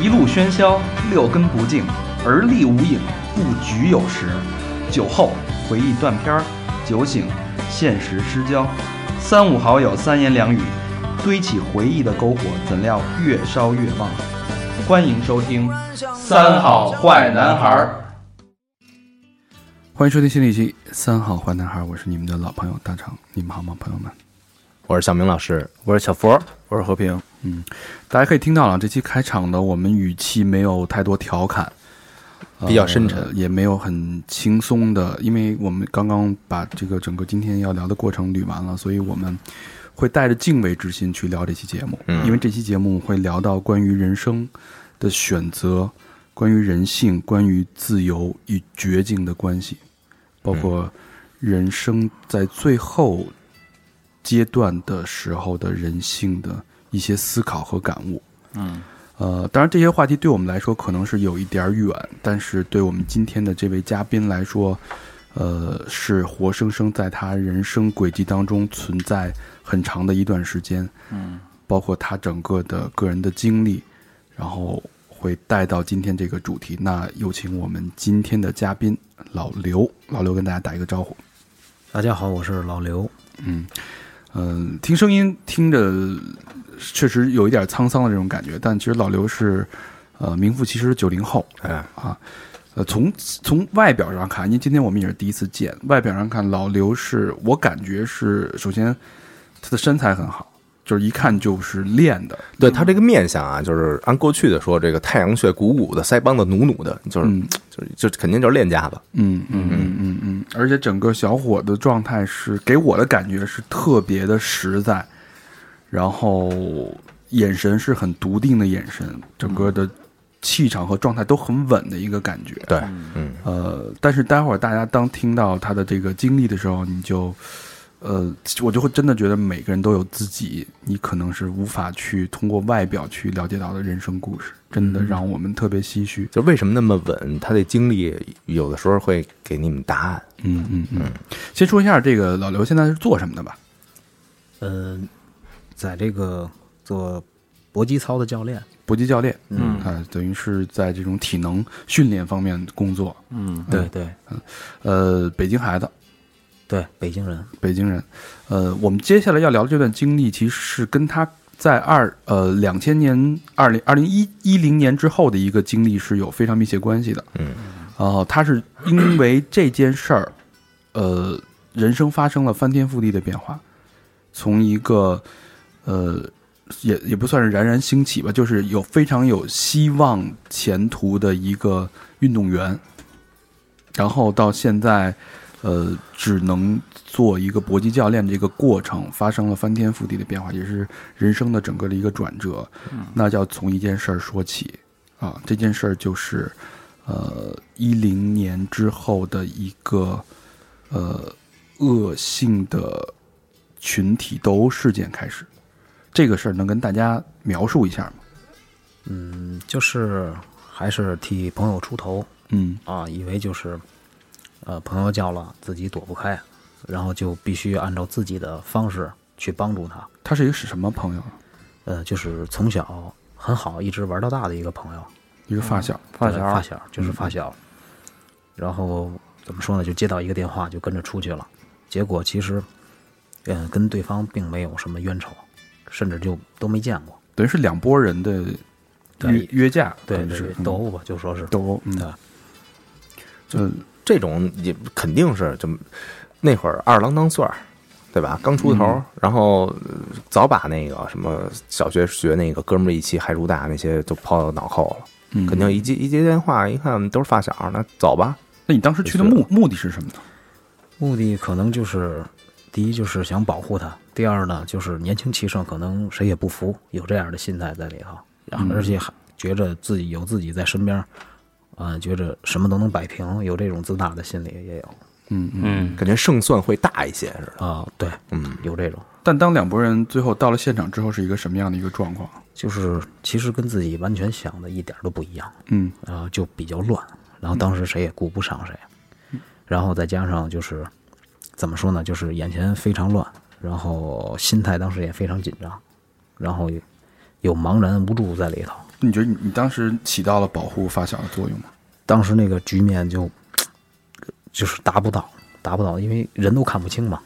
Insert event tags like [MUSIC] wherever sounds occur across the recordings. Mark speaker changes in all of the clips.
Speaker 1: 一路喧嚣，六根不净，而立无影，不局有时。酒后回忆断片儿，酒醒现实失焦。三五好友三言两语，堆起回忆的篝火，怎料越烧越旺。欢迎收听《三好坏男孩》。
Speaker 2: 欢迎收听新的一期《三好坏男孩》，我是你们的老朋友大长，你们好吗，朋友们？
Speaker 3: 我是小明老师，
Speaker 4: 我是小佛，
Speaker 5: 我是和平。
Speaker 2: 嗯，大家可以听到了，这期开场的我们语气没有太多调侃，
Speaker 3: 比较深沉
Speaker 2: 呃也没有很轻松的，因为我们刚刚把这个整个今天要聊的过程捋完了，所以我们会带着敬畏之心去聊这期节目，
Speaker 3: 嗯
Speaker 2: 因为这期节目会聊到关于人生的选择，关于人性，关于自由与绝境的关系，包
Speaker 3: 嗯
Speaker 2: 括人生在最后阶段的时候的人性的一些思考和感悟。呃，当然这些话题对我们来说可能是有一点儿远，但是对我们今天的这位嘉宾来说，呃，是活生生在他人生轨迹当中存在很长的一段时间，
Speaker 5: 嗯，
Speaker 2: 包括他整个的个人的经历，然后会带到今天这个主题。那有请我们今天的嘉宾老刘，老刘跟大家打一个招呼。
Speaker 4: 大家好，我是老刘。
Speaker 2: 嗯，嗯、听声音听着确实有一点沧桑的这种感觉，但其实老刘是呃名副其实九零后，
Speaker 3: 哎
Speaker 2: 啊，呃，从从外表上看，因为今天我们也是第一次见，外表上看老刘是我感觉是首先他的身材很好，就是一看就是练的，
Speaker 3: 对他这个面相啊，就是按过去的说，这个太阳穴鼓鼓的，腮帮子努努的，就是、
Speaker 2: 嗯
Speaker 3: 就是就肯定就是练家子。
Speaker 2: 嗯嗯嗯嗯嗯，而且整个小伙的状态是给我的感觉是特别的实在，然后眼神是很笃定的眼神，整个的气场和状态都很稳的一个感觉。
Speaker 3: 对，嗯，
Speaker 2: 呃，但是待会儿大家当听到他的这个经历的时候，你就，呃，我就会真的觉得每个人都有自己，你可能是无法去通过外表去了解到的人生故事，真的让我们特别唏嘘。
Speaker 3: 就为什么那么稳？他的经历有的时候会给你们答案。
Speaker 2: 嗯嗯嗯。先说一下这个老刘现在是做什么的吧？
Speaker 4: 呃，在这个做搏击操的教练，
Speaker 2: 搏击教练，
Speaker 5: 嗯
Speaker 2: 啊、等于是在这种体能训练方面工作。
Speaker 5: 嗯
Speaker 4: 对对
Speaker 2: 呃，北京孩子，
Speaker 4: 对，北京人，
Speaker 2: 北京人。呃，我们接下来要聊的这段经历，其实是跟他在二呃两千年二零二零一一零年之后的一个经历是有非常密切关系的。
Speaker 3: 嗯，
Speaker 2: 呃，他是因为这件事儿，呃，人生发生了翻天覆地的变化，从一个呃。也也不算是冉冉兴起吧，就是有非常有希望前途的一个运动员，然后到现在，呃，只能做一个搏击教练这个过程发生了翻天覆地的变化，也是人生的整个的一个转折。那就要从一件事儿说起啊，这件事儿就是，呃，一零年之后的一个呃恶性的群体斗殴事件开始。这个事儿能跟大家描述一下吗？
Speaker 4: 嗯，就是还是替朋友出头
Speaker 2: 嗯
Speaker 4: 啊，以为就是呃朋友叫了自己躲不开，然后就必须按照自己的方式去帮助他。
Speaker 2: 他是一个是什么朋友？
Speaker 4: 呃，就是从小很好，一直玩到大的一个朋友，
Speaker 2: 一个发小。
Speaker 5: 发
Speaker 4: 对
Speaker 5: 小，
Speaker 4: 发小嗯就是发小。然后怎么说呢？就接到一个电话，就跟着出去了。结果其实，嗯、跟对方并没有什么冤仇，甚至就都没见过。
Speaker 2: 等于是两拨人的约
Speaker 4: 对
Speaker 2: 约架，
Speaker 4: 对
Speaker 2: 等于
Speaker 4: 对
Speaker 2: 是，嗯
Speaker 4: 斗殴吧，就说是
Speaker 2: 斗殴，嗯，
Speaker 4: 对
Speaker 2: 就
Speaker 3: 这种也肯定是就那会儿二郎当岁儿，对吧？刚出头，
Speaker 5: 嗯
Speaker 3: 然后呃早把那个什么小学学那个哥们儿一起海珠大那些就抛到脑后了。
Speaker 2: 嗯
Speaker 3: 肯定一接一接电话，一看都是发小，那走吧。
Speaker 2: 那你当时去的目目的是什么呢？
Speaker 4: 目的可能就是，第一就是想保护他，第二呢就是年轻气盛，可能谁也不服，有这样的心态在里头，然后而且还觉着自己有自己在身边，啊、觉着什么都能摆平，有这种自大的心理也有
Speaker 2: 嗯嗯。
Speaker 5: 嗯，
Speaker 3: 感觉胜算会大一些似的。
Speaker 4: 啊、对，
Speaker 3: 嗯，
Speaker 4: 有这种，
Speaker 2: 但当两拨人最后到了现场之后，是一个什么样的一个状况？
Speaker 4: 就是其实跟自己完全想的一点都不一样，
Speaker 2: 嗯
Speaker 4: 然后就比较乱，然后当时谁也顾不上谁，然后再加上就是怎么说呢，就是眼前非常乱，然后心态当时也非常紧张，然后有茫然无助在里头，
Speaker 2: 你觉得你你当时起到了保护发小的作用吗？
Speaker 4: 当时那个局面就就是达不到，达不到，因为人都看不清嘛，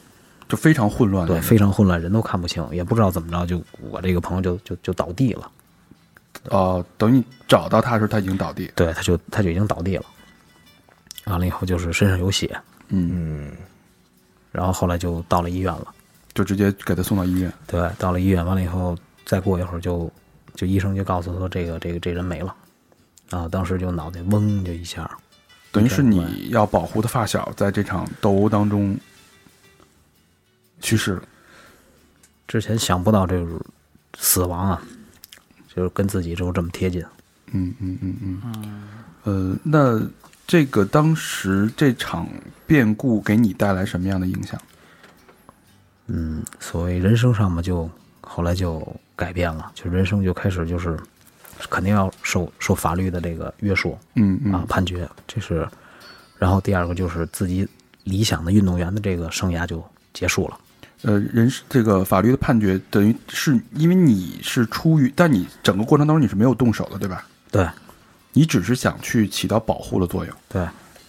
Speaker 2: 就非常混乱。
Speaker 4: 对，非常混乱，人都看不清，也不知道怎么着，就我这个朋友就就就倒地了，
Speaker 2: 哦，等你找到他的时候，他已经倒地。
Speaker 4: 对，他就他就已经倒地了，完了以后就是身上有血，
Speaker 2: 嗯，
Speaker 4: 然后后来就到了医院了，
Speaker 2: 就直接给他送到医院。
Speaker 4: 对，到了医院完了以后，再过一会儿就就医生就告诉他说这个这个这人没了，啊，当时就脑袋嗡就一下，
Speaker 2: 等于是你要保护的发小在这场斗殴当中去世了。
Speaker 4: 之前想不到这种死亡啊，就是跟自己就这么贴近，
Speaker 2: 嗯嗯嗯嗯。呃，那这个当时这场变故给你带来什么样的影响？
Speaker 4: 嗯，所谓人生上嘛，就后来就改变了，就人生就开始就是肯定要受受法律的这个约束
Speaker 2: 嗯嗯
Speaker 4: 啊判决，这是。然后第二个就是自己理想的运动员的这个生涯就结束了，
Speaker 2: 呃，人事这个法律的判决等于是因为你是出于，但你整个过程当中你是没有动手的，对吧？
Speaker 4: 对
Speaker 2: 你只是想去起到保护的作用，
Speaker 4: 对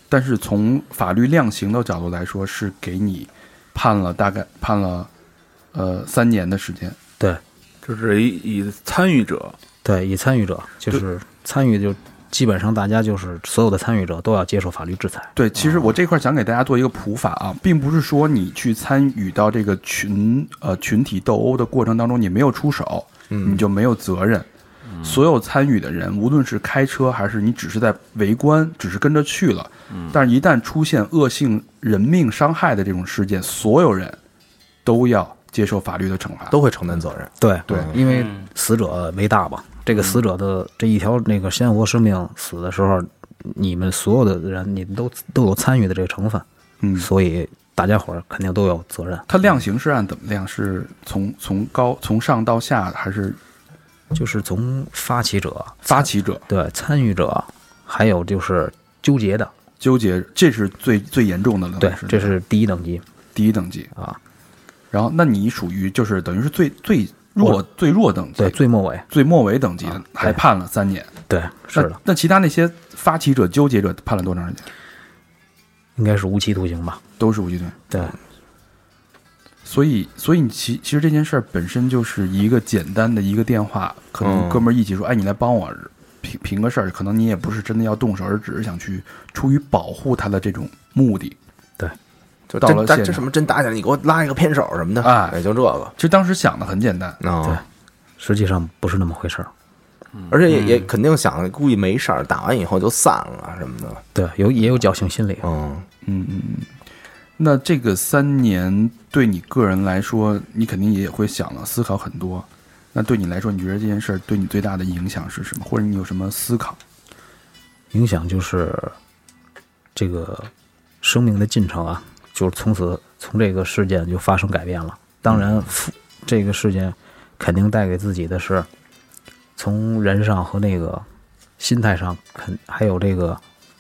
Speaker 2: 但是从法律量刑的角度来说，是给你判了大概判了呃三年的时间。
Speaker 4: 对
Speaker 5: 就是以以参与者
Speaker 4: 对，以参与者就是参与就基本上大家就是所有的参与者都要接受法律制裁，
Speaker 2: 对，其实我
Speaker 4: 哦
Speaker 2: 这块想给大家做一个普法啊，并不是说你去参与到这个群呃群体斗殴的过程当中，你没有出手，
Speaker 4: 嗯
Speaker 2: 你就没有责任。所有参与的人，无论是开车还是你只是在围观，只是跟着去了，
Speaker 4: 嗯
Speaker 2: 但是一旦出现恶性人命伤害的这种事件，所有人都要接受法律的惩罚。
Speaker 3: 都会承担责任。
Speaker 4: 对
Speaker 2: 对嗯
Speaker 4: 因为死者为大嘛，这个死者的这一条那个鲜活生命死的时候，你们所有的人你们都都有参与的这个成分，
Speaker 2: 嗯，
Speaker 4: 所以大家伙儿肯定都有责任。
Speaker 2: 它量刑是按怎么量？是从从高从上到下，还是
Speaker 4: 就是从发起者、
Speaker 2: 发起者
Speaker 4: 对参与者，还有就是纠结的，
Speaker 2: 纠结？这是最最严重的了。
Speaker 4: 对
Speaker 2: 是，
Speaker 4: 这啊是第一等级
Speaker 2: 第一等级。
Speaker 4: 啊，
Speaker 2: 然后，那你属于就是等于是最最弱最弱等级，
Speaker 4: 对，最末尾，
Speaker 2: 最末尾等级的，还判了三年。
Speaker 4: 对，是的
Speaker 2: 那，那其他那些发起者、纠结者判了多长时间？
Speaker 4: 应该是无期徒刑吧？
Speaker 2: 都是无期徒刑。
Speaker 4: 对，
Speaker 2: 所以，所以你其其实这件事儿本身就是一个简单的一个电话，可能
Speaker 3: 嗯
Speaker 2: 哥们儿一起说：“哎，你来帮我评评个事儿。”可能你也不是真的要动手，而只是想去出于保护他的这种目的。
Speaker 3: 就
Speaker 2: 到了现
Speaker 3: 真这
Speaker 2: 场
Speaker 3: 什么真打起来，你给我拉一个偏手什么的，
Speaker 2: 哎
Speaker 3: 也就这个。
Speaker 2: 其实当时想的很简单，
Speaker 3: 哦，
Speaker 4: 实际上不是那么回事儿。
Speaker 3: 而且也也肯定想，估计没事儿，打完以后就散了什么的。
Speaker 4: 对，有也有侥幸心理，
Speaker 3: 嗯，
Speaker 2: 嗯嗯嗯，那这个三年对你个人来说，你肯定也会想了思考很多。那对你来说，你觉得这件事儿对你最大的影响是什么？或者你有什么思考？
Speaker 4: 影响就是这个生命的进程啊，就是从此从这个事件就发生改变了。当然，负这个事件肯定带给自己的是从人上和那个心态上肯，还有这个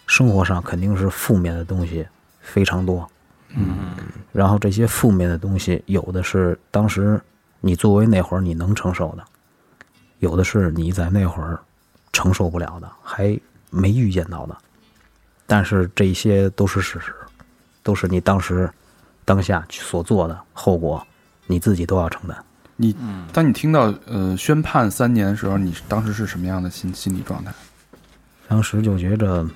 Speaker 4: 生活上肯定是负面的东西非常多。嗯，然后这些负面的东西，有的是当时你作为那会儿你能承受的，有的是你在那会儿承受不了的，还没预见到的。但是这些都是事实，都是你当时当下所做的后果，你自己都要承担。
Speaker 2: 你当你听到呃宣判三年的时候，你当时是什么样的心心理状态？
Speaker 4: 当时就觉着，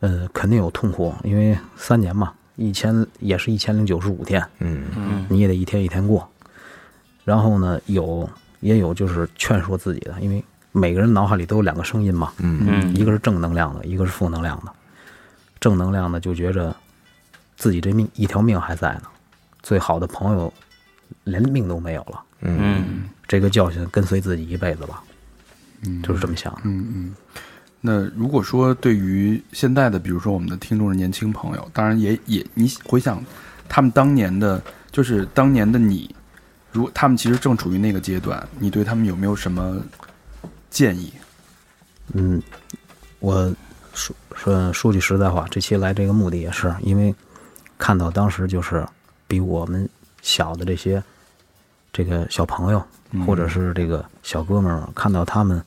Speaker 4: 呃，肯定有痛苦，因为三年嘛，一千也是一千零九十五天，
Speaker 3: 嗯，
Speaker 4: 你也得一天一天过。然后呢，有也有就是劝说自己的，因为每个人脑海里都有两个声音嘛，
Speaker 5: 嗯
Speaker 4: 一个是正能量的，一个是负能量的。正能量的就觉着自己这命一条命还在呢，最好的朋友连命都没有了，
Speaker 5: 嗯
Speaker 4: 这个教训跟随自己一辈子吧，就是这么想的。
Speaker 2: 嗯嗯。那如果说对于现在的，比如说我们的听众是年轻朋友，当然也也你回想他们当年的，就是当年的你，如他们其实正处于那个阶段，你对他们有没有什么建议？
Speaker 4: 嗯，我说说说句实在话，这期来这个目的也是因为看到当时就是比我们小的这些这个小朋友，或者是这个小哥们儿，看到他们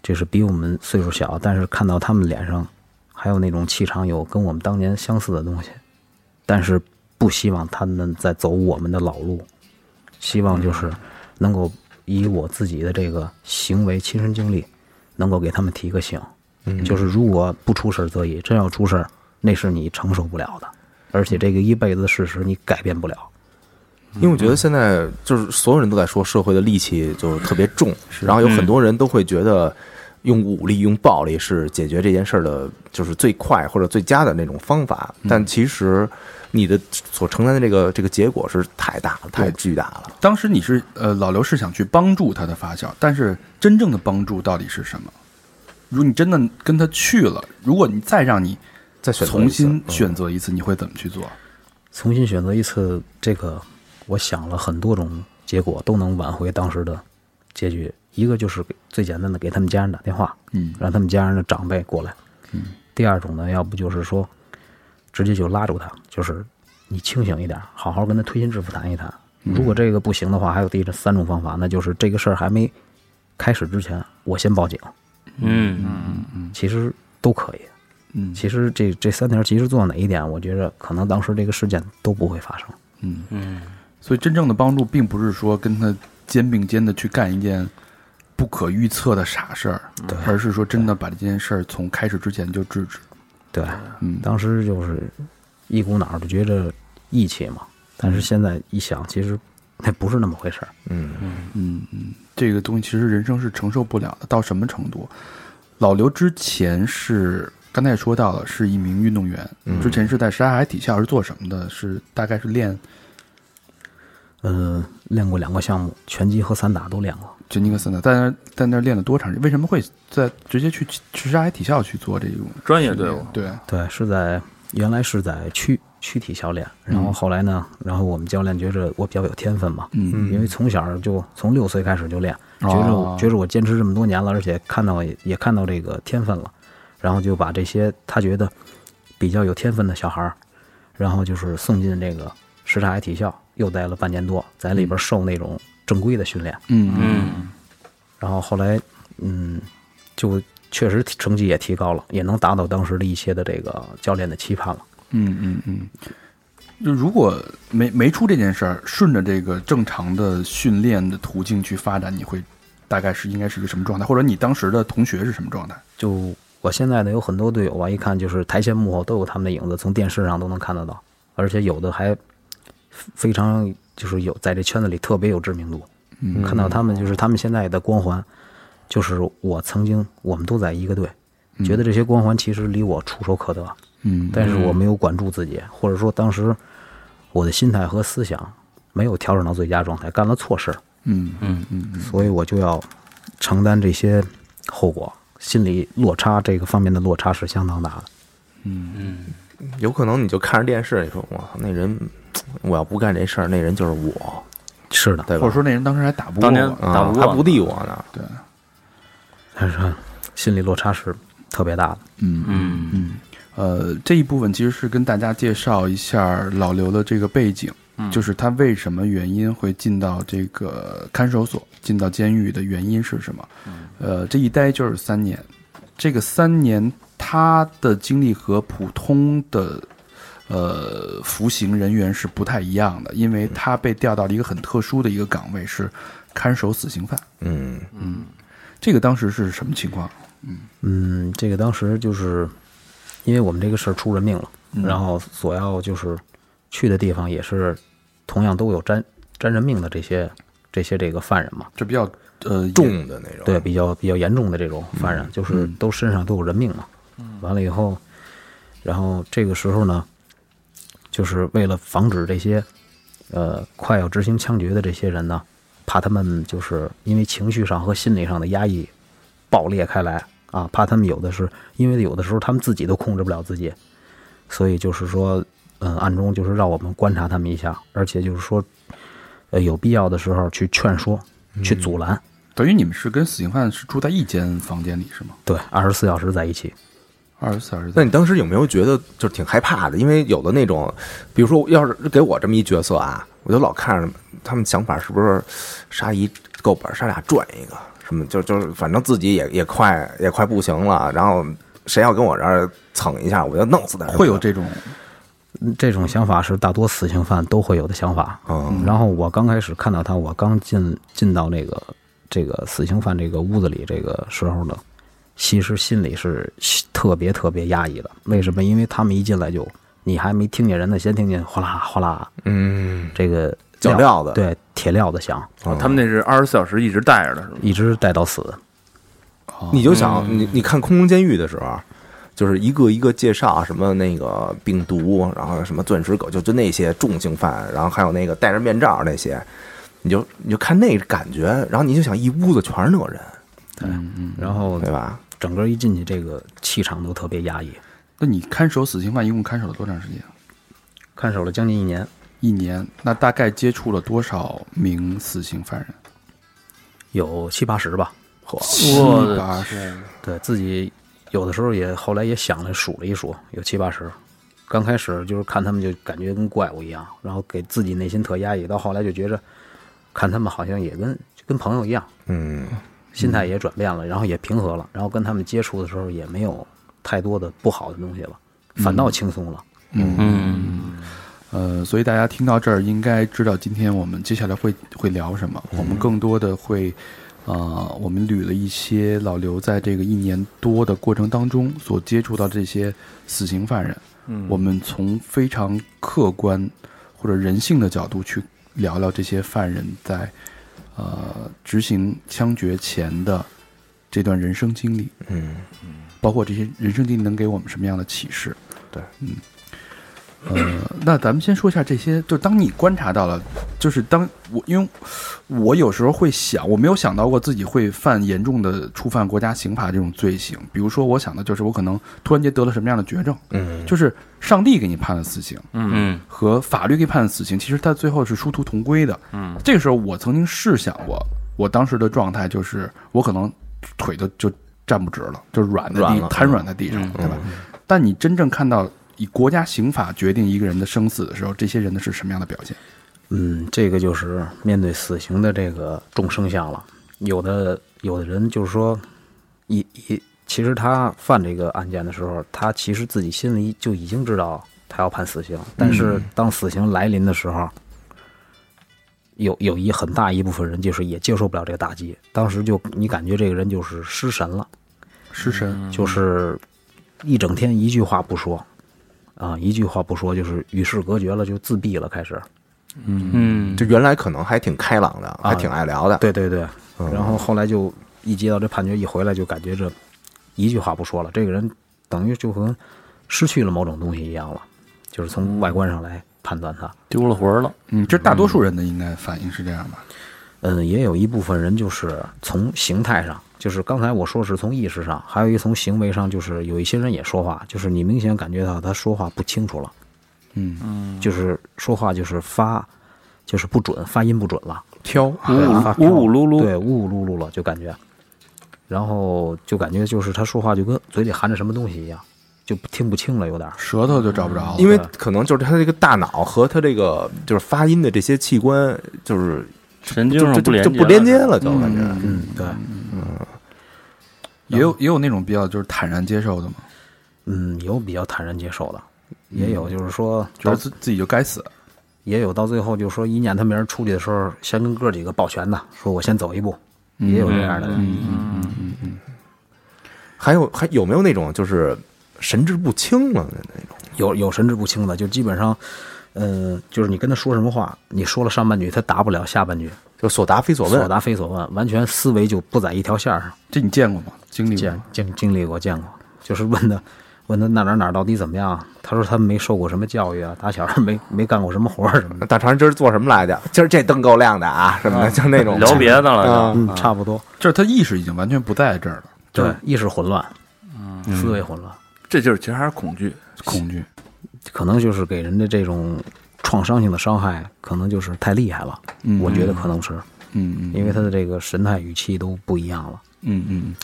Speaker 4: 就是比我们岁数小，但是看到他们脸上还有那种气场，有跟我们当年相似的东西，但是不希望他们在走我们的老路，希望就是能够以我自己的这个行为亲身经历，能够给他们提个醒，就是如果不出事儿则已，真要出事儿，那是你承受不了的，而且这个一辈子的事实你改变不了。
Speaker 3: 因为我觉得现在就是所有人都在说社会的戾气就是特别重，然后有很多人都会觉得用武力、用暴力是解决这件事儿的，就是最快或者最佳的那种方法。但其实你的所承担的这个这个结果是太大了，太巨大了。
Speaker 2: 当时你是呃，老刘是想去帮助他的发小，但是真正的帮助到底是什么？如果你真的跟他去了，如果你再让你
Speaker 3: 再选择一
Speaker 2: 重
Speaker 3: 次
Speaker 2: 新
Speaker 3: 嗯
Speaker 2: 选择一次，你会怎么去做？
Speaker 4: 重新选择一次，这个我想了很多种结果，都能挽回当时的结局。一个就是给最简单的给他们家人打电话，
Speaker 2: 嗯
Speaker 4: 让他们家人的长辈过来。嗯。第二种呢，要不就是说，直接就拉住他，就是你清醒一点，好好跟他推心置腹谈一谈。
Speaker 6: 嗯
Speaker 4: 如果这个不行的话，还有第三种方法，那就是这个事儿还没开始之前，我先报警。
Speaker 6: 嗯，
Speaker 4: 其实都可以。
Speaker 2: 嗯
Speaker 4: 其实这这三条，其实做哪一点，我觉着可能当时这个事件都不会发生。
Speaker 2: 嗯嗯。所以真正的帮助，并不是说跟他肩并肩的去干一件不可预测的傻事儿，而是说真的把这件事儿从开始之前就制止。
Speaker 4: 对，
Speaker 2: 嗯
Speaker 4: 当时就是一股脑儿就觉着义气嘛，但是现在一想，其实那不是那么回事儿。
Speaker 3: 嗯，
Speaker 2: 嗯，嗯，这个东西其实人生是承受不了的，到什么程度？老刘之前是刚才也说到了，是一名运动员，
Speaker 3: 嗯
Speaker 2: 之前是在沙海体校是做什么的？是大概是练
Speaker 4: 嗯，练过两个项目，拳击和散打都练过。
Speaker 2: 杰尼克森的，在那在那练了多长时间？为什么会在直接去去沙海体校去做这种
Speaker 5: 专业队伍
Speaker 2: 训练，对，
Speaker 4: 对，是在原来是在区区体校练，然后后来呢，然后我们教练觉着我比较有天分嘛，
Speaker 2: 嗯，
Speaker 4: 因为从小就从六岁开始就练，
Speaker 2: 哦
Speaker 4: 觉着我觉着我坚持这么多年了，而且看到也也看到这个天分了，然后就把这些他觉得比较有天分的小孩儿，然后就是送进这个什刹海体校，又待了半年多，在里边受那种正规的训练，
Speaker 2: 嗯嗯
Speaker 4: 然后后来嗯，就确实成绩也提高了，也能达到当时的一些的这个教练的期盼了。
Speaker 2: 嗯嗯嗯。就如果没没出这件事儿，顺着这个正常的训练的途径去发展，你会大概是应该是一个什么状态？或者你当时的同学是什么状态？
Speaker 4: 就我现在的有很多队友啊，一看就是台前幕后都有他们的影子，从电视上都能看得到，而且有的还非常就是有在这圈子里特别有知名度。
Speaker 2: 嗯
Speaker 4: 看到他们就是他们现在的光环，就是我曾经我们都在一个队，觉得这些光环其实离我触手可得，
Speaker 2: 嗯
Speaker 4: 但是我没有管住自己，或者说当时我的心态和思想没有调整到最佳状态，干了错事儿。
Speaker 2: 嗯嗯
Speaker 4: 所以我就要承担这些后果，心理落差这个方面的落差是相当大的。
Speaker 3: 有可能你就看着电视，你说我操，那人我要不干这事儿，那人就是我，
Speaker 4: 是的，
Speaker 3: 对吧？
Speaker 2: 或者说那人当时还打不过
Speaker 6: 当年
Speaker 2: 我，
Speaker 3: 啊
Speaker 6: 打不过
Speaker 3: 还不敌我呢，
Speaker 2: 对，
Speaker 4: 但是心理落差是特别大的。
Speaker 2: 嗯
Speaker 6: 嗯嗯
Speaker 2: 呃，这一部分其实是跟大家介绍一下老刘的这个背景，就是他为什么原因会进到这个看守所、进到监狱的原因是什么。呃，这一待就是三年，这个三年他的经历和普通的呃服刑人员是不太一样的，因为他被调到了一个很特殊的一个岗位，是看守死刑犯。
Speaker 3: 嗯，
Speaker 2: 这个当时是什么情况？
Speaker 4: 嗯，这个当时就是因为我们这个事儿出人命了，然后所要就是去的地方也是同样都有沾沾人命的这些这些这个犯人嘛。
Speaker 2: 这比较呃
Speaker 3: 重的那种，
Speaker 4: 对，比较比较严重的这种犯人，就是都身上都有人命嘛。完了以后，然后这个时候呢，就是为了防止这些呃快要执行枪决的这些人呢，怕他们就是因为情绪上和心理上的压抑爆裂开来啊，怕他们有的是因为有的时候他们自己都控制不了自己，所以就是说，嗯，暗中就是让我们观察他们一下，而且就是说，呃，有必要的时候去劝说，去阻拦。
Speaker 2: 等于你们是跟死刑犯是住在一间房间里是吗？
Speaker 4: 对，二十四小时在一起。
Speaker 2: 二十四小时
Speaker 3: 那
Speaker 2: 在
Speaker 3: 你当时有没有觉得就是挺害怕的？因为有的那种，比如说要是给我这么一角色啊，我就老看着他们想法是不是杀一够本儿，杀俩赚一个，什么就就是反正自己也也快也快不行了，然后谁要跟我这儿蹭一下，我就弄死他。
Speaker 2: 会有这种
Speaker 4: 这种想法是大多死刑犯都会有的想法。
Speaker 3: 嗯
Speaker 4: 然后我刚开始看到他，我刚进进到那个这个死刑犯这个屋子里这个时候呢，其实心里是特别特别压抑的。为什么？因为他们一进来就你还没听见人呢，先听见哗啦哗啦
Speaker 3: 嗯，
Speaker 4: 这个
Speaker 3: 脚镣子
Speaker 4: 对铁镣子响，
Speaker 2: 哦
Speaker 5: 啊他们那是二十四小时一直带着的，是吗？
Speaker 4: 一直带到死。
Speaker 3: 你就想你你看《空中监狱》的时候。就是一个一个介绍什么那个病毒，然后什么钻石狗，就就那些重刑犯，然后还有那个戴着面罩那些，你就你就看那感觉，然后你就想一屋子全是那人，
Speaker 4: 然后
Speaker 3: 对吧？
Speaker 4: 整个一进去，这个气场都特别压抑。
Speaker 2: 那你看守死刑犯一共看守了多长时间啊？
Speaker 4: 看守了将近一年，
Speaker 2: 一年，那大概接触了多少名死刑犯人？
Speaker 4: 有七八十吧。
Speaker 2: 七
Speaker 5: 我的
Speaker 2: 八十，
Speaker 4: 对自己有的时候也后来也想了数了一数，有七八十。刚开始就是看他们就感觉跟怪物一样，然后给自己内心特压抑，到后来就觉着看他们好像也跟就跟朋友一样，
Speaker 3: 嗯，
Speaker 4: 心态也转变了，然后也平和了，然后跟他们接触的时候也没有太多的不好的东西了，反倒轻松了。
Speaker 2: 呃，所以大家听到这儿应该知道今天我们接下来会会聊什么。我们更多的会，呃，我们捋了一些老刘在这个一年多的过程当中所接触到这些死刑犯人，
Speaker 5: 嗯
Speaker 2: 我们从非常客观或者人性的角度去聊聊这些犯人在呃执行枪决前的这段人生经历。
Speaker 3: 嗯，
Speaker 2: 包括这些人生经历能给我们什么样的启示？
Speaker 3: 对，
Speaker 2: 嗯，呃，那咱们先说一下这些，就当你观察到了，就是当我因为我有时候会想，我没有想到过自己会犯严重的触犯国家刑法这种罪行，比如说我想的就是我可能突然间得了什么样的绝症，
Speaker 3: 嗯，
Speaker 2: 就是上帝给你判了死刑，
Speaker 5: 嗯
Speaker 2: 和法律给判的死刑，其实它最后是殊途同归的。嗯，这个时候我曾经试想过，我当时的状态就是我可能腿都就站不直了，就软在
Speaker 3: 软
Speaker 2: 地
Speaker 3: 了嗯
Speaker 2: 瘫软在地上，对吧？但你真正看到以国家刑法决定一个人的生死的时候，这些人的是什么样的表现？
Speaker 4: 嗯，这个就是面对死刑的这个众生相了。有的有的人就是说，一一其实他犯这个案件的时候，他其实自己心里就已经知道他要判死刑，但是当死刑来临的时候，有有一很大一部分人就是也接受不了这个打击，当时就你感觉这个人就是失神了。嗯
Speaker 2: 失
Speaker 3: 嗯
Speaker 2: 神，
Speaker 4: 就是一整天一句话不说，啊，一句话不说，就是与世隔绝了，就自闭了，开始。
Speaker 5: 嗯
Speaker 3: 就原来可能还挺开朗的，还挺爱聊的，
Speaker 4: 对对对，然后后来就一接到这判决一回来，就感觉这一句话不说了，这个人等于就和失去了某种东西一样了，就是从外观上来判断他。
Speaker 5: 丢了魂儿了，
Speaker 2: 嗯，这是大多数人的应该反应是这样吧？
Speaker 4: 嗯，也有一部分人就是从形态上，就是刚才我说是从意识上，还有一从行为上，就是有一些人也说话，就是你明显感觉到他说话不清楚了。
Speaker 2: 嗯，
Speaker 4: 就是说话就是发，就是不准，发音不准了，
Speaker 2: 挑
Speaker 4: 对发
Speaker 5: 呜呜噜噜，
Speaker 4: 对，呜呜噜噜了，就感觉，然后就感觉就是他说话就跟嘴里含着什么东西一样，就听不清了，有点儿。
Speaker 2: 舌头就找不着了，
Speaker 3: 因为可能就是他这个大脑和他这个就是发音的这些器官，就是
Speaker 5: 神经
Speaker 3: 就
Speaker 5: 上
Speaker 3: 就就
Speaker 5: 连
Speaker 3: 就
Speaker 5: 不
Speaker 3: 不连接，了，就感觉。
Speaker 4: 嗯，对，
Speaker 2: 也有也有那种比较就是坦然接受的嘛，
Speaker 4: 嗯，有比较坦然接受的，也有就是说，
Speaker 2: 觉得自自己就该死，
Speaker 4: 也有到最后就说一念他名儿出去的时候，先跟哥几个抱拳的，说我先走一步，也有这样的人。
Speaker 3: 还有还有没有那种就是神志不清了的那种？
Speaker 4: 有有神志不清的，就基本上，嗯、就是你跟他说什么话，你说了上半句，他答不了下半句，
Speaker 3: 就所答非所问，
Speaker 4: 所答非所问，完全思维就不在一条线儿上。
Speaker 2: 这你见过吗？经历过
Speaker 4: 见
Speaker 2: 吗？
Speaker 4: 经经历过见过，就是问他 [LAUGHS] 问他哪哪哪儿到底怎么样啊，他说他没受过什么教育啊，打小儿没 [LAUGHS] 没干过什么活儿什么的，
Speaker 3: 大肠今儿做什么来的？今儿这灯够亮的啊，什么的，就那种
Speaker 5: 聊别的了
Speaker 3: 啊
Speaker 4: 嗯，差不多，
Speaker 2: 就是他意识已经完全不在这儿了，
Speaker 4: 对，嗯意识混乱，思维混乱，
Speaker 5: 就，这就是其实还是恐惧，
Speaker 2: 恐惧。
Speaker 4: 可能就是给人的这种创伤性的伤害，可能就是太厉害了，
Speaker 2: 嗯
Speaker 4: 我觉得可能是
Speaker 2: 嗯嗯
Speaker 4: 因为他的这个神态语气都不一样了。
Speaker 2: 嗯嗯，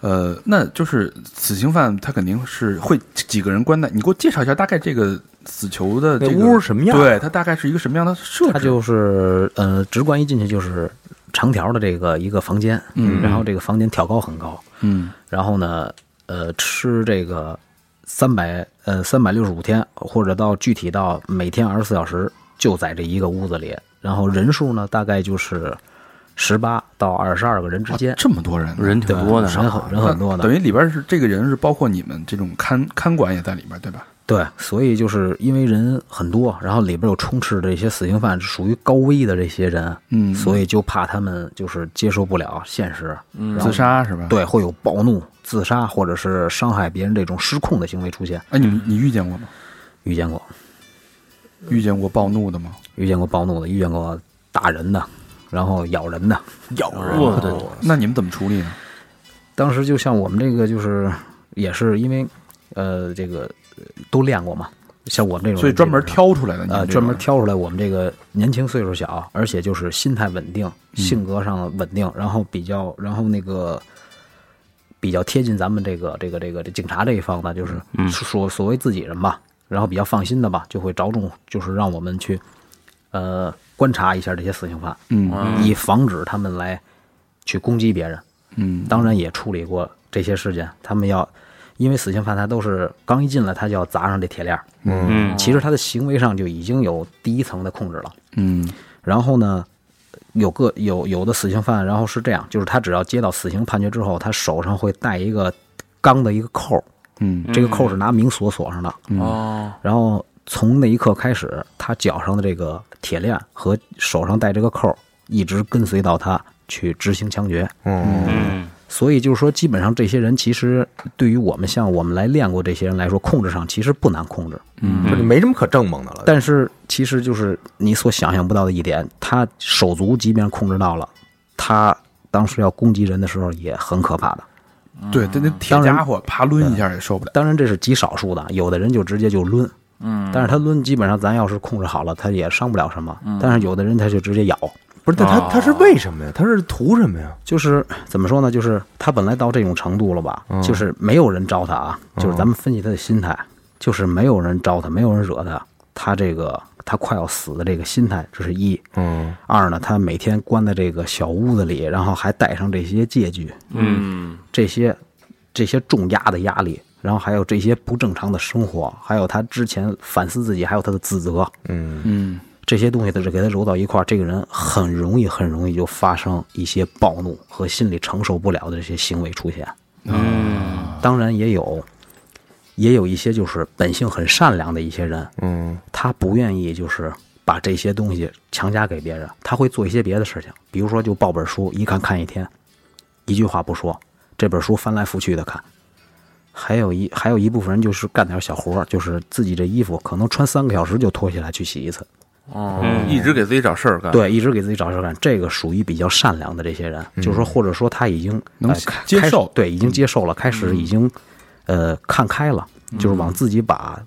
Speaker 2: 呃，那就是死刑犯他肯定是会几个人关在，你给我介绍一下大概这个死囚的这
Speaker 3: 那
Speaker 2: 个
Speaker 3: 屋是什么样
Speaker 4: 嗯
Speaker 2: 对，它大概是一个什么样的设
Speaker 4: 他
Speaker 2: 置？
Speaker 4: 就是呃，直观一进去就是长条的这个一个房间，嗯，然后这个房间挑高很高，
Speaker 2: 嗯
Speaker 4: 然后呢，呃，吃这个三百呃三百六十五天，或者到具体到每天二十四小时，就在这一个屋子里。然后人数呢，大概就是十八到二十二个人之间，
Speaker 2: 这么多人呢，啊
Speaker 5: 人挺
Speaker 4: 对
Speaker 5: 多的，
Speaker 4: 人很人很多的，
Speaker 2: 等于里边是这个人是包括你们这种看看管也在里边，对吧？
Speaker 4: 对，所以就是因为人很多，然后里边有充斥着一些死刑犯，属于高危的这些人，
Speaker 2: 嗯
Speaker 4: 所以就怕他们就是接受不了现实，嗯
Speaker 2: 自杀是吧？，
Speaker 4: 对，会有暴怒、自杀或者是伤害别人这种失控的行为出现。
Speaker 2: 哎，你们你遇见过吗？
Speaker 4: 遇见过，
Speaker 2: 遇见过暴怒的吗？
Speaker 4: 遇见过暴怒的，遇见过打人的，然后咬人嗯的。
Speaker 3: 咬人，
Speaker 5: 我的
Speaker 2: 哦那你们怎么处理呢？
Speaker 4: 当时就像我们这个就是也是因为，呃，这个呃都练过嘛，像我们这种
Speaker 2: 所以专门
Speaker 4: 基本上
Speaker 2: 挑出来的，你们
Speaker 4: 呃，
Speaker 2: 这
Speaker 4: 专门
Speaker 2: 种
Speaker 4: 挑出来我们这个年轻岁数小，而且就是心态稳定，
Speaker 2: 嗯
Speaker 4: 性格上稳定，然后比较，然后那个比较贴近咱们这个这个这个这警察这一方的，就是
Speaker 2: 嗯
Speaker 4: 说所谓自己人吧，然后比较放心的吧，就会着重就是让我们去呃观察一下这些死刑犯，
Speaker 2: 嗯
Speaker 4: 以防止他们来去攻击别人。
Speaker 2: 嗯
Speaker 4: 当然也处理过这些事件，他们要。因为死刑犯他都是刚一进来他就要砸上这铁链儿，
Speaker 3: 嗯，
Speaker 5: 嗯，
Speaker 4: 其实他的行为上就已经有第一层的控制了。
Speaker 2: 嗯
Speaker 4: 然后呢，有个有有的死刑犯，然后是这样，就是他只要接到死刑判决之后，他手上会带一个钢的一个扣儿，
Speaker 2: 嗯
Speaker 4: 这个扣儿是拿明锁锁上的。
Speaker 5: 哦，
Speaker 4: 然后从那一刻开始，他脚上的这个铁链和手上戴这个扣儿，一直跟随到他去执行枪决。
Speaker 3: 嗯，
Speaker 5: 嗯，
Speaker 4: 所以就是说，基本上这些人其实对于我们像我们来练过这些人来说，控制上其实不难控制。
Speaker 5: 嗯
Speaker 3: 就没什么可正蒙的了。
Speaker 4: 但是其实就是你所想象不到的一点，他手足即便控制到了，他当时要攻击人的时候也很可怕的。
Speaker 2: 对，但那铁
Speaker 4: 嗯当然
Speaker 2: 家伙爬抡一下也受不了。
Speaker 4: 当然这是极少数的，有的人就直接就抡，嗯，但是他抡基本上咱要是控制好了，他也伤不了什么。但是有的人他就直接咬，
Speaker 3: 不是，但
Speaker 5: 哦
Speaker 3: 他他是为什么呀？他是图什么呀？
Speaker 4: 就是怎么说呢？就是他本来到这种程度了吧，就是没有人招他啊，就是咱们分析他的心态，就是没有人招他，没有人惹他，他这个他快要死的这个心态，这是一，
Speaker 3: 嗯，
Speaker 4: 二呢，他每天关在这个小屋子里，然后还带上这些借据，
Speaker 5: 嗯，
Speaker 4: 这些这些重压的压力，然后还有这些不正常的生活，还有他之前反思自己，还有他的自责，
Speaker 3: 嗯，
Speaker 2: 嗯
Speaker 4: 这些东西都是给他揉到一块儿，这个人很容易很容易就发生一些暴怒和心理承受不了的这些行为出现。嗯，当然也有，也有一些就是本性很善良的一些人，
Speaker 3: 嗯，
Speaker 4: 他不愿意就是把这些东西强加给别人，他会做一些别的事情，比如说就抱本书一看看一天，一句话不说，这本书翻来覆去的看。还有一还有一部分人就是干点小活儿，就是自己这衣服可能穿三个小时就脱下来去洗一次，
Speaker 5: 哦，一直给自己找事儿
Speaker 2: 啊
Speaker 5: 干，，
Speaker 4: 对，一直给自己找事儿干，这个属于比较善良的这些人，就是说，或者说他已经
Speaker 2: 嗯能
Speaker 4: 呃
Speaker 2: 接
Speaker 4: 开
Speaker 2: 接
Speaker 4: 开始
Speaker 2: 受嗯
Speaker 4: 对，已经接受了，开始已经呃看开了，就是
Speaker 2: 嗯
Speaker 4: 往自己把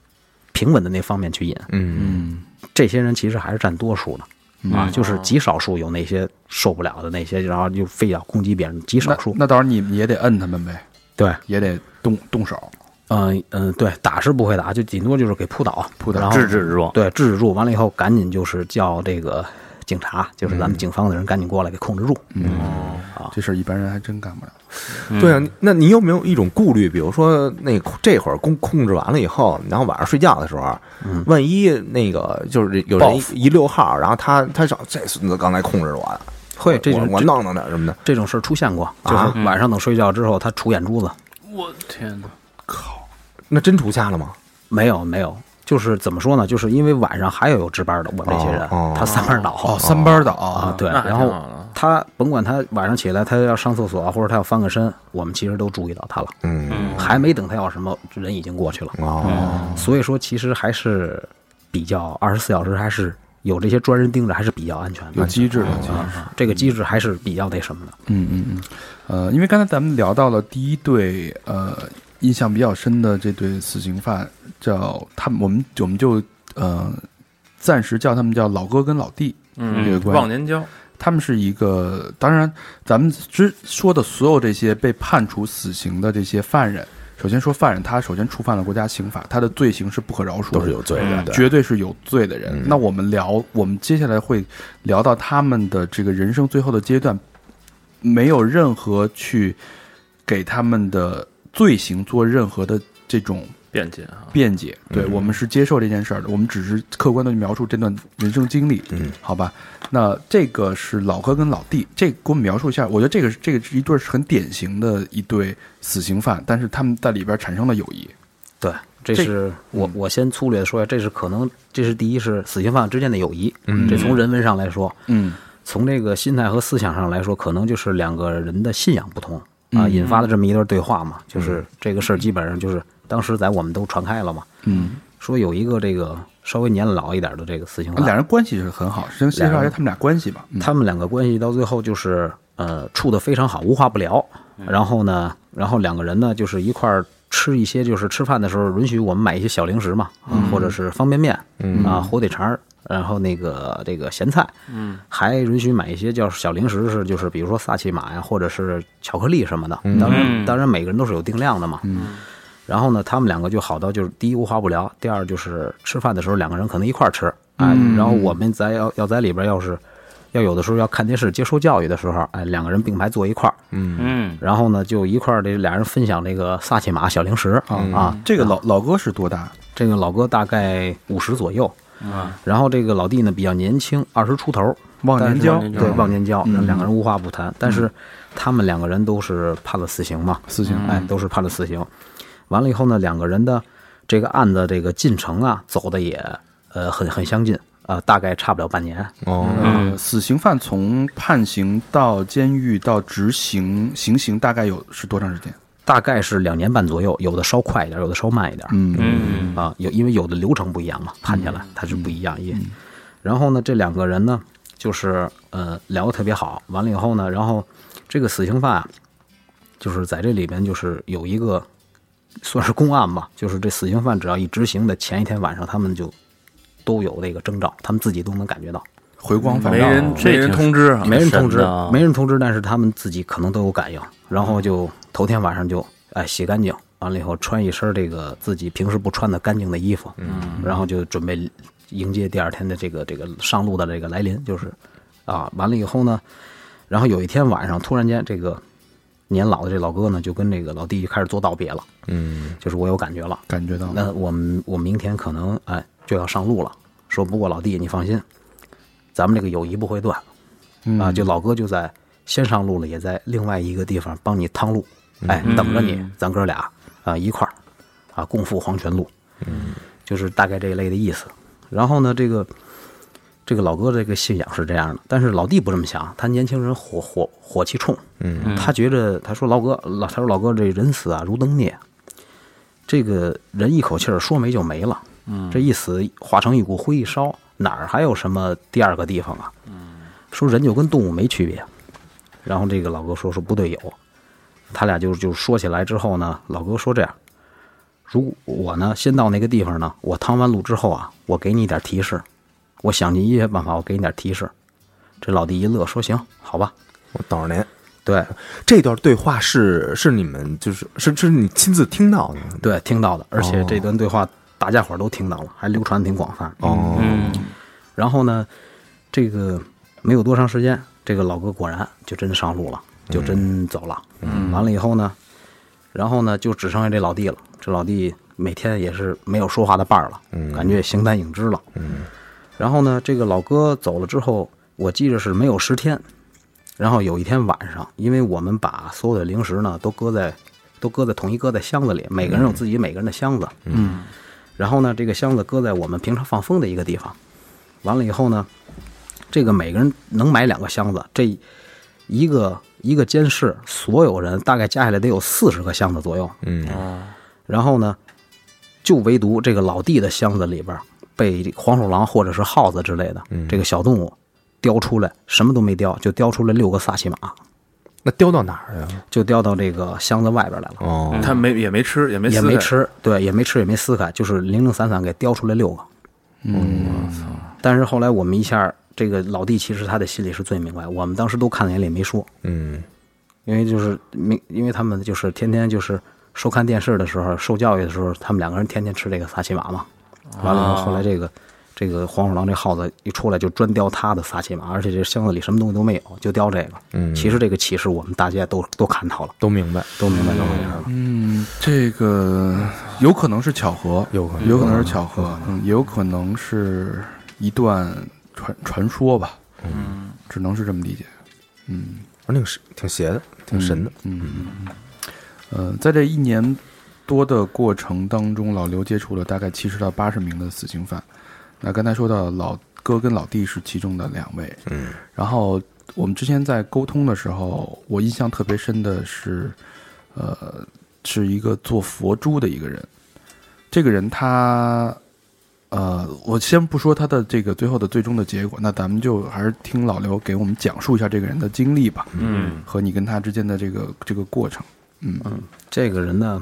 Speaker 4: 平稳的那方面去引。
Speaker 3: 嗯，
Speaker 4: 这些人其实还是占多数
Speaker 2: 嗯
Speaker 4: 的
Speaker 2: 哦
Speaker 4: 啊，就是极少数有那些受不了的那些，然后就非要攻击别人，极
Speaker 2: 那
Speaker 4: 少数。
Speaker 2: 那到时候你们也得摁他们呗，
Speaker 4: 对，
Speaker 2: 也得动动手。
Speaker 4: 嗯、嗯、对，打是不会打，就顶多就是给扑倒，扑倒，然后
Speaker 5: 制止住，
Speaker 4: 对，制止住，完了以后赶紧就是叫这个警察，就是咱
Speaker 2: 嗯
Speaker 4: 们警方的人赶紧过来给控制住。啊
Speaker 2: 这事儿一般人还真干不了。
Speaker 5: 嗯
Speaker 3: 对啊，那你有没有一种顾虑？比如说，那这会儿控控制完了以后，然后晚上睡觉的时候，万一那个就是有人一一溜号，然后他他想这孙子刚才控制我了，
Speaker 4: 会，这
Speaker 3: 我
Speaker 4: 种
Speaker 3: 我弄弄点什么的，
Speaker 4: 这种事儿出现过，
Speaker 5: 嗯
Speaker 4: 就是晚上等睡觉之后，他杵眼珠子，
Speaker 5: 我天哪，
Speaker 3: 那真出家了吗？
Speaker 4: 没有没有，就是怎么说呢？就是因为晚上还有有值班的，我们这些人
Speaker 3: 哦哦，
Speaker 4: 他三班倒
Speaker 2: 哦，三班倒
Speaker 4: 啊，对，
Speaker 5: 那还
Speaker 4: 然
Speaker 5: 挺好的
Speaker 4: 后他甭管他晚上起来，他要上厕所啊或者他要翻个身，我们其实都注意到他了，
Speaker 3: 嗯，
Speaker 4: 还没等他要什么，人已经过去了。
Speaker 3: 哦，
Speaker 2: 嗯
Speaker 4: 所以说，其实还是比较二十四小时还是有这些专人盯着，还是比较安全的。
Speaker 2: 有机制的，
Speaker 4: 啊，这个机制还是比较那什么的。
Speaker 2: 嗯嗯嗯，呃，因为刚才咱们聊到了第一对，呃，印象比较深的这对死刑犯，叫他们，我们我们就呃，暂时叫他们叫老哥跟老弟，这个
Speaker 5: 嗯，
Speaker 2: 关系
Speaker 5: 忘年交，
Speaker 2: 他们是一个，当然，咱们之说的所有这些被判处死刑的这些犯人，首先说犯人，他首先触犯了国家刑法，他的罪行是不可饶恕的，
Speaker 3: 都是有罪的，
Speaker 5: 嗯
Speaker 3: 对
Speaker 2: 绝对是有罪的人。
Speaker 3: 嗯
Speaker 2: 那我们聊，我们接下来会聊到他们的这个人生最后的阶段，没有任何去给他们的罪行做任何的这种
Speaker 5: 辩解啊，
Speaker 2: 辩解。对、
Speaker 3: 嗯
Speaker 2: 我们是接受这件事儿的，我们只是客观的描述这段人生经历，
Speaker 3: 嗯，
Speaker 2: 好吧？那这个是老哥跟老弟，这给我们描述一下。我觉得这个是这个是一对儿是很典型的一对死刑犯，但是他们在里边产生了友谊。
Speaker 4: 对，这
Speaker 2: 这
Speaker 4: 是我我先粗略的说一下，这是可能这是第一是死刑犯之间的友谊，
Speaker 3: 嗯
Speaker 4: 这从人文上来说，
Speaker 2: 嗯
Speaker 4: 从这个心态和思想上来说，可能就是两个人的信仰不同啊，
Speaker 2: 嗯
Speaker 4: 引发了这么一段对话嘛，就是这个事儿基本上就是当时在我们都传开了嘛，
Speaker 2: 嗯，
Speaker 4: 说有一个这个稍微年老一点的这个死刑
Speaker 2: 俩
Speaker 4: 犯，
Speaker 2: 人关系是很好，先介绍一下他们俩关系吧。嗯
Speaker 4: 他们两个关系到最后就是呃处的非常好，无话不聊。然后呢，然后两个人呢就是一块儿吃一些，就是吃饭的时候允许我们买一些小零食嘛，啊或者是方便面，啊火腿肠儿，然后那个这个咸菜，
Speaker 5: 嗯，
Speaker 4: 还允许买一些叫小零食，是就是比如说萨琪玛呀，或者是巧克力什么的。当
Speaker 5: 嗯
Speaker 4: 然，当然每个人都是有定量的嘛。嗯。然后呢，他们两个就好到就是第一无话不聊，第二就是吃饭的时候两个人可能一块儿吃，哎，然后我们在要要在里边要是要有的时候要看电视接受教育的时候，哎，两个人并排坐一块儿，
Speaker 5: 嗯，
Speaker 4: 然后呢就一块儿这俩人分享这个萨琪玛小零食啊，
Speaker 2: 这个老老哥是多大？
Speaker 4: 这个老哥大概五十左右，然后这个老弟呢比较年轻，二十出头，
Speaker 2: 啊忘年交
Speaker 5: 但是忘年交
Speaker 4: 对，忘年交，
Speaker 2: 嗯
Speaker 4: 两个人无话不谈。但是他们两个人都是判了死刑嘛，
Speaker 2: 死刑嗯
Speaker 4: 哎，都是判了死刑。完了以后呢，两个人的这个案子这个进程啊，走的也呃很很相近啊、呃大概差不了半年。
Speaker 3: 哦，
Speaker 2: 呃，死刑犯从判刑到监狱到执行行刑大概有是多长时间？
Speaker 4: 大概是两年半左右，有的稍快一点，有的稍慢一点。
Speaker 2: 嗯
Speaker 5: 嗯，
Speaker 4: 啊，有因为有的流程不一样嘛，判下来它是不一样也。然后呢，这两个人呢，就是呃聊得特别好，完了以后呢，然后这个死刑犯啊，就是在这里边就是有一个算是公案吧，就是这死刑犯只要一执行的前一天晚上，他们就都有那个征兆，他们自己都能感觉到，
Speaker 2: 回光返
Speaker 5: 没
Speaker 2: 照。
Speaker 5: 人没人通知啊，
Speaker 4: 没人通
Speaker 5: 神
Speaker 4: 知
Speaker 5: 的啊，
Speaker 4: 没人通知，但是他们自己可能都有感应，然后就头天晚上就哎洗干净，完了以后穿一身这个自己平时不穿的干净的衣服，嗯，然后就准备迎接第二天的这个这个上路的这个来临，就是啊，完了以后呢，然后有一天晚上突然间这个年老的这老哥呢就跟这个老弟就开始做道别了，
Speaker 3: 嗯
Speaker 4: 就是我有感觉了，
Speaker 2: 感觉到
Speaker 4: 那我们我明天可能哎就要上路了，说不过老弟你放心，咱们这个友谊不会断。啊，就老哥就在先上路了，也在另外一个地方帮你趟路，哎，等着你，咱哥俩啊一块儿啊共赴黄泉路，嗯，就是大概这一类的意思。然后呢，这个这个老哥这个信仰是这样的，但是老弟不这么想，他年轻人火火火气冲，
Speaker 3: 嗯，
Speaker 4: 他觉着他说老哥老他说老哥这人死啊如灯灭，这个人一口气儿说没就没了，嗯，这一死化成一股灰一烧，哪儿还有什么第二个地方啊？嗯，说人就跟动物没区别。然后这个老哥说说不对有，他俩就就说起来之后呢，老哥说这样，如果我呢先到那个地方呢，我趟完路之后啊，我给你一点提示，我想尽一切办法，我给你点提示。这老弟一乐说行，好吧，
Speaker 3: 我等着您。
Speaker 4: 对
Speaker 3: 这段对话是是你们就是是是你亲自听到的
Speaker 4: 对，听到的，而且这段对话大家伙儿都听到了，还流传得挺广泛。
Speaker 3: 哦，
Speaker 5: 嗯，
Speaker 4: 然后呢，这个没有多长时间，这个老哥果然就真上路了，就真走了。嗯，完了以后呢，然后呢就只剩下这老弟了。这老弟每天也是没有说话的伴儿了，
Speaker 3: 嗯
Speaker 4: 感觉也形单影只了。
Speaker 3: 嗯，
Speaker 4: 然后呢，这个老哥走了之后，我记着是没有十天。然后有一天晚上，因为我们把所有的零食呢都搁在都搁在统一搁在箱子里，每个人有自己每个人的箱子。
Speaker 2: 嗯
Speaker 4: 然后呢，这个箱子搁在我们平常放风的一个地方。完了以后呢，这个每个人能买两个箱子，这一个一个监视，所有人大概加起来得有四十个箱子左右。
Speaker 3: 嗯
Speaker 4: 然后呢，就唯独这个老弟的箱子里边被黄鼠狼或者是耗子之类的、这个小动物叼出来，什么都没叼，就叼出来六个萨琪玛，
Speaker 3: 那丢到哪儿呀？
Speaker 4: 就叼到这个箱子外边来了。
Speaker 3: 哦，
Speaker 5: 他没也没吃，也没
Speaker 4: 也
Speaker 5: 撕
Speaker 4: 没
Speaker 5: 开，
Speaker 4: 吃，对，也没吃，也没撕开，就是零零散散给叼出来六个。嗯，但是后来我们一下，这个老弟其实他的心里是最明白，我们当时都看在眼里没说，
Speaker 3: 嗯
Speaker 4: 因为就是明，因为他们就是天天就是收看电视的时候，受教育的时候，他们两个人天天吃这个撒奇玛嘛。完了以后，后来这个这个黄鼠狼这耗子一出来就专叼他的撒奇玛，而且这箱子里什么东西都没有，就叼这个。
Speaker 3: 嗯
Speaker 4: 其实这个启示我们大家都都看到了，
Speaker 3: 都明白，哦
Speaker 4: 都明白怎么回事了。
Speaker 2: 嗯，这个有可能是巧合，
Speaker 3: 有可能
Speaker 2: 有可能是巧合，嗯，也有可能是一段传传说吧，嗯，只能是这么理解。
Speaker 3: 反正挺神挺邪的，挺神的。
Speaker 2: 呃，在这一年多的过程当中，老刘接触了大概七十到八十名的死刑犯。那刚才说到老哥跟老弟是其中的两位，嗯，然后我们之前在沟通的时候，我印象特别深的是，呃，是一个做佛珠的一个人，这个人他。呃，我先不说他的这个最后的最终的结果，那咱们就还是听老刘给我们讲述一下这个人的经历吧，
Speaker 5: 嗯
Speaker 2: 和你跟他之间的这个这个过程。
Speaker 4: 这个人呢，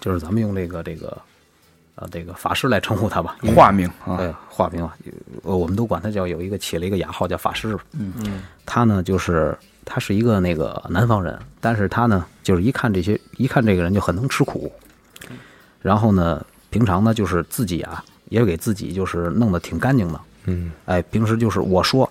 Speaker 4: 就是咱们用这个这个呃这个法师来称呼他吧，因为
Speaker 2: 化名啊，
Speaker 4: 嗯对，化名啊，呃我们都管他叫有一个起了一个雅号叫法师。嗯嗯，他呢就是他是一个那个南方人，但是他呢就是一看这些一看这个人就很能吃苦，然后呢平常呢就是自己啊也给自己就是弄得挺干净的。
Speaker 3: 嗯，
Speaker 4: 哎，平时就是我说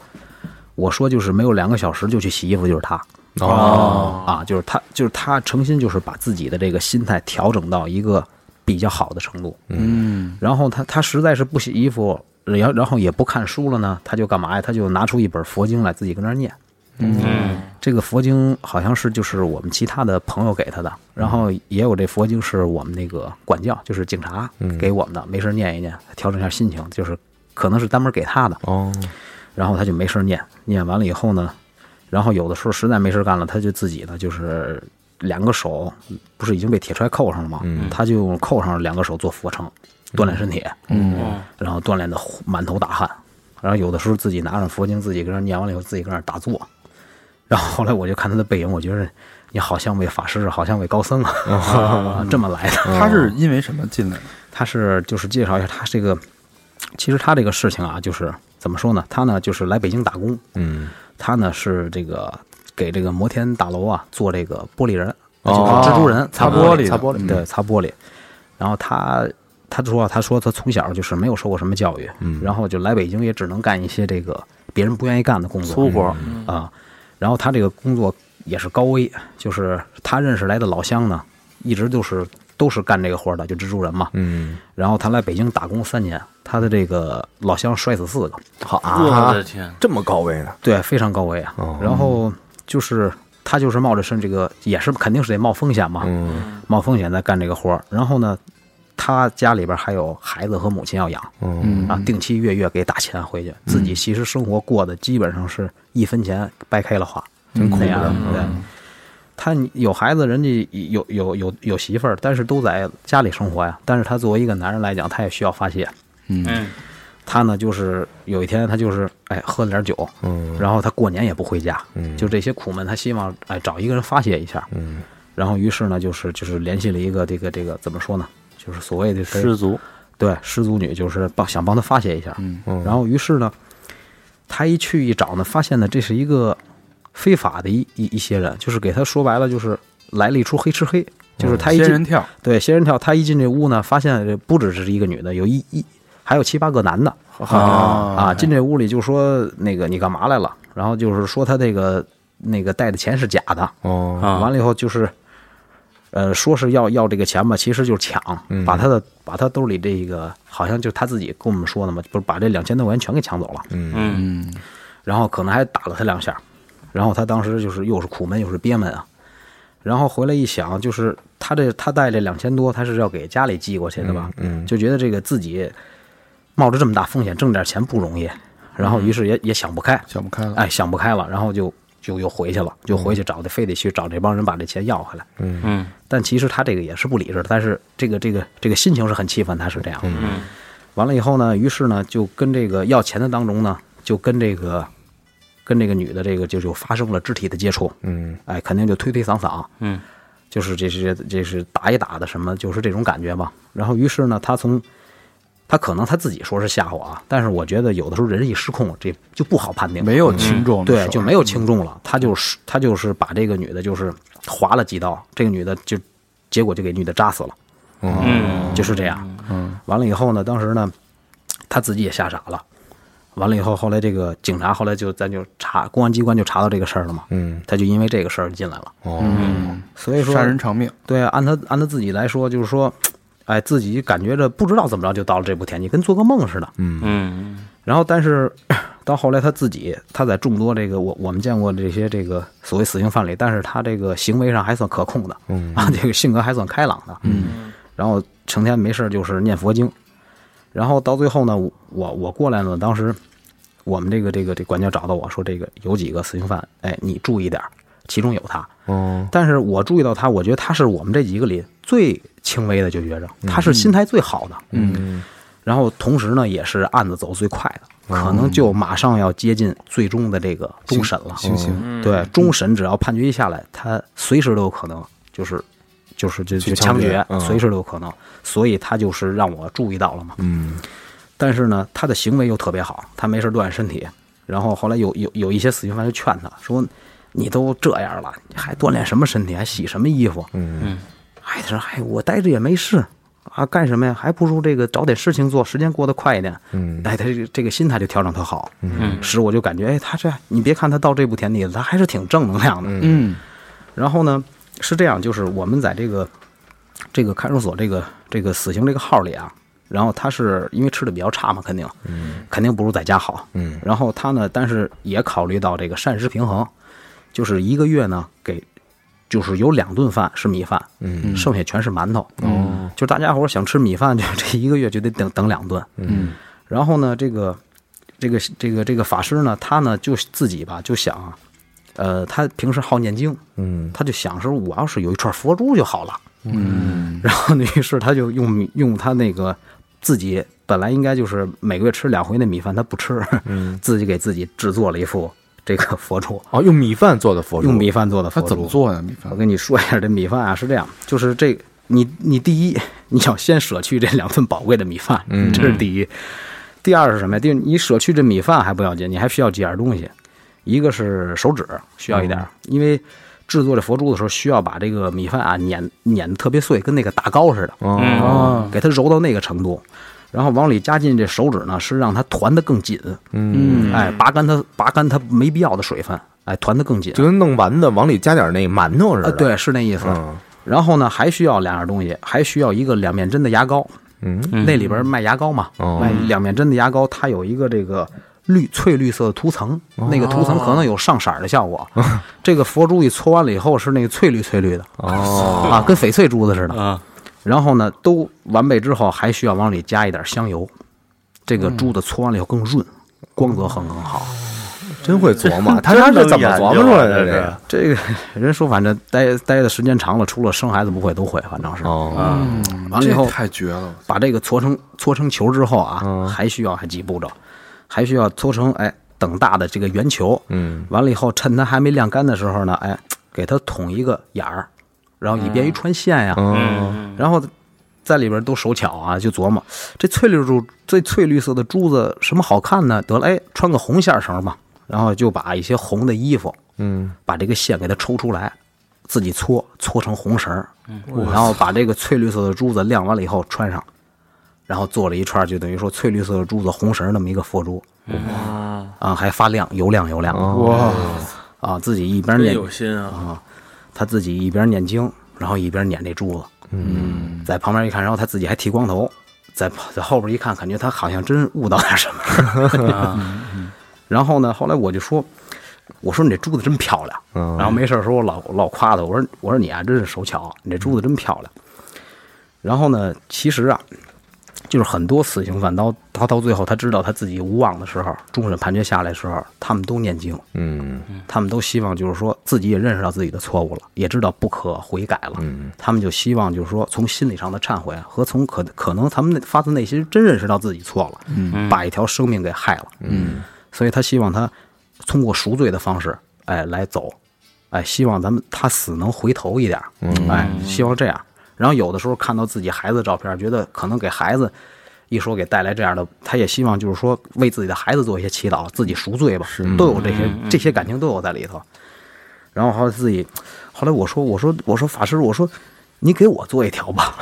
Speaker 4: 我说就是没有两个小时就去洗衣服就是他。
Speaker 3: 哦
Speaker 4: 啊，就是他，就是他诚心就是把自己的这个心态调整到一个比较好的程度，
Speaker 2: 嗯
Speaker 4: 然后他他实在是不洗衣服，然后然后也不看书了呢，他就干嘛呀？他就拿出一本佛经来自己跟那儿念。
Speaker 5: 嗯
Speaker 4: 这个佛经好像是就是我们其他的朋友给他的，然后也有这佛经是我们那个管教，就是警察给我们的，没事儿念一念，调整一下心情，就是可能是单门给他的。
Speaker 3: 哦，
Speaker 4: 然后他就没事儿念，念完了以后呢，然后有的时候实在没事儿干了，他就自己呢就是两个手不是已经被铁钗扣上了吗？他就用扣上两个手做俯卧撑，锻炼身体，
Speaker 2: 嗯
Speaker 4: 然后锻炼的满头大汗，然后有的时候自己拿上佛经，自己跟那儿念完了以后，自己跟那儿打坐。然后后来我就看他的背影，我觉得你好像位法师，好像位高僧啊，这么来的。
Speaker 2: 他是因为什么进来的？
Speaker 4: 他是就是介绍一下他这个，其实他这个事情啊，就是怎么说呢？他呢就是来北京打工，
Speaker 3: 嗯，
Speaker 4: 他呢是这个给这个摩天大楼啊做这个玻璃人，就是蜘蛛人哦擦玻璃，
Speaker 2: 擦玻璃的
Speaker 4: 对，擦玻璃。然后他他说啊他说他从小就是没有受过什么教育，然后就来北京也只能干一些这个别人不愿意干的工作，粗活
Speaker 2: 嗯
Speaker 4: 啊。然后他这个工作也是高危，就是他认识来的老乡呢，一直都是都是干这个活的，就蜘蛛人嘛。
Speaker 3: 嗯，
Speaker 4: 然后他来北京打工三年，他的这个老乡摔死四个，
Speaker 3: 好
Speaker 5: 我
Speaker 3: 啊
Speaker 5: 的，天，
Speaker 3: 这么高危呢？
Speaker 4: 对，非常高危啊。然后就是他就是冒着身这个也是肯定是得冒风险嘛，
Speaker 3: 嗯
Speaker 4: 冒风险在干这个活儿。然后呢，他家里边还有孩子和母亲要养
Speaker 3: 嗯，
Speaker 2: 嗯
Speaker 4: 啊，定期月月给打钱回去，自己其实生活过得基本上是一分钱掰开了花，真苦样对。他有孩子，人家有有有有媳妇儿，但是都在家里生活呀。但是他作为一个男人来讲，他也需要发泄。
Speaker 2: 嗯
Speaker 5: 嗯
Speaker 4: 他呢，就是有一天他就是哎喝了点酒，
Speaker 3: 嗯，
Speaker 4: 然后他过年也不回家，
Speaker 3: 嗯
Speaker 4: 就这些苦闷，他希望哎找一个人发泄一下，
Speaker 3: 嗯，
Speaker 4: 然后于是呢，就是就是联系了一个这个这个怎么说呢，就是所谓的
Speaker 6: 失足，
Speaker 4: 对失足女，就是帮想帮他发泄一下，嗯，然后于是呢，他一去一找呢，发现呢这是一个非法的一一一些人，就是给他说白了就是来了一出黑吃黑，就是他一
Speaker 2: 仙
Speaker 4: 进、
Speaker 2: 人跳，
Speaker 4: 对，仙人跳，他一进这屋呢，发现这不只是一个女的，有一一还有七八个男的啊进这屋里就说那个你干嘛来了？然后就是说他这个那个带的钱是假的，
Speaker 3: 哦，
Speaker 4: 完了以后就是，呃，说是要要这个钱吧，其实就是抢，把他的把他兜里这个好像就他自己跟我们说的嘛，不是把这两千多块钱全给抢走了，
Speaker 5: 嗯
Speaker 4: 然后可能还打了他两下，然后他当时就是又是苦闷又是憋闷啊，然后回来一想，就是他这他带这两千多，他是要给家里寄过去的吧？
Speaker 3: 嗯嗯
Speaker 4: 就觉得这个自己冒着这么大风险挣点钱不容易，然后于是也也想不开，
Speaker 2: 想不开了。嗯
Speaker 4: 哎，想不开了，然后就就又回去了，就回去找的，非得去找这帮人把这钱要回来。
Speaker 5: 嗯
Speaker 4: 但其实他这个也是不理智的，但是这个这个这个心情是很气愤，他是这样。嗯，完了以后呢，于是呢就跟这个要钱的当中呢，就跟这个跟这个女的这个就就发生了肢体的接触。
Speaker 3: 嗯，
Speaker 4: 哎，肯定就推推搡搡，
Speaker 5: 嗯，
Speaker 4: 就是这是这是打一打的什么，就是这种感觉吧。然后于是呢，他从他可能他自己说是吓唬啊，但是我觉得有的时候人一失控，这就不好判定了。
Speaker 2: 没有轻重的时候、
Speaker 4: 嗯
Speaker 2: 嗯
Speaker 4: 对，就没有轻重了。他就是他就是把这个女的，就是划了几刀，这个女的就结果就给女的扎死了，
Speaker 5: 嗯，
Speaker 4: 就是这样。
Speaker 2: 哦嗯
Speaker 4: 完了以后呢，当时呢，他自己也吓傻了。完了以后，后来这个警察后来就咱就查，公安机关就查到这个事儿了嘛，
Speaker 3: 嗯
Speaker 4: 他就因为这个事儿进来了。
Speaker 3: 哦
Speaker 2: 嗯，
Speaker 4: 所以说，
Speaker 2: 杀人偿命，
Speaker 4: 对啊，按他按他自己来说，就是说，哎，自己感觉着不知道怎么着就到了这步田地，跟做个梦似的。
Speaker 3: 嗯
Speaker 5: 嗯，
Speaker 4: 然后，但是到后来他自己，他在众多这个我我们见过这些这个所谓死刑犯里，但是他这个行为上还算可控的，
Speaker 3: 嗯
Speaker 4: [LAUGHS] 啊，这个性格还算开朗的，嗯，然后成天没事儿就是念佛经，然后到最后呢，我我我过来呢，当时我们这个这个这管教找到我说，这个有几个死刑犯，哎，你注意点儿，其中有他，
Speaker 3: 哦
Speaker 4: 但是我注意到他，我觉得他是我们这几个里最轻微的就觉着，他是心态最好的，
Speaker 3: 嗯哦
Speaker 4: 然后同时呢，也是案子走最快的，可能就马上要接近最终的这个终审了。
Speaker 2: 行行，
Speaker 4: 对，终审只要判决一下来，他随时都有可能就是就是就
Speaker 3: 去
Speaker 4: 就
Speaker 3: 枪
Speaker 4: 枪
Speaker 3: 决
Speaker 4: 决
Speaker 3: 嗯，
Speaker 4: 随时都有可能。所以他就是让我注意到了嘛。
Speaker 3: 嗯
Speaker 4: 但是呢，他的行为又特别好，他没事锻炼身体。然后后来有有有一些死刑犯就劝他说：“你都这样了，你还锻炼什么身体？还洗什么衣服？”
Speaker 3: 嗯
Speaker 4: 哎，他说：“哎，我待着也没事啊，干什么呀？还不如这个找点事情做，时间过得快一点。”
Speaker 3: 嗯
Speaker 4: 哎，他这个这个心态就调整特好，嗯，使我就感觉，哎，他这你别看他到这步田地了，他还是挺正能量的。
Speaker 2: 嗯
Speaker 4: 然后呢，是这样，就是我们在这个这个看守所这个这个死刑这个号里啊，然后他是因为吃的比较差嘛，肯定，肯定不如在家好，
Speaker 3: 嗯
Speaker 4: 然后他呢，但是也考虑到这个膳食平衡，就是一个月呢给，就是有两顿饭是米饭，
Speaker 3: 嗯，
Speaker 4: 剩下全是馒头，哦，就是大家伙儿想吃米饭，就这一个月就得等等两顿，
Speaker 2: 嗯
Speaker 4: 然后呢，这个这个这个这个法师呢，他呢就自己吧就想啊，呃，他平时好念经，
Speaker 3: 嗯
Speaker 4: 他就想说，我要是有一串佛珠就好了。
Speaker 2: 嗯
Speaker 4: 然后呢，于是他就用米用他那个自己本来应该就是每个月吃两回那米饭，他不吃， [LAUGHS] 自己给自己制作了一副这个佛珠，
Speaker 3: 哦，用米饭做的佛珠，
Speaker 4: 用米饭做的佛
Speaker 2: 他
Speaker 4: 珠。
Speaker 2: 怎么做呀？米饭
Speaker 4: 我？跟你说一下，这米饭啊是这样，就是这你你第一你要先舍去这两份宝贵的米饭，
Speaker 3: 嗯
Speaker 4: 这是第一。第二是什么呀？第二你舍去这米饭还不要紧，你还需要几样东西，一个是手指需要一
Speaker 2: 嗯
Speaker 4: 点儿，因为制作这佛珠的时候需要把这个米饭啊碾碾的特别碎，跟那个打糕似的，
Speaker 3: 哦
Speaker 2: 啊，
Speaker 4: 给它揉到那个程度。然后往里加进这手指呢，是让它团得更紧，
Speaker 2: 嗯
Speaker 4: 哎，拔干它拔干它没必要的水分，哎，团得更紧。
Speaker 3: 就跟弄丸子往里加点那馒头似
Speaker 4: 啊，
Speaker 3: 的，，
Speaker 4: 对，是那意思。
Speaker 3: 嗯
Speaker 4: 然后呢，还需要两样东西，还需要一个两面针的牙膏，
Speaker 3: 嗯
Speaker 5: 嗯
Speaker 4: 那里边卖牙膏嘛，
Speaker 3: 哦
Speaker 4: 卖两面针的牙膏，它有一个这个绿翠绿色的涂层，
Speaker 3: 哦
Speaker 4: 那个涂层可能有上色儿的效果。
Speaker 3: [LAUGHS]
Speaker 4: 这个佛珠一搓完了以后是那个翠绿翠绿的，
Speaker 3: 哦
Speaker 4: 啊，跟翡翠珠子似的。
Speaker 5: 啊，
Speaker 4: 然后呢，都完备之后，还需要往里加一点香油，这
Speaker 3: 嗯
Speaker 4: 个珠子搓完了以后更润，光泽很更好。
Speaker 3: 真会琢
Speaker 4: [LAUGHS]
Speaker 3: 磨，啊他他是怎么琢磨出来的这个？
Speaker 4: 啊这个人说，反正待待的时间长了，除了生孩子不会都会，反正是。嗯
Speaker 3: 哦，
Speaker 4: 完了以
Speaker 2: 这
Speaker 4: 后，
Speaker 2: 太绝了，
Speaker 4: 把这个搓成搓成球之后啊，
Speaker 3: 嗯
Speaker 4: 还需要还几步骤，还需要搓成哎等大的这个圆球。
Speaker 3: 嗯，
Speaker 4: 完了以后，趁它还没晾干的时候呢，哎，给它捅一个眼儿，然后以便于穿线呀。
Speaker 5: 嗯
Speaker 4: 然后在里边都手巧啊，就琢磨这翠绿珠这翠绿色的珠子什么好看呢？得了，哎，穿个红线绳吧。然后就把一些红的衣服，
Speaker 3: 嗯，
Speaker 4: 把这个线给它抽出来，自己搓搓成红绳儿，然后把这个翠绿色的珠子晾完了以后穿上，然后做了一串儿，就等于说翠绿色的珠子红绳儿那么一个佛珠，
Speaker 5: 啊，
Speaker 4: 啊，还发亮，油亮油亮的，
Speaker 2: 哇，
Speaker 4: 啊，自己一边
Speaker 5: 真
Speaker 4: 念
Speaker 5: 有心啊，
Speaker 4: 他自己一边念经，然后一边捻这珠子，嗯，在旁边一看，然后他自己还剃光头，在在后边一看，感觉他好像真悟到点什么了。 [LAUGHS] 然后呢，后来我就说，我说你这珠子真漂亮。然后没事的时候，我老我老夸他，我说我说你啊，真是手巧，你这珠子真漂亮。然后呢，其实啊，就是很多死刑犯到他到最后，他知道他自己无望的时候，终审判决下来的时候，他们都念经，
Speaker 3: 嗯
Speaker 4: 他们都希望就是说自己也认识到自己的错误了，也知道不可悔改了。他们就希望就是说从心理上的忏悔和从可可能他们内发自内心真认识到自己错了，把一条生命给害了。嗯，所以他希望他通过赎罪的方式，哎，来走，哎，希望咱们他死能回头一点，哎，希望这样。然后有的时候看到自己孩子的照片，觉得可能给孩子。一说给带来这样的，他也希望就是说为自己的孩子做一些祈祷，自己赎罪吧，都有这些这些感情都有在里头。然后后来自己，后来我说我说我说法师我说你给我做一条吧。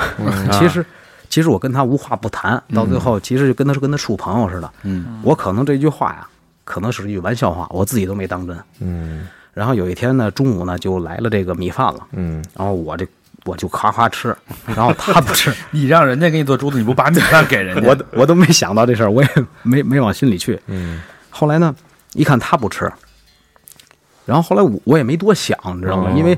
Speaker 4: 其实，其实我跟他无话不谈，到最后其实就跟他是跟他处朋友似的。嗯，我可能这句话呀，可能是一句玩笑话，我自己都没当真。
Speaker 3: 嗯
Speaker 4: 然后有一天呢，中午呢就来了这个米饭了，
Speaker 3: 嗯，
Speaker 4: 然后我这我就夸夸吃，然后他不吃，
Speaker 2: 你让人家给你做珠子，你不把米饭 [LAUGHS] 给人家？
Speaker 4: 我都我都没想到这事儿，我也没没往心里去。
Speaker 3: 嗯
Speaker 4: 后来呢，一看他不吃，然后后来我我也没多想，你知道
Speaker 2: 哦
Speaker 4: 吗？因为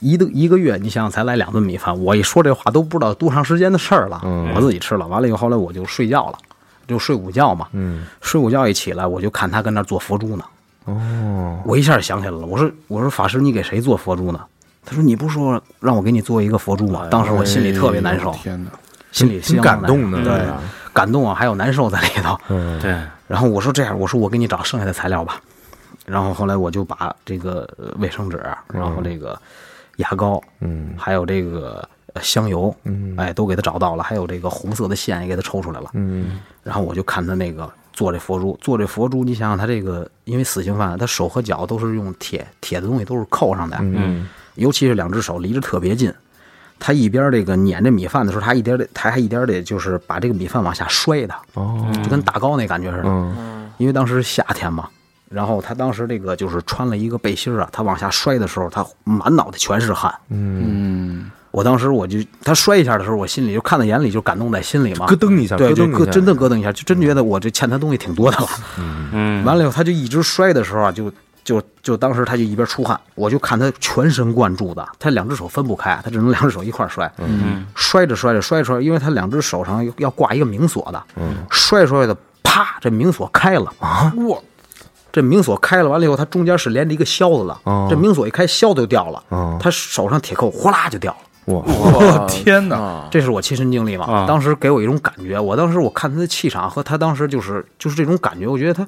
Speaker 4: 一个一个月，你想想才来两顿米饭，我一说这话都不知道多长时间的事儿了。
Speaker 2: 嗯
Speaker 4: 我自己吃了，完了以后，后来我就睡觉了，就睡午觉嘛。
Speaker 3: 嗯
Speaker 4: 睡午觉一起来，我就看他跟那儿做佛珠呢。
Speaker 3: 哦，
Speaker 4: 我一下想起来了，我说我说法师，你给谁做佛珠呢？他说你不说让我给你做一个佛珠吗？当时我心里特别难受
Speaker 2: 哎哎呦，天哪！
Speaker 4: 心里
Speaker 3: 挺
Speaker 4: 相
Speaker 3: 感
Speaker 4: 当
Speaker 3: 动的
Speaker 4: 难受
Speaker 3: 对
Speaker 4: 对
Speaker 3: 吧，
Speaker 4: 感动啊，还有难受在里头。
Speaker 3: [LAUGHS] 嗯
Speaker 5: 对，
Speaker 4: 然后我说这样，我说我给你找剩下的材料吧。然后后来我就把这个呃卫生纸，然后这个牙膏，
Speaker 3: 嗯
Speaker 4: 还有这个呃香油，
Speaker 3: 嗯
Speaker 4: 哎，都给他找到了，还有这个红色的线也给他抽出来了。
Speaker 3: 嗯
Speaker 4: 然后我就看他那个做这佛珠，做这佛珠，你想想他这个，因为死刑犯他手和脚都是用铁铁的东西都是扣上的，
Speaker 5: 嗯
Speaker 4: 尤其是两只手离着特别近。他一边这个碾这米饭的时候，他一点得，他还一点得就是把这个米饭往下摔它，
Speaker 3: 哦
Speaker 4: 就跟打糕那感觉似的。
Speaker 3: 嗯
Speaker 4: 因为当时夏天嘛，然后他当时这个就是穿了一个背心儿啊，他往下摔的时候，他满脑袋全是汗。
Speaker 3: 嗯，
Speaker 2: 嗯，
Speaker 4: 我当时我就他摔一下的时候，我心里就看在眼里，就感动在心里嘛
Speaker 3: 咯。噔一下，
Speaker 4: 对，
Speaker 3: 咯
Speaker 4: 就
Speaker 3: 噔一
Speaker 4: 咯
Speaker 3: 下，
Speaker 4: 真的咯噔一下，就真觉得我这欠他东西挺多的了。
Speaker 5: 嗯，
Speaker 4: 完了以后，他就一直摔的时候啊，就就就当时他就一边出汗，我就看他全神贯注的，他两只手分不开，他只能两只手一块儿摔。嗯，摔着摔着摔着摔着，因为他两只手上要要挂一个冥锁的，
Speaker 3: 嗯
Speaker 4: 摔着摔着，啪，这冥锁开了啊！
Speaker 2: 哇，
Speaker 4: 这冥锁开了，完了以后，它中间是连着一个销子的，
Speaker 3: 哦
Speaker 4: 这冥锁一开，销子就掉了，
Speaker 3: 哦
Speaker 4: 他手上铁扣哗啦就掉了。
Speaker 3: 哇，
Speaker 2: 我天哪！
Speaker 5: 啊，
Speaker 4: 这是我亲身经历嘛？
Speaker 5: 啊
Speaker 4: 当时给我一种感觉，我当时我看他的气场和他当时就是就是这种感觉，我觉得他，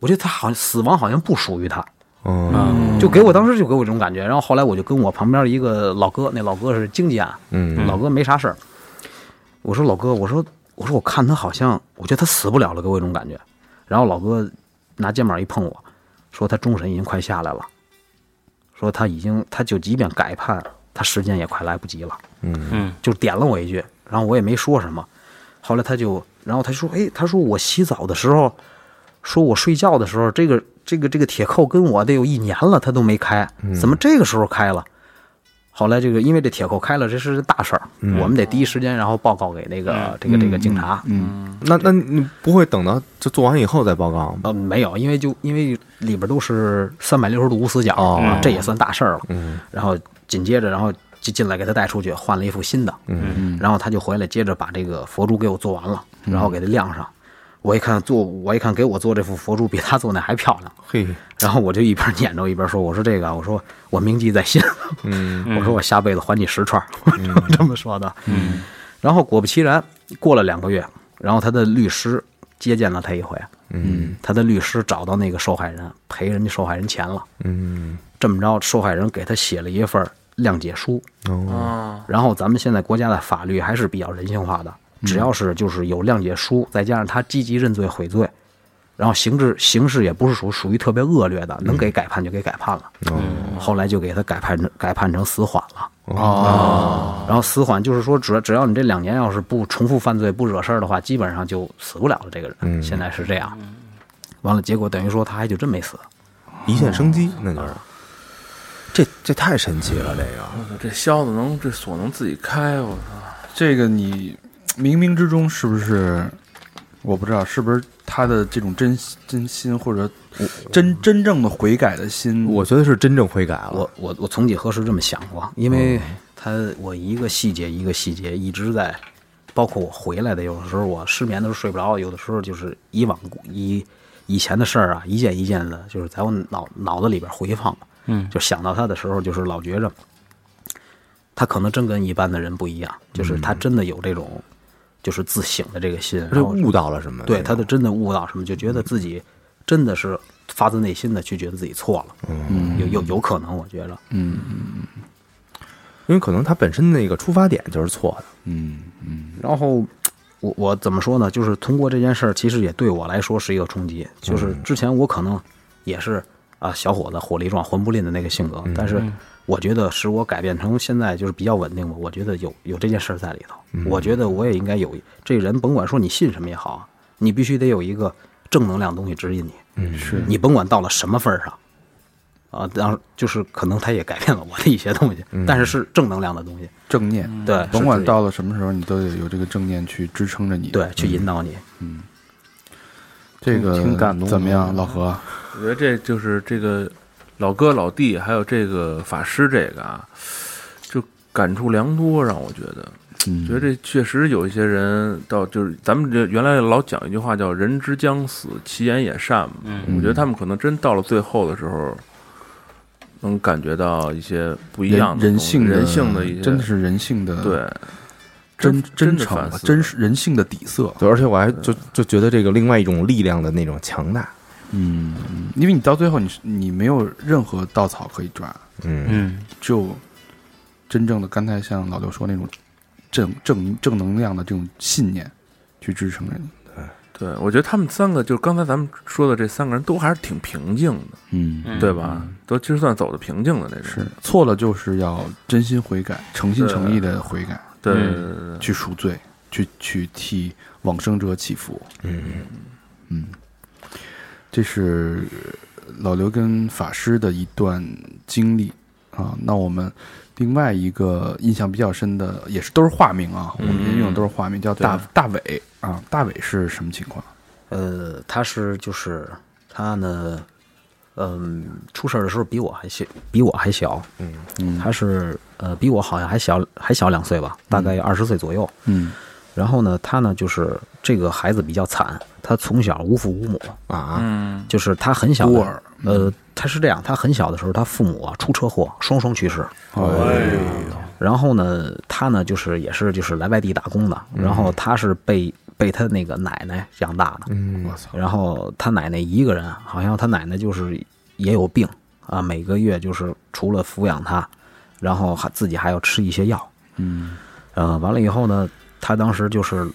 Speaker 4: 我觉得他好像死亡好像不属于他，
Speaker 3: 嗯
Speaker 4: 就给我当时就给我这种感觉。然后后来我就跟我旁边一个老哥，那老哥是经济啊，
Speaker 3: 嗯
Speaker 4: 老哥没啥事儿，我说老哥，我说我说我看他好像，我觉得他死不了了，给我一种感觉。然后老哥拿肩膀一碰我，说他终审已经快下来了，说他已经他就即便改判，他时间也快来不及了。
Speaker 3: 嗯
Speaker 5: 嗯
Speaker 4: 就点了我一句，然后我也没说什么。后来他就，然后他说：“哎，他说我洗澡的时候，说我睡觉的时候，这个这个这个铁扣跟我得有一年了，他都没开，怎么这个时候开了？”后来这个因为这铁扣开了，这是大事儿，我们得第一时间然后报告给那个、这个这个警察。
Speaker 2: 嗯，
Speaker 3: 那那你不会等到就做完以后再报告吗？
Speaker 4: 呃，没有，因为就因为里边都是三百六十度无死角，
Speaker 3: 哦
Speaker 4: 这也算大事儿了。
Speaker 3: 嗯
Speaker 4: 然后紧接着，然后就进来给他带出去，换了一副新的。
Speaker 3: 嗯
Speaker 4: 然后他就回来接着把这个佛珠给我做完了，然后给它晾上。我一看做，我一看给我做这副佛珠比他做那还漂亮。
Speaker 3: 嘿，
Speaker 4: 然后我就一边撵着一边说：“我说这个啊，我说我铭记在心，
Speaker 3: 嗯
Speaker 4: 我说我下辈子还你十串儿。”我这么说的。嗯。然后果不其然，过了两个月，然后他的律师接见了他一回。
Speaker 3: 嗯
Speaker 4: 他的律师找到那个受害人，赔人家受害人钱了。
Speaker 3: 嗯
Speaker 4: 这么着，受害人给他写了一份儿谅解书。
Speaker 3: 哦
Speaker 5: 啊，
Speaker 4: 然后咱们现在国家的法律还是比较人性化的，
Speaker 3: 嗯
Speaker 4: 只要是就是有谅解书，再加上他积极认罪悔罪，然后刑制形式也不是属属于特别恶劣的，能给改判就给改判了。后来就给他改判成改判成死缓了。哦，然后死缓就是说，只要只要你这两年要是不重复犯罪、不惹事儿的话，基本上就死不了了。这个人、
Speaker 3: 嗯
Speaker 4: 现在是这样。完了，结果等于说他还就真没死。
Speaker 3: 一线生机，那
Speaker 4: 嗯
Speaker 3: 就是。这这太神奇了，这个
Speaker 5: 我操这销子能这锁能自己开，我操，
Speaker 2: 这个你冥冥之中是不是？我不知道是不是他的这种真真心或者真真正的悔改的心，
Speaker 3: 我觉得是真正悔改了。
Speaker 4: 嗯我我我曾几何时这么想过，因为他我一个细节一个细节一直在，包括我回来的，有的时候我失眠的时候睡不着，有的时候就是以往以以前的事儿啊，一件一件的，就是在我脑脑子里边回放，嗯，就想到他的时候，就是老觉着他可能真跟一般的人不一样，就是他真的有这种就是自省的这个心，
Speaker 3: 这
Speaker 4: 然后
Speaker 3: 悟到了什么？
Speaker 4: 对他的真的悟到什么，就觉得自己真的是发自内心的去觉得自己错了，嗯，有有有可能，我觉着。
Speaker 3: 因为可能他本身那个出发点就是错的。
Speaker 4: 然后我我怎么说呢？就是通过这件事儿，其实也对我来说是一个冲击。
Speaker 2: 嗯嗯
Speaker 4: 就是之前我可能也是啊，小伙子火力壮、魂不吝的那个性格，但是我觉得使我改变成现在就是比较稳定吧。我觉得有有这件事儿在里头，
Speaker 2: 嗯
Speaker 4: 我觉得我也应该有这人，甭管说你信什么也好啊，你必须得有一个正能量的东西指引你。嗯，是你甭管到了什么份儿上，啊，当然就是可能他也改变了我的一些东西，但是是正能量的东西，
Speaker 2: 正念，
Speaker 4: 对，
Speaker 2: 嗯甭
Speaker 4: 是
Speaker 2: 管
Speaker 4: 指
Speaker 2: 到了什么时候，你都得有这个正念去支撑着你。
Speaker 4: 对去引导你。
Speaker 2: 这个
Speaker 6: 挺感动的
Speaker 2: 怎么样，老何？
Speaker 5: 我觉得这就是这个老哥、老弟，还有这个法师，这个啊，就感触良多，让我觉得，
Speaker 2: 嗯
Speaker 5: 觉得这确实有一些人到就是咱们这原来老讲一句话叫“人之将死，其言也善”嘛。嗯，我觉得他们可能真到了最后的时候，能感觉到一些不一样
Speaker 2: 人
Speaker 5: 的
Speaker 2: 人
Speaker 5: 东西
Speaker 2: 性的
Speaker 5: 人性的一些，
Speaker 2: 真的是人性的
Speaker 5: 对
Speaker 2: 真
Speaker 5: 真的
Speaker 2: 诚啊
Speaker 5: 反，思
Speaker 2: 真是人性的底色。啊
Speaker 3: 对，而且我还就就觉得这个另外一种力量的那种强大，
Speaker 2: 嗯，因为你到最后你是你没有任何稻草可以抓，
Speaker 3: 嗯，
Speaker 6: 嗯，
Speaker 2: 只有真正的刚才像老刘说那种正正正能量的这种信念去支撑着你。
Speaker 5: 对，我觉得他们三个就是刚才咱们说的这三个人都还是挺平静的，
Speaker 2: 嗯，
Speaker 5: 对吧？都其实算走的平静的那种。
Speaker 2: 是错了就是要真心悔改，诚心诚意的悔改，
Speaker 5: 对对
Speaker 6: 嗯
Speaker 5: 对对对。
Speaker 2: 去赎罪，去去替往生者祈福。嗯嗯，这是老刘跟法师的一段经历啊。那我们另外一个印象比较深的，也是都是化名
Speaker 4: 嗯
Speaker 2: 啊，我们这用的都是化名，叫大大伟啊。大伟是什么情况？
Speaker 4: 呃，他是就是他呢，嗯，出事儿的时候比我还小，比我还小，
Speaker 2: 嗯
Speaker 4: 他是呃比我好像还小还小两岁吧，大概二十岁左右。
Speaker 2: 嗯
Speaker 4: 然后呢，他呢就是这个孩子比较惨，他从小无父无母，
Speaker 3: 啊，
Speaker 5: 嗯
Speaker 4: 就是他很小的
Speaker 2: 孤儿。
Speaker 4: 呃，他是这样，他很小的时候，他父母啊出车祸，双双去世。
Speaker 2: 哎
Speaker 4: 然后呢，他呢就是也是就是来外地打工的，
Speaker 2: 嗯
Speaker 4: 然后他是被被他那个奶奶养大的，
Speaker 3: 嗯
Speaker 2: 我操！
Speaker 4: 然后他奶奶一个人，好像他奶奶就是也有病啊，每个月就是除了抚养他，然后还自己还要吃一些药。
Speaker 2: 嗯
Speaker 4: 呃，完了以后呢，他当时就是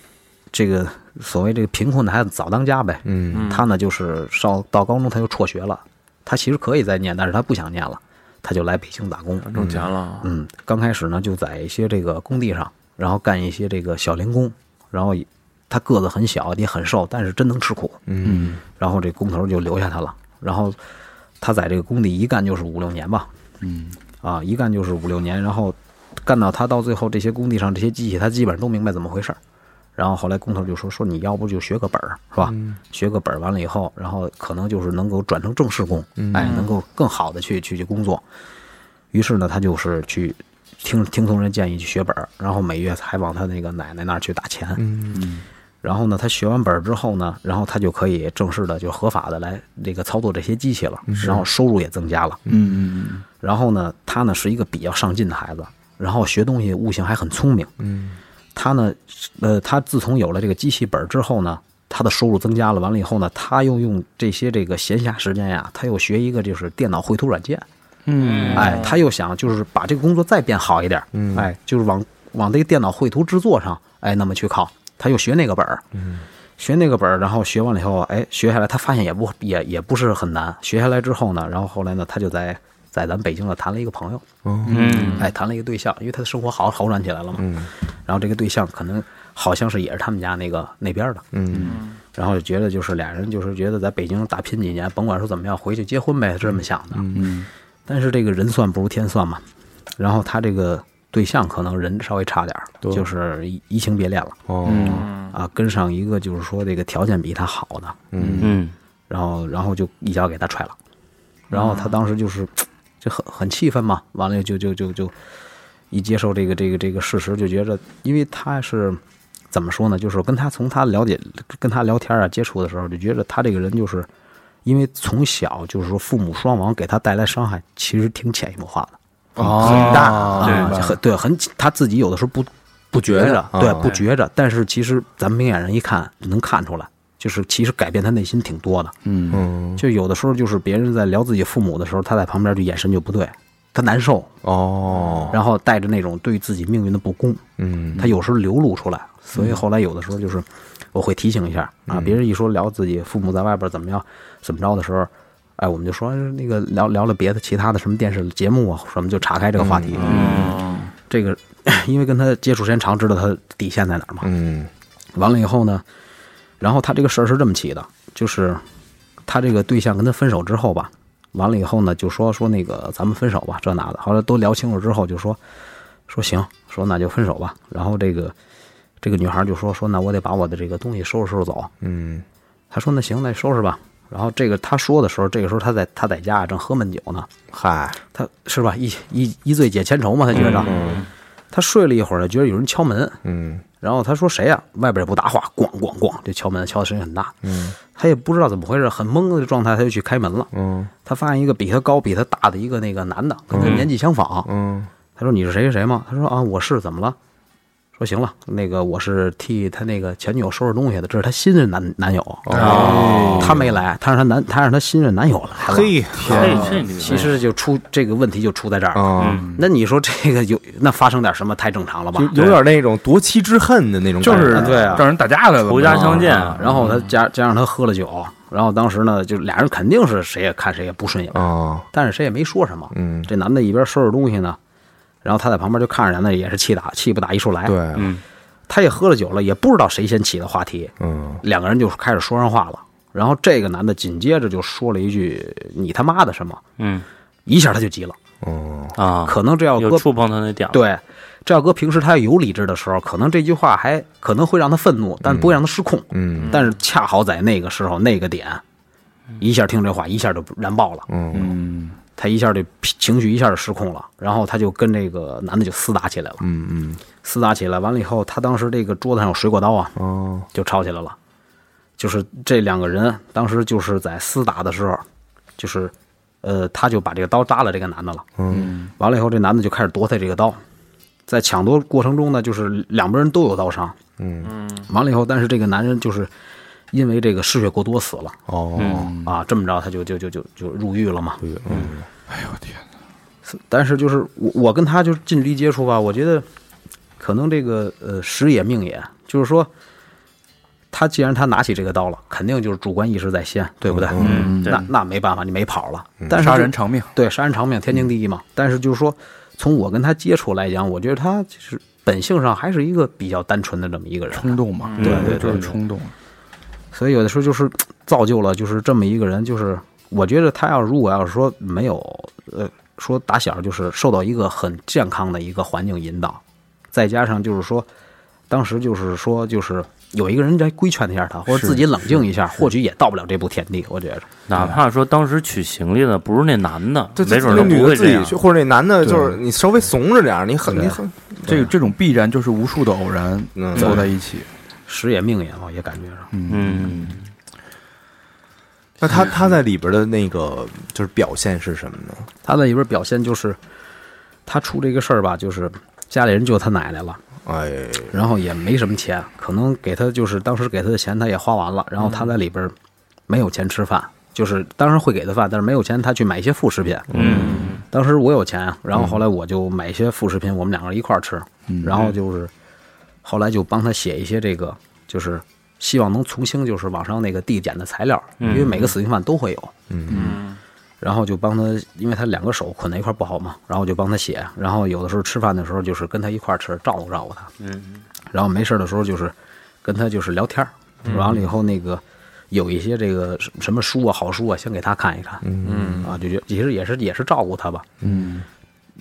Speaker 4: 这个所谓这个贫困的孩子早当家呗。
Speaker 3: 嗯
Speaker 4: 他呢就是上到高中他就辍学了，他其实可以再念，但是他不想念了，他就来北京打工。
Speaker 5: 挣钱了，
Speaker 4: 嗯，刚开始呢就在一些这个工地上，然后干一些这个小零工，然后也他个子很小，也很瘦，但是真能吃苦。
Speaker 3: 嗯
Speaker 4: 然后这工头就留下他了。然后他在这个工地一干就是五六年吧，
Speaker 2: 嗯
Speaker 4: 啊，一干就是五六年。然后干到他到最后，这些工地上这些机器，他基本上都明白怎么回事儿。然后后来工头就说：“说你要不就学个本儿，是吧？学个本儿完了以后，然后可能就是能够转成正式工，哎，能够更好的去去去工作。”于是呢，他就是去听听从人建议去学本儿，然后每月还往他那个奶奶那儿去打钱。然后呢，他学完本儿之后呢，然后他就可以正式的就合法的来这个操作这些机器了，然后收入也增加了。
Speaker 2: 嗯嗯
Speaker 4: 然后呢，他呢是一个比较上进的孩子，然后学东西悟性还很聪明。嗯，他呢，呃，他自从有了这个机器本儿之后呢，他的收入增加了。完了以后呢，他又用这些这个闲暇时间呀，他又学一个就是电脑绘图软件。嗯，哎，他又想就是把这个工作再变好一点。嗯，哎，就是往往这个电脑绘图制作上，哎，那么去靠。他又学那个本儿。嗯。学那个本儿，然后学完了以后，哎，学下来他发现也不也也不是很难。学下来之后呢，然后后来呢，他就在在咱北京呢谈了一个朋友，嗯，哎，谈了一个对象，因为他的生活好好转起来了嘛，嗯，然后这个对象可能好像是也是他们家那个那边的，
Speaker 3: 嗯
Speaker 4: 然后就觉得就是俩人就是觉得在北京打拼几年，甭管说怎么样，回去结婚呗，这么想的，嗯，但是这个人算不如天算嘛，然后他这个对象可能人稍微差点儿，就是移移情别恋了。
Speaker 3: 哦
Speaker 4: 啊，跟上一个就是说这个条件比他好的，
Speaker 3: 嗯
Speaker 6: 嗯
Speaker 4: 然后然后就一脚给他踹了，然后他当时就是就很很气愤嘛，完了就就就就一接受这个这个这个事实，就觉着因为他是怎么说呢，就是跟他从他了解跟他聊天啊接触的时候，就觉着他这个人就是因为从小就是说父母双亡给他带来伤害，其实挺潜移默化的。
Speaker 2: 哦，很大
Speaker 4: 啊，很对，很他自己有的时候不不觉着，对，不觉着。但是其实咱们明眼人一看能看出来，就是其实改变他内心挺多的。
Speaker 2: 嗯
Speaker 3: 嗯
Speaker 4: 就有的时候就是别人在聊自己父母的时候，他在旁边就眼神就不对，他难受，
Speaker 3: 哦
Speaker 4: 然后带着那种对自己命运的不公，
Speaker 3: 嗯
Speaker 4: 他有时候流露出来。所以后来有的时候
Speaker 3: 嗯
Speaker 4: 就是我会提醒一下啊，别人一说聊自己父母在外边怎么样怎么着的时候，哎，我们就说那个聊聊了别的其他的什么电视节目啊，什么就岔开这个话题。
Speaker 5: 嗯，
Speaker 4: 这个 [COUGHS] 因为跟他接触时间长，知道他底线在哪儿嘛。
Speaker 3: 嗯
Speaker 4: 完了以后呢，然后他这个事儿是这么起的，就是他这个对象跟他分手之后吧，完了以后呢，就说说那个咱们分手吧，这那的。后来都聊清楚之后，就说说行，说那就分手吧。然后这个这个女孩就说说那我得把我的这个东西收拾收拾走。
Speaker 3: 嗯
Speaker 4: 他说那行，那收拾吧。然后这个他说的时候，这个时候他在他在家正喝闷酒呢，
Speaker 3: 嗨，
Speaker 4: 他是吧一一一醉解千愁嘛，他觉着。他睡了一会儿，觉得有人敲门，
Speaker 3: 嗯
Speaker 4: 然后他说谁呀、外边也不搭话，咣咣咣，这敲门敲的声音很大。嗯，他也不知道怎么回事，很懵的状态，他就去开门了。
Speaker 3: 嗯
Speaker 4: 他发现一个比他高、比他大的一个那个男的，跟他年纪相仿。
Speaker 3: 嗯
Speaker 4: 他说：“你是谁谁谁吗？”他说：“啊，我是，怎么了？”说：“行了，那个我是替他那个前女友收拾东西的，这是他新任男男友。哦，他没来，他让他男，他让他新任男友来了。啊
Speaker 3: 嘿，
Speaker 6: 嘿，这你
Speaker 4: 其实就出这个问题就出在这儿了。
Speaker 3: 啊，
Speaker 6: 嗯
Speaker 4: 嗯那你说这个有那发生点什么太正常了吧？
Speaker 3: 有点那种夺妻之恨的那种
Speaker 2: 就
Speaker 3: 感觉，
Speaker 2: 是
Speaker 3: 对啊，
Speaker 2: 让人打架来了嘛，
Speaker 6: 仇家相见，
Speaker 4: 啊然后他
Speaker 3: 嗯
Speaker 4: 加加上他喝了酒，然后当时呢，就俩人肯定是谁也看谁也不顺眼，
Speaker 3: 啊，
Speaker 4: 但是谁也没说什么。
Speaker 3: 嗯，
Speaker 4: 这男的一边收拾东西呢，然后他在旁边就看着，那也是气打气不打一处来。
Speaker 3: 对，，
Speaker 6: 嗯
Speaker 4: 他也喝了酒了，也不知道谁先起的话题，
Speaker 3: 嗯
Speaker 4: 两个人就开始说上话了。然后这个男的紧接着就说了一句“你他妈的什么
Speaker 6: 嗯”，
Speaker 4: 一下他就急了。
Speaker 3: 嗯
Speaker 6: 啊，
Speaker 4: 可能这要搁
Speaker 6: 又触碰他那点儿，，
Speaker 4: 对，这要搁平时他有理智的时候，可能这句话还可能会让他愤怒，但不会让他失控。
Speaker 3: 嗯
Speaker 4: 但是恰好在那个时候那个点，
Speaker 6: 嗯
Speaker 4: 一下听这话，一下就燃爆了，
Speaker 3: 嗯
Speaker 4: 他一下就情绪一下就失控了，然后他就跟这个男的就厮打起来了，
Speaker 3: 嗯嗯，
Speaker 4: 厮打起来完了以后，他当时这个桌子上有水果刀啊，
Speaker 3: 哦，
Speaker 4: 就吵起来了，就是这两个人当时就是在厮打的时候，就是呃，他就把这个刀扎了这个男的了，嗯，完了以后这男的就开始夺他这个刀。在抢夺过程中呢，就是两边人都有刀伤，
Speaker 3: 嗯
Speaker 4: 完了以后，但是这个男人就是因为这个失血过多死了，
Speaker 3: 哦，
Speaker 4: 啊，这么着他就就就就就入狱了嘛。
Speaker 3: 嗯
Speaker 2: 哎
Speaker 4: 但是就是我我跟他就是近距离接触吧，我觉得可能这个呃时也命也，就是说他既然他拿起这个刀了，肯定就是主观意识在先，对不对？
Speaker 6: 嗯对
Speaker 4: 那那没办法，你没跑了。但是
Speaker 2: 杀
Speaker 4: 就
Speaker 2: 人偿命。
Speaker 4: 对杀人偿命，天经地义嘛。但是就是说，从我跟他接触来讲，我觉得他就是本性上还是一个比较单纯的这么一个人。
Speaker 2: 冲动嘛，对
Speaker 6: 对
Speaker 4: 嗯对
Speaker 2: 就是
Speaker 4: 对
Speaker 2: 冲动。
Speaker 4: 所以有的时候就是造就了就是这么一个人，就是我觉得他要如果要是说没有呃说打小就是受到一个很健康的一个环境引导，再加上就是说当时就是说就是有一个人来规劝一下他，或者自己冷静一下，或许也到不了这步田地。我觉着，
Speaker 6: 哪怕说当时取行李的不是那男的，
Speaker 3: 这
Speaker 6: 嗯没准儿
Speaker 3: 那
Speaker 6: 就
Speaker 3: 女
Speaker 6: 不
Speaker 3: 的
Speaker 6: 会
Speaker 3: 自
Speaker 6: 这
Speaker 3: 己
Speaker 6: 样
Speaker 3: 去，。或者那男的，就是你稍微怂着点儿，你很你很，
Speaker 2: 这个这种必然就是无数的偶然
Speaker 3: 嗯
Speaker 2: 凑在一起。
Speaker 4: 时也命也嘛，也感觉上，
Speaker 6: 嗯，
Speaker 3: 那他他在里边的那个就是表现是什么呢？
Speaker 4: 他在里边表现就是他出这个事儿吧，就是家里人就他奶奶了。
Speaker 3: 哎，
Speaker 4: 然后也没什么钱，可能给他就是当时给他的钱他也花完了，然后他在里边儿没有钱吃饭，就是当时会给他饭，但是没有钱他去买一些副食品。嗯，当时我有钱啊，然后后来我就买一些副食品，我们两个人一块儿吃，然后就是后来就帮他写一些这个，就是希望能从轻就是网上那个递减的材料，因为每个死刑犯都会有。
Speaker 6: 嗯
Speaker 4: 然后就帮他，因为他两个手捆在一块儿不好嘛，然后就帮他写。然后有的时候吃饭的时候，就是跟他一块儿吃，照顾照顾他。
Speaker 6: 嗯，
Speaker 4: 然后没事儿的时候就是跟他就是聊天儿，完了以后那个有一些这个什什么书啊好书啊，先给他看一看，嗯啊，就觉其实也是也是照顾他吧，嗯，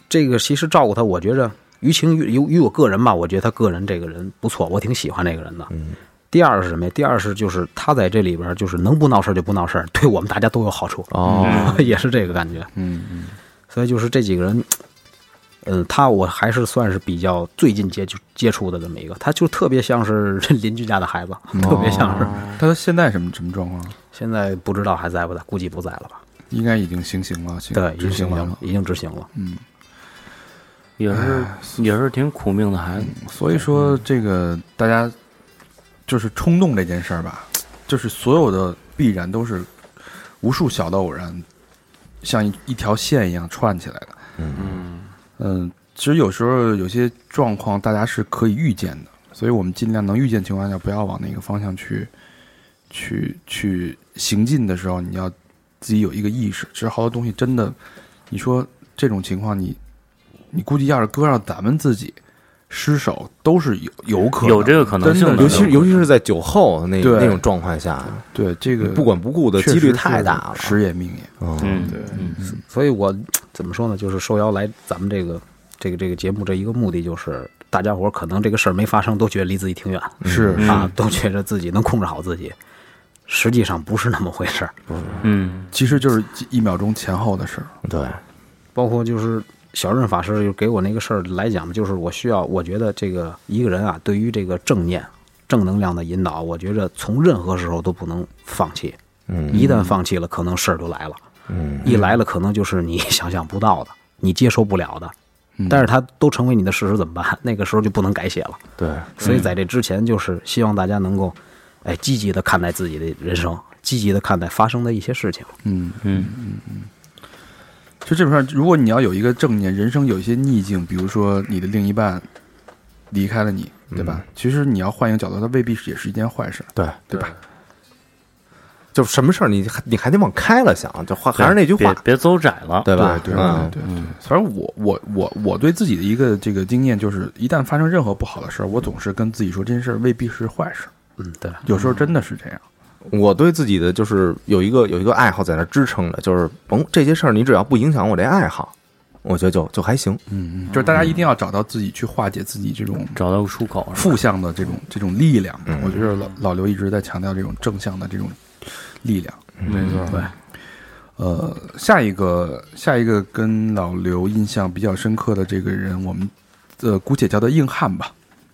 Speaker 4: 这个其实照顾他，我觉着于情于于于我个人吧，我觉得他个人这个人不错，我挺喜欢这个人的，嗯。第二是什么呀？第二是就是他在这里边儿就是能不闹事儿就不闹事儿，对我们大家都有好处哦， [LAUGHS] 也是这个感觉，嗯嗯。所以就是这几个人，嗯，他我还是算是比较最近接触接触的这么一个，他就特别像是 [LAUGHS] 邻居家的孩子，特别像是。
Speaker 2: 他现在什么什么状况？
Speaker 4: 现在不知道还在不在，估计不在了吧？
Speaker 2: 应该已经行刑了，行
Speaker 4: 对，已
Speaker 2: 执
Speaker 4: 经
Speaker 2: 行
Speaker 4: 行
Speaker 2: 完
Speaker 4: 了嗯
Speaker 2: 了，。
Speaker 4: 已经执行了。
Speaker 6: 也是也是挺苦命的孩子。
Speaker 2: 所以说，这个大家就是冲动这件事儿吧，就是所有的必然都是无数小的偶然，像一一条线一样串起来的。
Speaker 5: 嗯
Speaker 2: 嗯，其实有时候有些状况大家是可以预见的，所以我们尽量能预见情况下，不要往那个方向去去去行进的时候，你要自己有一个意识。其实好多东西真的，你说这种情况你，你估计要是搁上咱们自己失手，都是有有可能
Speaker 6: 有这个可能性
Speaker 2: 真
Speaker 6: 的
Speaker 2: 的
Speaker 3: 尤其尤其是在酒后那
Speaker 2: 嗯对
Speaker 3: 那种状况下，
Speaker 2: 对这个
Speaker 3: 不管不顾的
Speaker 2: 确
Speaker 3: 几率
Speaker 2: 实
Speaker 3: 太
Speaker 2: 是
Speaker 3: 大了。
Speaker 2: 时也命也。
Speaker 3: 嗯，
Speaker 6: 嗯，对，
Speaker 4: 所以我怎么说呢？就是受邀来咱们这个这个这个节目这一个目的，就是大家伙儿可能这个事儿没发生，都觉得离自己挺远，
Speaker 2: 是
Speaker 3: 嗯
Speaker 4: 啊，都觉得自己能控制好自己，实际上不是那么回事儿。
Speaker 6: 嗯，
Speaker 2: 其实就是一秒钟前后的事儿。
Speaker 3: 对，
Speaker 4: 包括就是小任法师就给我那个事儿来讲，就是我需要，我觉得这个一个人啊，对于这个正念、正能量的引导，我觉着从任何时候都不能放弃。
Speaker 3: 嗯
Speaker 4: 一旦放弃了，可能事儿就来了。
Speaker 3: 嗯
Speaker 4: 一来了，可能就是你想象不到的，你接受不了的。
Speaker 2: 嗯
Speaker 4: 但是它都成为你的事实怎么办？ [LAUGHS] 那个时候就不能改写了。
Speaker 3: 对，
Speaker 4: 所以在这之前，就是希望大家能够，哎，积极的看待自己的人生，积极的看待发生的一些事情。
Speaker 2: 嗯嗯嗯嗯，就这本上，如果你要有一个正念，人生有一些逆境，比如说你的另一半离开了你，对吧？
Speaker 3: 嗯
Speaker 2: 其实你要换一个角度，它未必是也是一件坏事。
Speaker 3: 对，
Speaker 5: 对吧？
Speaker 3: 就什么事儿你还你还得往开了想，就话还是那句话
Speaker 6: 别，别走窄了，
Speaker 3: 对吧？
Speaker 2: 对
Speaker 3: 嗯
Speaker 2: 对对对。反正我我我我对自己的一个这个经验就是，一旦发生任何不好的事儿，我总是跟自己说这件事儿未必是坏事，
Speaker 4: 嗯，对，
Speaker 2: 有时候真的是这样。
Speaker 3: 我对自己的就是有一个有一个爱好在那支撑着，就是甭这些事儿，你只要不影响我这爱好，我觉得就就还行。
Speaker 2: 嗯，就是大家一定要找到自己去化解自己这种
Speaker 6: 找到个出口，是吧
Speaker 2: 负向的这种这种力量
Speaker 3: 嗯。
Speaker 2: 我觉得老老刘一直在强调这种正向的这种力量。
Speaker 6: 没错，对，
Speaker 2: 呃，下一个下一个跟老刘印象比较深刻的这个人，我们呃姑且叫他硬汉吧，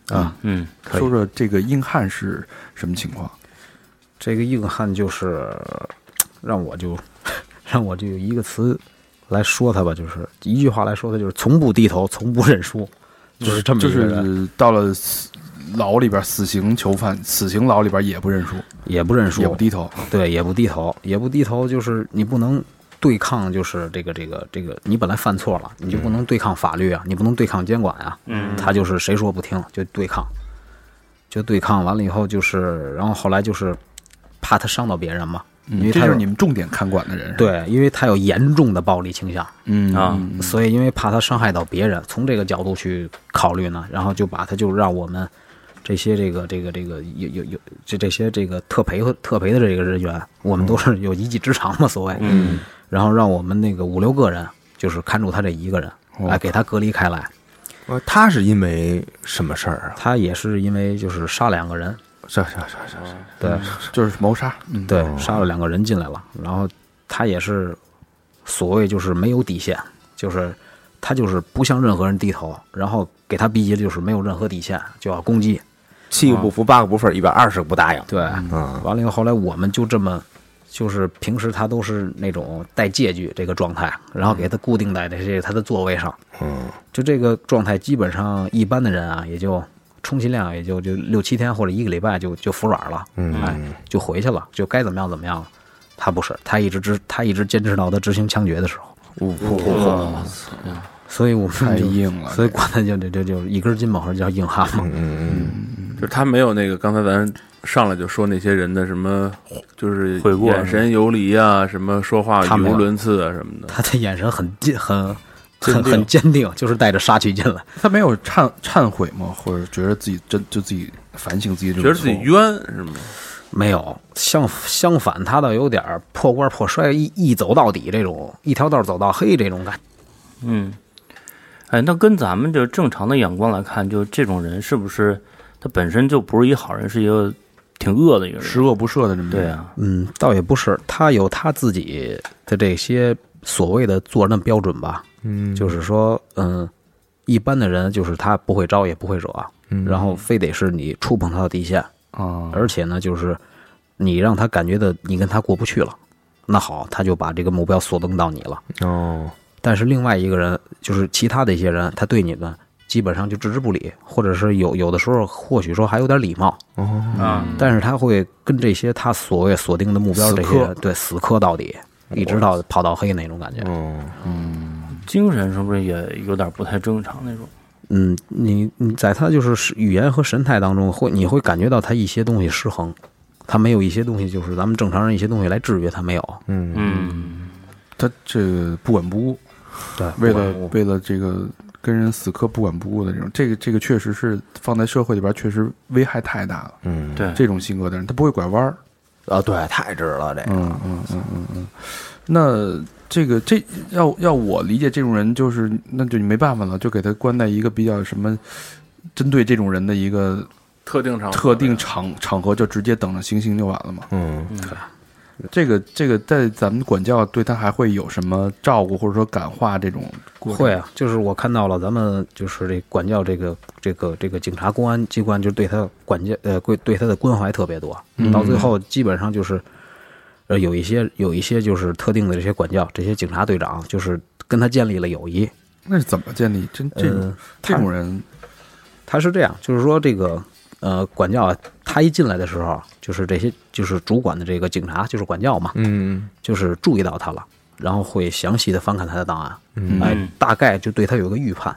Speaker 2: 啊，
Speaker 6: 嗯，可以
Speaker 2: 说说这个硬汉是什么情况？
Speaker 4: 这个硬汉就是让我就 [LAUGHS] 让我就有一个词来说他吧，就是一句话来说他就是从不低头，从不认输，就是这么
Speaker 2: 就
Speaker 4: 一个人，
Speaker 2: 是到了死牢里边，死刑囚犯，死刑牢里边也不认输，
Speaker 4: 也不认输，
Speaker 2: 也不低头。
Speaker 4: 对，也不低头，也不低头，就是你不能对抗，就是这个这个这个，你本来犯错了，你就不能对抗法律啊，你不能对抗监管啊，嗯，他就是谁说不听就对抗，就对抗完了以后就是，然后后来就是怕他伤到别人嘛，因为
Speaker 2: 这
Speaker 4: 他
Speaker 2: 就是
Speaker 4: 有
Speaker 2: 你们重点看管的人，是吧，
Speaker 4: 对，因为他有严重的暴力倾向，
Speaker 2: 嗯
Speaker 6: 啊
Speaker 2: 嗯
Speaker 4: 所以因为怕他伤害到别人，从这个角度去考虑呢，然后就把他就让我们这些这个这个这个有有有这这些这个特培和特培的这个人员，我们都是有一技之长嘛，所谓，嗯，然后让我们那个五六个人，就是看住他这一个人，来给他隔离开来。
Speaker 3: 呃，他是因为什么事儿啊？
Speaker 4: 他也是因为就是杀两个人，
Speaker 3: 是是是是是，
Speaker 4: 对
Speaker 2: 就是谋杀，嗯，
Speaker 4: 对，杀了两个人进来了，然后他也是所谓就是没有底线，就是他就是不向任何人低头，然后给他逼急了就是没有任何底线，就要攻击，
Speaker 3: 七个不服，八个不忿，一百二十个不答应。
Speaker 4: 对，
Speaker 3: 嗯
Speaker 4: 完了以后，后来我们就这么，就是平时他都是那种戴借据这个状态，然后给他固定在这些他的座位上，
Speaker 3: 嗯，
Speaker 4: 就这个状态，基本上一般的人啊，也就充其量也就就六七天或者一个礼拜就就服软了，
Speaker 3: 嗯
Speaker 4: 哎，就回去了，就该怎么样怎么样了。他不是，他一直执，他一直坚持到他执行枪决的时候，
Speaker 3: 哦
Speaker 6: 我
Speaker 3: 嗯
Speaker 4: 所以我
Speaker 2: 太
Speaker 4: 们就，
Speaker 2: 硬了，
Speaker 4: 所以管他就这这就是一根筋嘛，或者叫硬汉嘛，
Speaker 5: 就是他没有那个刚才咱上来就说那些人的什么，就是
Speaker 6: 悔过
Speaker 5: 眼神游离啊，什么说话
Speaker 4: 他
Speaker 5: 语
Speaker 4: 没有
Speaker 5: 无伦次啊什么的。
Speaker 4: 他的眼神很坚，很很
Speaker 5: 坚定
Speaker 4: 很坚定，就是带着杀气进来。
Speaker 2: 他没有忏忏悔吗？或者觉得自己真就自己反省自己这种
Speaker 5: 觉得自己
Speaker 2: 错误
Speaker 5: 冤是吗？
Speaker 4: 没有，相相反，他倒有点儿破罐破摔，一一走到底这种，一条道走到黑这种感觉。
Speaker 6: 嗯，哎，那跟咱们这正常的眼光来看，就这种人是不是他本身就不是一好人，是一个挺恶的一个人？
Speaker 2: 十恶不赦的这么一个
Speaker 6: 对
Speaker 2: 人
Speaker 6: 啊，
Speaker 4: 嗯，倒也不是，他有他自己的这些所谓的做人的标准吧。嗯，就是说，嗯，一般的人就是他不会招也不会惹，啊然后非得是你触碰他的底线，
Speaker 2: 啊，
Speaker 4: 而且呢，就是你让他感觉到你跟他过不去了，那好，他就把这个目标锁定到你了。
Speaker 3: 哦，
Speaker 4: 但是另外一个人，就是其他的一些人，他对你们基本上就置之不理，或者是有有的时候或许说还有点礼貌，
Speaker 6: 啊，
Speaker 4: 但是他会跟这些他所谓锁定的目标
Speaker 2: 死
Speaker 4: 这
Speaker 2: 磕
Speaker 4: 些人对死磕到底，一直到跑到黑那种感觉。
Speaker 3: 嗯，
Speaker 6: 精神是不是也有点不太正常那种？
Speaker 4: 嗯，你你在他就是语言和神态当中会，你会感觉到他一些东西失衡，他没有一些东西，就是咱们正常人一些东西来制约他没有。
Speaker 3: 嗯，
Speaker 6: 嗯，
Speaker 2: 他这个不管不顾，
Speaker 4: 对，
Speaker 2: 为
Speaker 4: 不
Speaker 2: 了
Speaker 4: 管我
Speaker 2: 为了这个跟人死磕不管不顾的这种，这个这个确实是放在社会里边确实危害太大了。
Speaker 3: 嗯，
Speaker 6: 对，
Speaker 2: 这种性格的人，他不会拐弯儿。
Speaker 3: 啊，对，太值了这个，
Speaker 2: 嗯嗯嗯嗯嗯。那这个这要要我理解这种人，就是那就没办法了，就给他关在一个比较什么。针对这种人的一个
Speaker 5: 特定场合
Speaker 2: 特定场场合，就直接等着行刑就完了嘛。
Speaker 3: 嗯，
Speaker 2: 这个这个，在咱们管教对他还会有什么照顾，或者说感化这种过程？
Speaker 4: 会啊，就是我看到了咱们就是这管教这个这个这个警察公安机关，就是对他管教呃对对他的关怀特别多，
Speaker 2: 嗯
Speaker 4: 到最后基本上就是呃有一些有一些就是特定的这些管教，这些警察队长就是跟他建立了友谊。
Speaker 2: 那是怎么建立？真这种、
Speaker 4: 呃
Speaker 2: 这种人，
Speaker 4: 他是这样，就是说这个呃管教啊，他一进来的时候，就是这些就是主管的这个警察就是管教嘛，
Speaker 3: 嗯，
Speaker 4: 就是注意到他了，然后会详细的翻看他的档案，
Speaker 3: 嗯
Speaker 4: 哎，大概就对他有一个预判，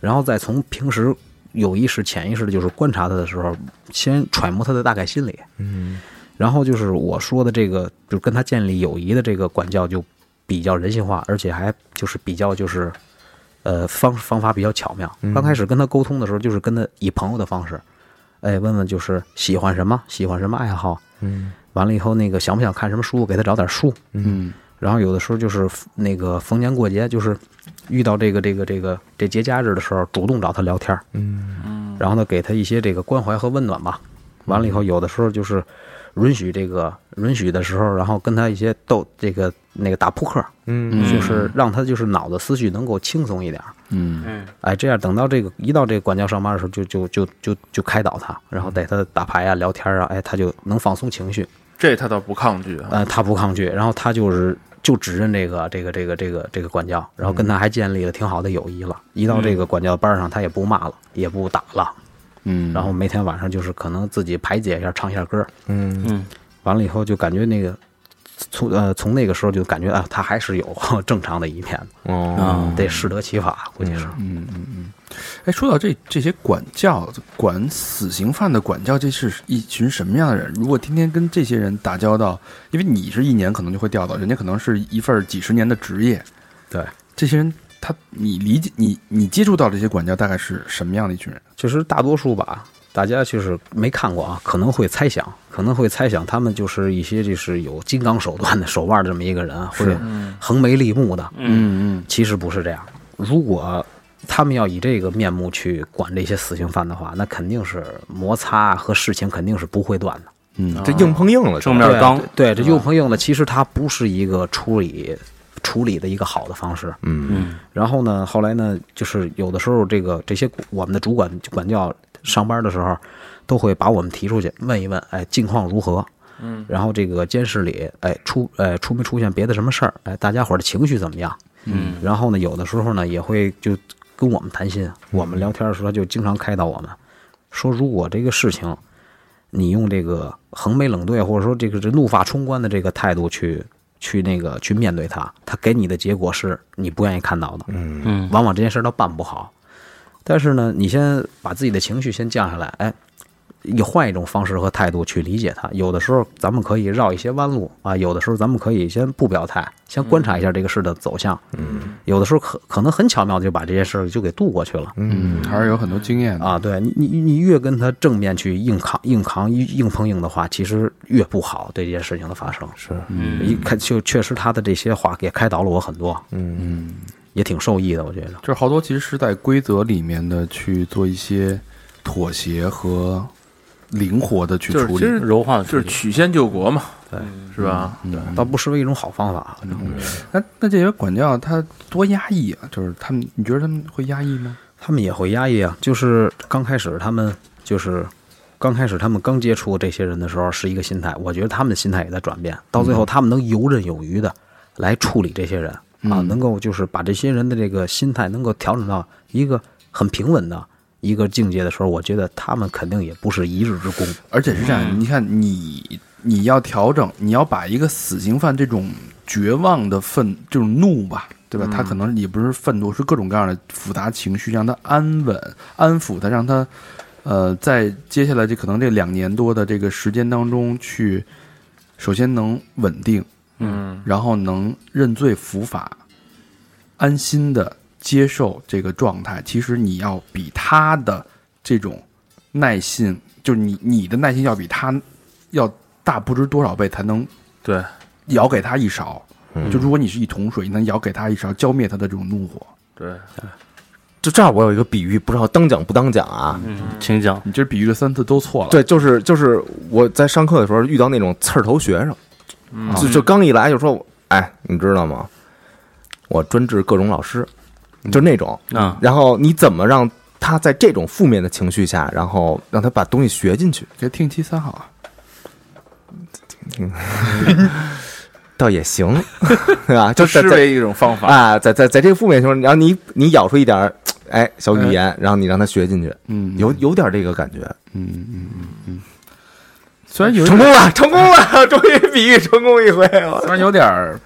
Speaker 4: 然后再从平时有意识、潜意识的，就是观察他的时候，先揣摩他的大概心理，
Speaker 3: 嗯，
Speaker 4: 然后就是我说的这个，就跟他建立友谊的这个管教就比较人性化，而且还就是比较就是，呃，方方法比较巧妙。
Speaker 3: 嗯
Speaker 4: 刚开始跟他沟通的时候，就是跟他以朋友的方式，哎，问问就是喜欢什么，喜欢什么爱好，
Speaker 3: 嗯，
Speaker 4: 完了以后那个想不想看什么书，给他找点书，
Speaker 2: 嗯
Speaker 4: 然后有的时候就是那个逢年过节，就是遇到这个这个这个这节假日的时候，主动找他聊天，
Speaker 3: 嗯，
Speaker 4: 然后呢给他一些这个关怀和温暖吧。完了以后，有的时候就是允许这个允许的时候，然后跟他一些斗这个那个打扑克，
Speaker 3: 嗯，
Speaker 4: 就是让他就是脑子思绪能够轻松一点儿。
Speaker 2: 嗯
Speaker 4: 哎，这样等到这个一到这个管教上班的时候，就就就就就开导他，然后带他打牌啊、聊天啊，哎，他就能放松情绪。
Speaker 5: 这他倒不抗拒啊，
Speaker 4: 呃，他不抗拒，然后他就是就只认这个这个这个这个这个管教，然后
Speaker 2: 嗯
Speaker 4: 跟他还建立了挺好的友谊了。一到这个管教班上，他也不骂了，也不打了，
Speaker 2: 嗯，
Speaker 4: 然后每天晚上就是可能自己排解一下，唱一下歌，
Speaker 3: 嗯，
Speaker 6: 嗯，
Speaker 4: 完了以后就感觉那个。从呃从那个时候就感觉啊，他还是有 [LAUGHS] 正常的一面的，
Speaker 3: 哦，
Speaker 4: 得适得其法，估计是。
Speaker 2: 啊嗯嗯嗯。哎，说到这这些管教管死刑犯的管教，这是一群什么样的人？如果天天跟这些人打交道，因为你是一年可能就会调到，人家可能是一份几十年的职业，
Speaker 4: 对，
Speaker 2: 这些人他你理解你你接触到这些管教大概是什么样的一群人？
Speaker 4: 其实大多数吧，大家就是没看过啊，可能会猜想，可能会猜想他们就是一些就是有金刚手段的手腕的这么一个人啊，或者横眉立目的。
Speaker 2: 嗯嗯
Speaker 4: 其实不是这样，如果他们要以这个面目去管这些死刑犯的话，那肯定是摩擦和事情肯定是不会断的。
Speaker 2: 嗯，
Speaker 3: 这硬碰硬了，
Speaker 6: 正面
Speaker 4: 对
Speaker 6: 刚，
Speaker 4: 对，这又朋友呢，其实它不是一个处理处理的一个好的方式。
Speaker 3: 嗯
Speaker 6: 嗯
Speaker 4: 然后呢，后来呢，就是有的时候这个这些我们的主管管教上班的时候，都会把我们提出去问一问，哎，近况如何？嗯，然后这个监视里，哎，出呃出没出现别的什么事儿？哎，大家伙儿的情绪怎么样？嗯，然后呢，有的时候呢也会就跟我们谈心，我们聊天的时候就经常开导我们，说如果这个事情你用这个横眉冷对，或者说这个这怒发冲冠的这个态度去去那个去面对它，它给你的结果是你不愿意看到的。
Speaker 3: 嗯
Speaker 6: 嗯
Speaker 4: 往往这件事儿都办不好。但是呢，你先把自己的情绪先降下来，哎，你换一种方式和态度去理解它。有的时候咱们可以绕一些弯路啊，有的时候咱们可以先不表态，先观察一下这个事的走向。嗯，有的时候可可能很巧妙地就把这些事儿就给渡过去了。
Speaker 2: 嗯，还是有很多经验的。
Speaker 4: 啊，对你，你你越跟他正面去硬扛、硬扛、硬硬碰硬的话，其实越不好对这件事情的发生。是，
Speaker 6: 嗯
Speaker 4: 一看就确实他的这些话也开导了我很多，
Speaker 3: 嗯
Speaker 4: 也挺受益的，我觉得。
Speaker 2: 就是好多其实是在规则里面的去做一些妥协和灵活的去
Speaker 5: 就是
Speaker 2: 处
Speaker 5: 其
Speaker 2: 理。
Speaker 5: 实
Speaker 6: 柔化的
Speaker 5: 就是
Speaker 6: 处理
Speaker 5: 曲线救国嘛，对，是吧？
Speaker 4: 倒不失为一种好方法。反正
Speaker 2: 那那这些管教他多压抑啊！就是他们，你觉得他们会压抑吗？
Speaker 4: 他们也会压抑啊，就是刚开始他们就是刚开始他们刚接触这些人的时候是一个心态，我觉得他们的心态也在转变，到最后他们能游刃有余的来处理这些人、啊，能够就是把这些人的这个心态能够调整到一个很平稳的一个境界的时候，我觉得他们肯定也不是一日之功。
Speaker 2: 而且是这样，你看你你要调整，你要把一个死刑犯这种绝望的愤，这种怒吧，对吧？他可能也不是愤怒，是各种各样的复杂情绪，让他安稳、安抚他，让他呃，在接下来这可能这两年多的这个时间当中去，首先能稳定，
Speaker 5: 嗯
Speaker 2: 然后能认罪伏法，安心的接受这个状态。其实你要比他的这种耐心，就是你你的耐心要比他要大不知多少倍，才能
Speaker 5: 对
Speaker 2: 舀给他一勺。
Speaker 3: 嗯
Speaker 2: 就如果你是一桶水，你能舀给他一勺，浇灭他的这种怒火，
Speaker 5: 对，
Speaker 3: 就这儿我有一个比喻，不知道当讲不当讲啊？
Speaker 6: 嗯，请讲。
Speaker 2: 你这比喻了三次都错了。
Speaker 3: 对，就是就是我在上课的时候遇到那种刺儿头学生，
Speaker 5: 嗯
Speaker 3: 就就刚一来就说，哎，你知道吗？我专治各种老师，就那种。
Speaker 6: 啊，
Speaker 3: 然后你怎么让他在这种负面的情绪下，然后让他把东西学进去？
Speaker 2: 给听七三好啊，
Speaker 3: 倒也行，对吧？就
Speaker 5: 这
Speaker 3: 在
Speaker 5: 是
Speaker 3: 在
Speaker 5: 为一种方法。
Speaker 3: 啊，在在在这个负面情况，然后你你咬出一点儿，哎，小
Speaker 6: 嗯
Speaker 3: 语言，然后你让他学进去，
Speaker 2: 嗯，
Speaker 3: 有有点这个感觉。
Speaker 2: 嗯嗯嗯嗯，虽然有
Speaker 3: 成功
Speaker 6: [LAUGHS]
Speaker 3: 了，成功了，终于比喻成功一回了。
Speaker 2: 虽然有点儿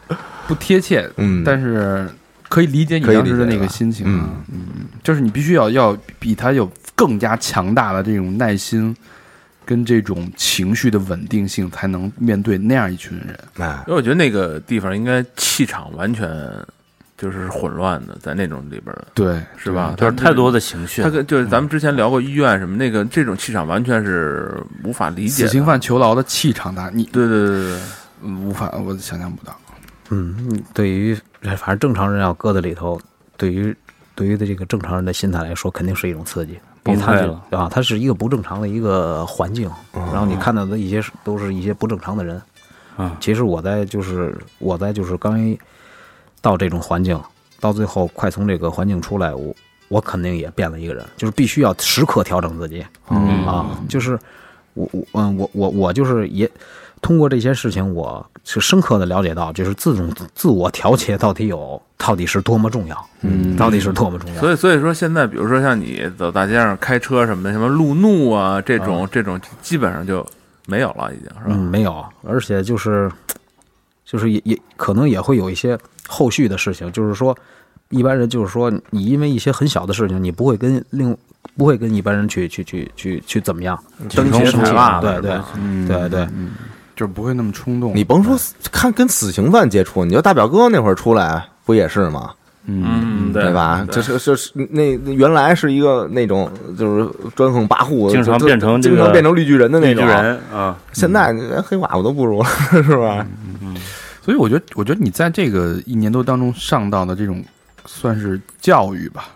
Speaker 2: 不贴切，
Speaker 3: 嗯，
Speaker 2: 但是可以理解你
Speaker 3: 可以理
Speaker 2: 当
Speaker 3: 解
Speaker 2: 时的那个
Speaker 3: 吧
Speaker 2: 心情啊
Speaker 3: 嗯，
Speaker 2: 嗯，嗯就是你必须要要比他有更加强大的这种耐心。跟这种情绪的稳定性，才能面对那样一群人。
Speaker 3: 哎
Speaker 5: 因为我觉得那个地方应该气场完全就是混乱的，在那种里边儿
Speaker 2: 对，
Speaker 5: 是吧？
Speaker 6: 就是太多的情绪
Speaker 5: 啊他，跟就是咱们之前聊过医院什么那个这种气场完全是无法理解
Speaker 2: 死
Speaker 5: 的。
Speaker 2: 刑犯囚牢的气场大，你
Speaker 5: 对对对对
Speaker 2: 无法，我想象不到。
Speaker 4: 嗯，你对于反正正常人要搁在里头，对于对于的这个正常人的心态来说，肯定是一种刺激，因为他
Speaker 6: 崩溃
Speaker 4: 是
Speaker 6: 了哦
Speaker 4: 啊，他是一个不正常的一个环境，然后你看到的一些是都是一些不正常的人。
Speaker 6: 嗯
Speaker 4: 其实我在就是我在就是刚一到这种环境，到最后快从这个环境出来，我我肯定也变了一个人，就是必须要时刻调整自己。
Speaker 6: 嗯
Speaker 4: 啊，就是我我嗯我我我就是也通过这些事情，我是深刻的了解到，就是自种自我调节到底有到底是多么重要，嗯，到底是多么重
Speaker 5: 对，
Speaker 4: 要。
Speaker 5: 所以所以说现在，比如说像你走大街上开车什么的，什么路怒啊这种这种，基本上就没有了，已经是
Speaker 4: 嗯，
Speaker 5: 吧？
Speaker 4: 没有，而且就是就是也也可能也会有一些后续的事情，就是说一般人就是说你因为一些很小的事情，你不会跟另不会跟一般人去去去去去怎么样，
Speaker 5: 蹬
Speaker 4: 去
Speaker 5: 鞋
Speaker 4: 生
Speaker 5: 踩
Speaker 4: 气啊
Speaker 5: 蜡
Speaker 4: 对对
Speaker 5: 了
Speaker 2: 嗯
Speaker 4: 对对，
Speaker 2: 就是不会那么冲动。
Speaker 3: 你甭说看跟死刑犯接触，你就大表哥那会儿出来不也是吗？
Speaker 5: 嗯，
Speaker 3: 对吧？就是就是那那原来是一个那种就是专横跋扈，
Speaker 6: 经常
Speaker 3: 就
Speaker 6: 变成这
Speaker 3: 经常
Speaker 6: 个
Speaker 3: 变成绿巨人的那
Speaker 6: 绿巨
Speaker 3: 种。
Speaker 6: 人啊，
Speaker 3: 现在连黑寡妇都不如了， [LAUGHS] 是吧？
Speaker 6: 嗯
Speaker 2: 所以我觉得，我觉得你在这个一年多当中上到的这种算是教育吧，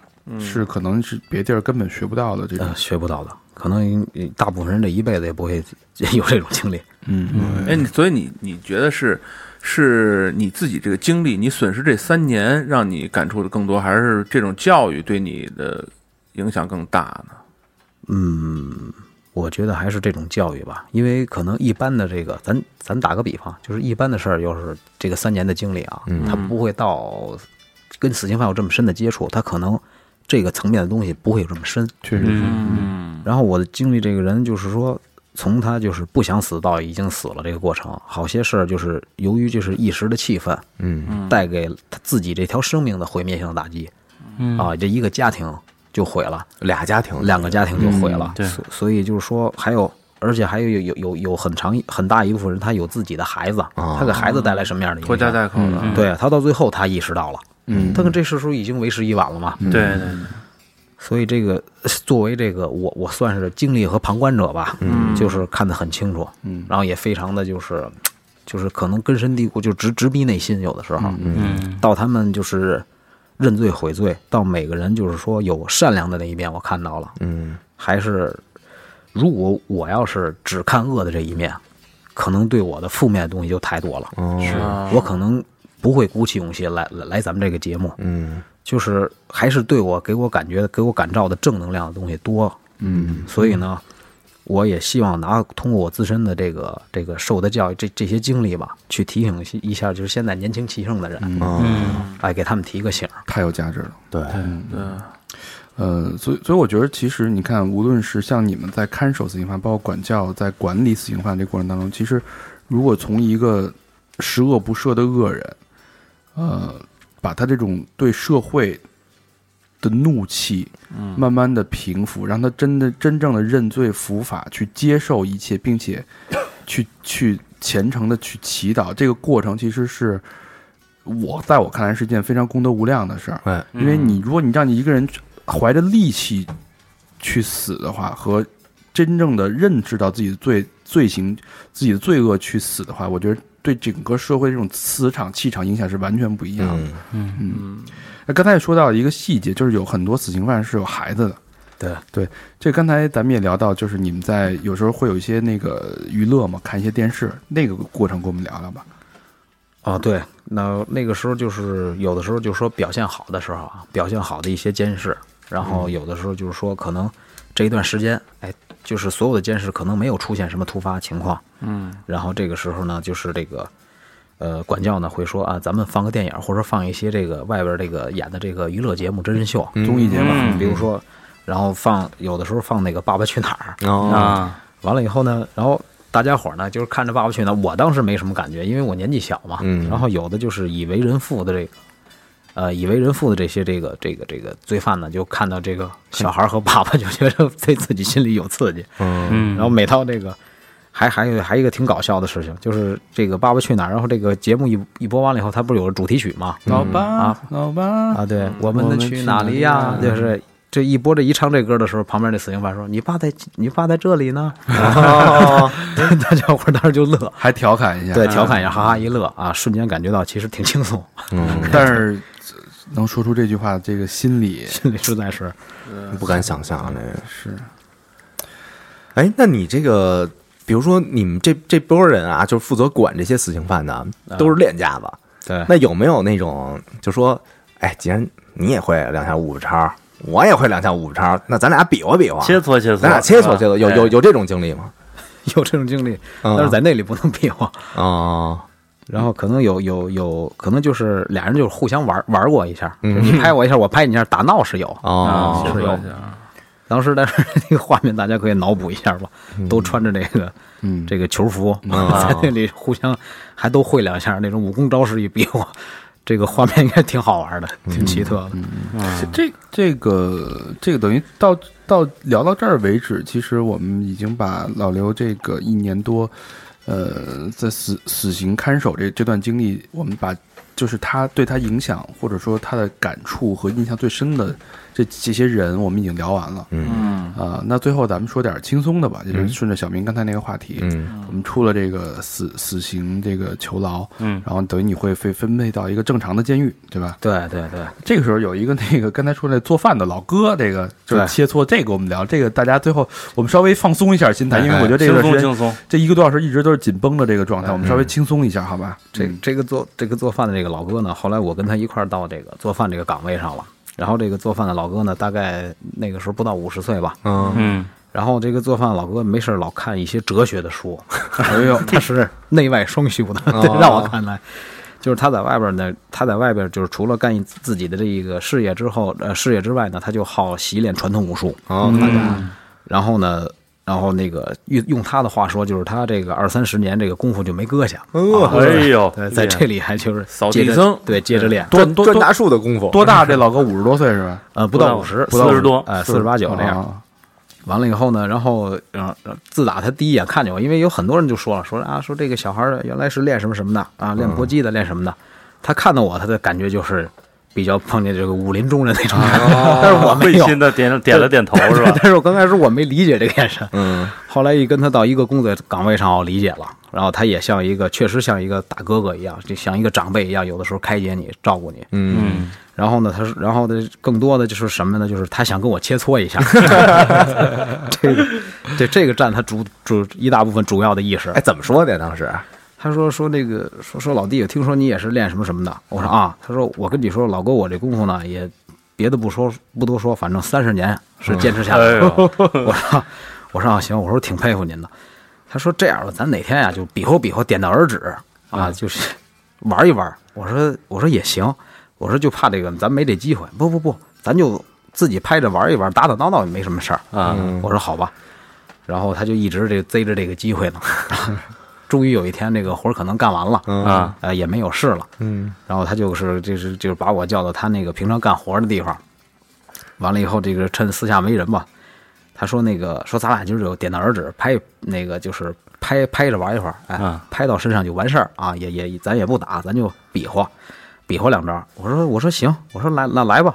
Speaker 2: 是可能是别地儿根本学不到的这种
Speaker 4: 呃，。学不到的，可能呃大部分人这一辈子也不会 [LAUGHS] 有这种经历。
Speaker 2: 嗯嗯
Speaker 5: 哎，你所以你你觉得是是你自己这个经历，你损失这三年让你感触的更多，还是这种教育对你的影响更大呢？
Speaker 4: 嗯，我觉得还是这种教育吧，因为可能一般的这个，咱咱打个比方，就是一般的事儿，要是这个三年的经历啊，
Speaker 3: 嗯
Speaker 4: 他不会到跟死刑犯有这么深的接触，他可能这个层面的东西不会有这么深。
Speaker 2: 确实是。
Speaker 5: 嗯
Speaker 4: 然后我的经历这个人，就是说，从他就是不想死到已经死了这个过程，好些事儿就是由于就是一时的气愤，
Speaker 3: 嗯，
Speaker 4: 带给他自己这条生命的毁灭性的打击，啊，这一个家庭就毁了。
Speaker 3: 俩家庭，
Speaker 4: 两个家庭就毁
Speaker 5: 嗯
Speaker 4: 了。
Speaker 6: 对
Speaker 4: 所所以就是说，还有，而且还有有有有有很长一很大一部分人，他有自己的孩子，
Speaker 3: 哦
Speaker 4: 他给孩子带来什么样的影响？
Speaker 5: 拖家带口的，
Speaker 3: 嗯
Speaker 4: 对他到最后他意识到了，
Speaker 2: 嗯
Speaker 4: 他跟这事时候已经为时已晚了嘛。
Speaker 6: 对对对，
Speaker 4: 所以这个作为这个我我算是经历和旁观者吧，嗯，就是看得很清楚，嗯，然后也非常的就是。就是可能根深蒂固，就直直逼内心。有的时候，
Speaker 6: 嗯
Speaker 4: 到他们就是认罪悔罪，到每个人就是说有善良的那一面，我看到了，
Speaker 3: 嗯，
Speaker 4: 还是如果我要是只看恶的这一面，可能对我的负面的东西就太多了，
Speaker 3: 哦，
Speaker 4: 我可能不会鼓起勇气来来来咱们这个节目，
Speaker 3: 嗯，
Speaker 4: 就是还是对我给我感觉给我感召的正能量的东西多，
Speaker 2: 嗯
Speaker 4: 所以呢，我也希望拿通过我自身的这个这个受的教育这这些经历吧，去提醒一下就是现在年轻气盛的人，
Speaker 3: 哦，
Speaker 6: 嗯
Speaker 4: 哎，给他们提个醒儿，
Speaker 2: 太有价值了。
Speaker 3: 对，
Speaker 2: 呃，所以所以我觉得，其实你看，无论是像你们在看守死刑犯，包括管教，在管理死刑犯这过程当中，其实如果从一个十恶不赦的恶人，呃，把他这种对社会的怒气，慢慢的平复，让他真的真正的认罪伏法，去接受一切，并且去去虔诚的去祈祷。这个过程其实是我在我看来是一件非常功德无量的事儿，
Speaker 3: 哎，
Speaker 2: 因为你如果你让你一个人怀着戾气去死的话，和真正的认识到自己的罪罪行、自己的罪恶去死的话，我觉得对整个社会这种磁场、气场影响是完全不一样的。
Speaker 3: 嗯，
Speaker 2: 那刚才也说到一个细节，就是有很多死刑犯是有孩子的。
Speaker 4: 对
Speaker 2: 对，这刚才咱们也聊到，就是你们在有时候会有一些那个娱乐嘛，看一些电视，那个过程跟我们聊聊吧。
Speaker 4: 啊，对，那那个时候就是有的时候就说表现好的时候啊，表现好的一些监视，然后有的时候就是说可能这一段时间，哎，就是所有的监视可能没有出现什么突发情况，嗯，然后这个时候呢，就是这个呃管教呢会说啊，咱们放个电影，或者放一些这个外边这个演的这个娱乐节目、真人秀、综艺节目，比如说，然后放有的时候放那个《爸爸去哪儿》，
Speaker 3: 哦，
Speaker 6: 啊，
Speaker 4: 完了以后呢，然后大家伙儿呢，就是看着《爸爸去哪儿》，我当时没什么感觉，因为我年纪小嘛。
Speaker 3: 嗯
Speaker 4: 然后有的就是以为人父的这个，呃，以为人父的这些这个这个这个罪犯呢，就看到这个小孩儿和爸爸，就觉得对自己心里有刺激。
Speaker 6: 嗯，
Speaker 4: 然后每到这个，还还有还有一个挺搞笑的事情，就是这个《爸爸去哪儿》，然后这个节目一一播完了以后，它不是有个主题曲吗？
Speaker 2: 老爸，
Speaker 4: 啊
Speaker 2: 老
Speaker 3: 嗯
Speaker 2: 爸，
Speaker 4: 啊，对，我们能去哪里呀？就是这一播这一唱这歌的时候，旁边那死刑犯说：“你爸在，你爸在这里呢。” [LAUGHS] 大家伙儿当时就乐，
Speaker 2: 还调侃一下，
Speaker 4: 对，调侃一下，哈哈一乐啊，瞬间感觉到其实挺轻松， [LAUGHS]
Speaker 2: 但是呃能说出这句话，这个心里
Speaker 4: 心里实在是
Speaker 3: 不敢想象这个是。哎，那你这个，比如说你们这这波人啊，就是负责管这些死刑犯的，都是练家子。
Speaker 4: 对
Speaker 3: 那有没有那种就说，哎，既然你也会两下五步叉，我也会两下五步叉，那咱俩比划比划，
Speaker 6: 切磋切磋，哎
Speaker 3: 咱俩啊切磋
Speaker 6: 是
Speaker 3: 切
Speaker 6: 吧
Speaker 3: 磋，有有有这种经历吗？
Speaker 4: [LAUGHS] 有这种经历，
Speaker 3: 嗯
Speaker 4: 但是在那里不能比划。
Speaker 3: 哦，
Speaker 4: 然后可能有有有，可能就是俩人就是互相玩玩过一下，
Speaker 3: 嗯
Speaker 4: 就是你拍我一下，我拍你一下，打闹是有
Speaker 3: 哦
Speaker 4: 啊是有
Speaker 5: 一。下，
Speaker 4: 当时但是那个画面大家可以脑补一下吧，都穿着这个
Speaker 2: 嗯
Speaker 4: 这个球服， [LAUGHS] 在那里互相还都会两下那种武功招式一比划，这个画面应该挺好玩的，
Speaker 2: 嗯
Speaker 4: 挺奇特的。
Speaker 2: 这这个这个等于到到聊到这儿为止，其实我们已经把老刘这个一年多，呃，在死死刑看守这这段经历，我们把就是他对他影响或者说他的感触和印象最深的这这些人，我们已经聊完了。
Speaker 5: 嗯，
Speaker 2: 啊、那最后咱们说点轻松的吧，就是顺着小明刚才那个话题，
Speaker 3: 嗯
Speaker 2: 我们出了这个死死刑这个囚牢，
Speaker 6: 嗯
Speaker 2: 然后等于你会被分配到一个正常的监狱，对吧？
Speaker 4: 对对对，
Speaker 2: 这个时候有一个那个刚才说那做饭的老哥，这个就是
Speaker 4: 对
Speaker 2: 切磋这个我们聊这个，大家最后我们稍微放松一下心态，因为我觉得这
Speaker 6: 轻
Speaker 2: 段时
Speaker 6: 松
Speaker 2: 间
Speaker 6: 轻松，
Speaker 2: 这一个多小时一直都是紧绷的这个状态，我们稍微轻松一下，好吧？
Speaker 4: 这这个做这个做饭的这个老哥呢，后来我跟他一块儿到这个做饭这个岗位上了。然后这个做饭的老哥呢，大概那个时候不到五十岁吧。
Speaker 3: 嗯
Speaker 6: 嗯，
Speaker 4: 然后这个做饭老哥没事儿老看一些哲学的书，
Speaker 2: 哎呦，
Speaker 4: 他是内外双修的，对， [LAUGHS] 让我看来，就是他在外边呢，他在外边就是除了干自己的这个事业之后，呃，事业之外呢，他就好习练传统武术。
Speaker 3: 哦，大家
Speaker 4: 然后呢，然后那个用用他的话说，就是他这个二三十年这个功夫就没搁下。啊
Speaker 6: 哎呦
Speaker 4: 对，在这里还就是
Speaker 5: 扫
Speaker 4: 接
Speaker 5: 地
Speaker 4: 着
Speaker 5: 僧
Speaker 4: 对，接着练，
Speaker 2: 多
Speaker 3: 专
Speaker 2: 多
Speaker 3: 专达
Speaker 2: 多
Speaker 3: 术的功夫，
Speaker 2: 多大？这老哥五十多岁是吧？
Speaker 4: 呃，不到五十，
Speaker 6: 不到40多
Speaker 4: 呃，四十八九这样。
Speaker 2: 啊
Speaker 4: 完了以后呢，然后然后然后自打他第一眼看见我，因为有很多人就说了，说啊，说这个小孩儿原来是练什么什么的啊，练搏击的，练什么的。他看到我，他的感觉就是比较碰见这个武林中人那种感觉， [LAUGHS] 但是我没
Speaker 6: 啊会
Speaker 4: 有
Speaker 6: 心。的点点了点头是吧？
Speaker 4: [LAUGHS] 但是我刚开始我没理解这个眼神，
Speaker 3: 嗯，
Speaker 4: 后来一跟他到一个工作岗位上，我理解了。然后他也像一个，确实像一个大哥哥一样，就像一个长辈一样，有的时候开解你，照顾你。
Speaker 3: 嗯
Speaker 4: 然后呢，他是，然后呢，更多的就是什么呢？就是他想跟我切磋一下。
Speaker 3: [LAUGHS]
Speaker 4: 这个，对这个占他主主一大部分主要的意识
Speaker 3: 哎，。怎么说的呀？当时
Speaker 4: 他说说那个说说老弟，听说你也是练什么什么的？我说啊，他说我跟你说，老哥，我这功夫呢也别的不说不多说，反正三十年是坚持下来。的。 [LAUGHS] 我说我说啊行，我说挺佩服您的。他说这样吧，咱哪天呀、就比划比划，点到而止啊，就是玩一玩。我说我说也行，我说就怕这个咱没这机会。不不不，咱就自己拍着玩一玩，打打闹闹也没什么事儿啊。我说好吧，然后他就一直这贼着这个机会呢。 [LAUGHS] 终于有一天，这个活儿可能干完了，
Speaker 6: 啊，
Speaker 4: 呃，也没有事了。
Speaker 3: 嗯
Speaker 4: 然后他就是就是就是把我叫到他那个平常干活的地方，完了以后，这个趁私下没人吧，他说那个说咱俩今儿就点到而止，拍那个就是拍拍着玩一会儿，哎，
Speaker 6: 啊
Speaker 4: 拍到身上就完事儿啊，也也咱也不打，咱就比划比划两招。我说我说行，我说来那来吧。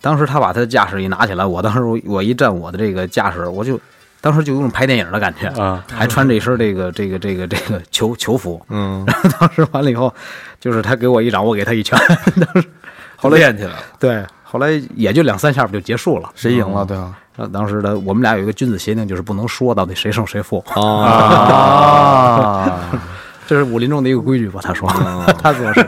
Speaker 4: 当时他把他的架势一拿起来，我当时我我一站我的这个架势，我就当时就有种拍电影的感觉
Speaker 6: 啊，
Speaker 4: 还穿着一身这个这个这个这个球球服，
Speaker 3: 嗯，
Speaker 4: [LAUGHS] 当时完了以后，就是他给我一掌，我给他一拳，当时后来
Speaker 2: 练起来了，
Speaker 4: 对，后来也就两三下不就结束了。
Speaker 2: 谁赢了？对吧？
Speaker 4: 然后当时的我们俩有一个君子协定，就是不能说到底谁胜谁负，
Speaker 2: 啊，
Speaker 4: [LAUGHS] 这是武林中的一个规矩吧？他说， [LAUGHS] 他说是，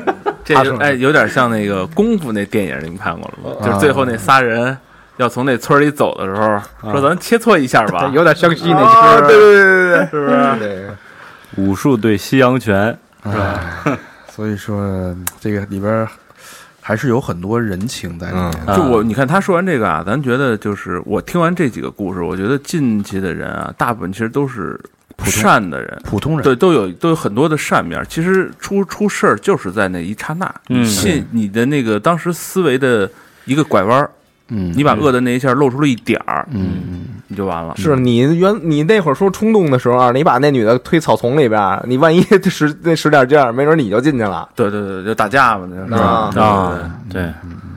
Speaker 5: 这
Speaker 4: 他
Speaker 5: 就
Speaker 4: 说
Speaker 5: 哎，有点像那个功夫那电影，你们看过了吗？
Speaker 3: 啊
Speaker 5: 就是最后那仨人要从那村里走的时候，
Speaker 3: 啊
Speaker 5: 说咱切磋一下吧，
Speaker 4: 有点相信那
Speaker 5: 啊，对对对对对，是不是？
Speaker 6: 武术对西洋拳，
Speaker 2: 哎所以说这个里边儿还是有很多人情在里面
Speaker 6: 嗯
Speaker 2: 的。
Speaker 5: 就我，你看他说完这个啊，咱觉得就是我听完这几个故事，我觉得进去的人啊，大部分其实都是善的人，
Speaker 2: 普通人
Speaker 5: 对，都有都有很多的善面儿。其实出出事儿就是在那一刹那，
Speaker 6: 嗯
Speaker 5: 信你的那个当时思维的一个拐弯儿，
Speaker 2: 嗯，
Speaker 5: 你把恶的那一下露出了一点儿，
Speaker 2: 嗯嗯
Speaker 5: 你就完了。
Speaker 3: 是你原你那会儿说冲动的时候啊，你把那女的推草丛里边儿，你万一 [LAUGHS] 使那使点劲儿，没准你就进去了。
Speaker 5: 对对对，就打架嘛，那是
Speaker 3: 啊
Speaker 5: 对对对，
Speaker 6: 对，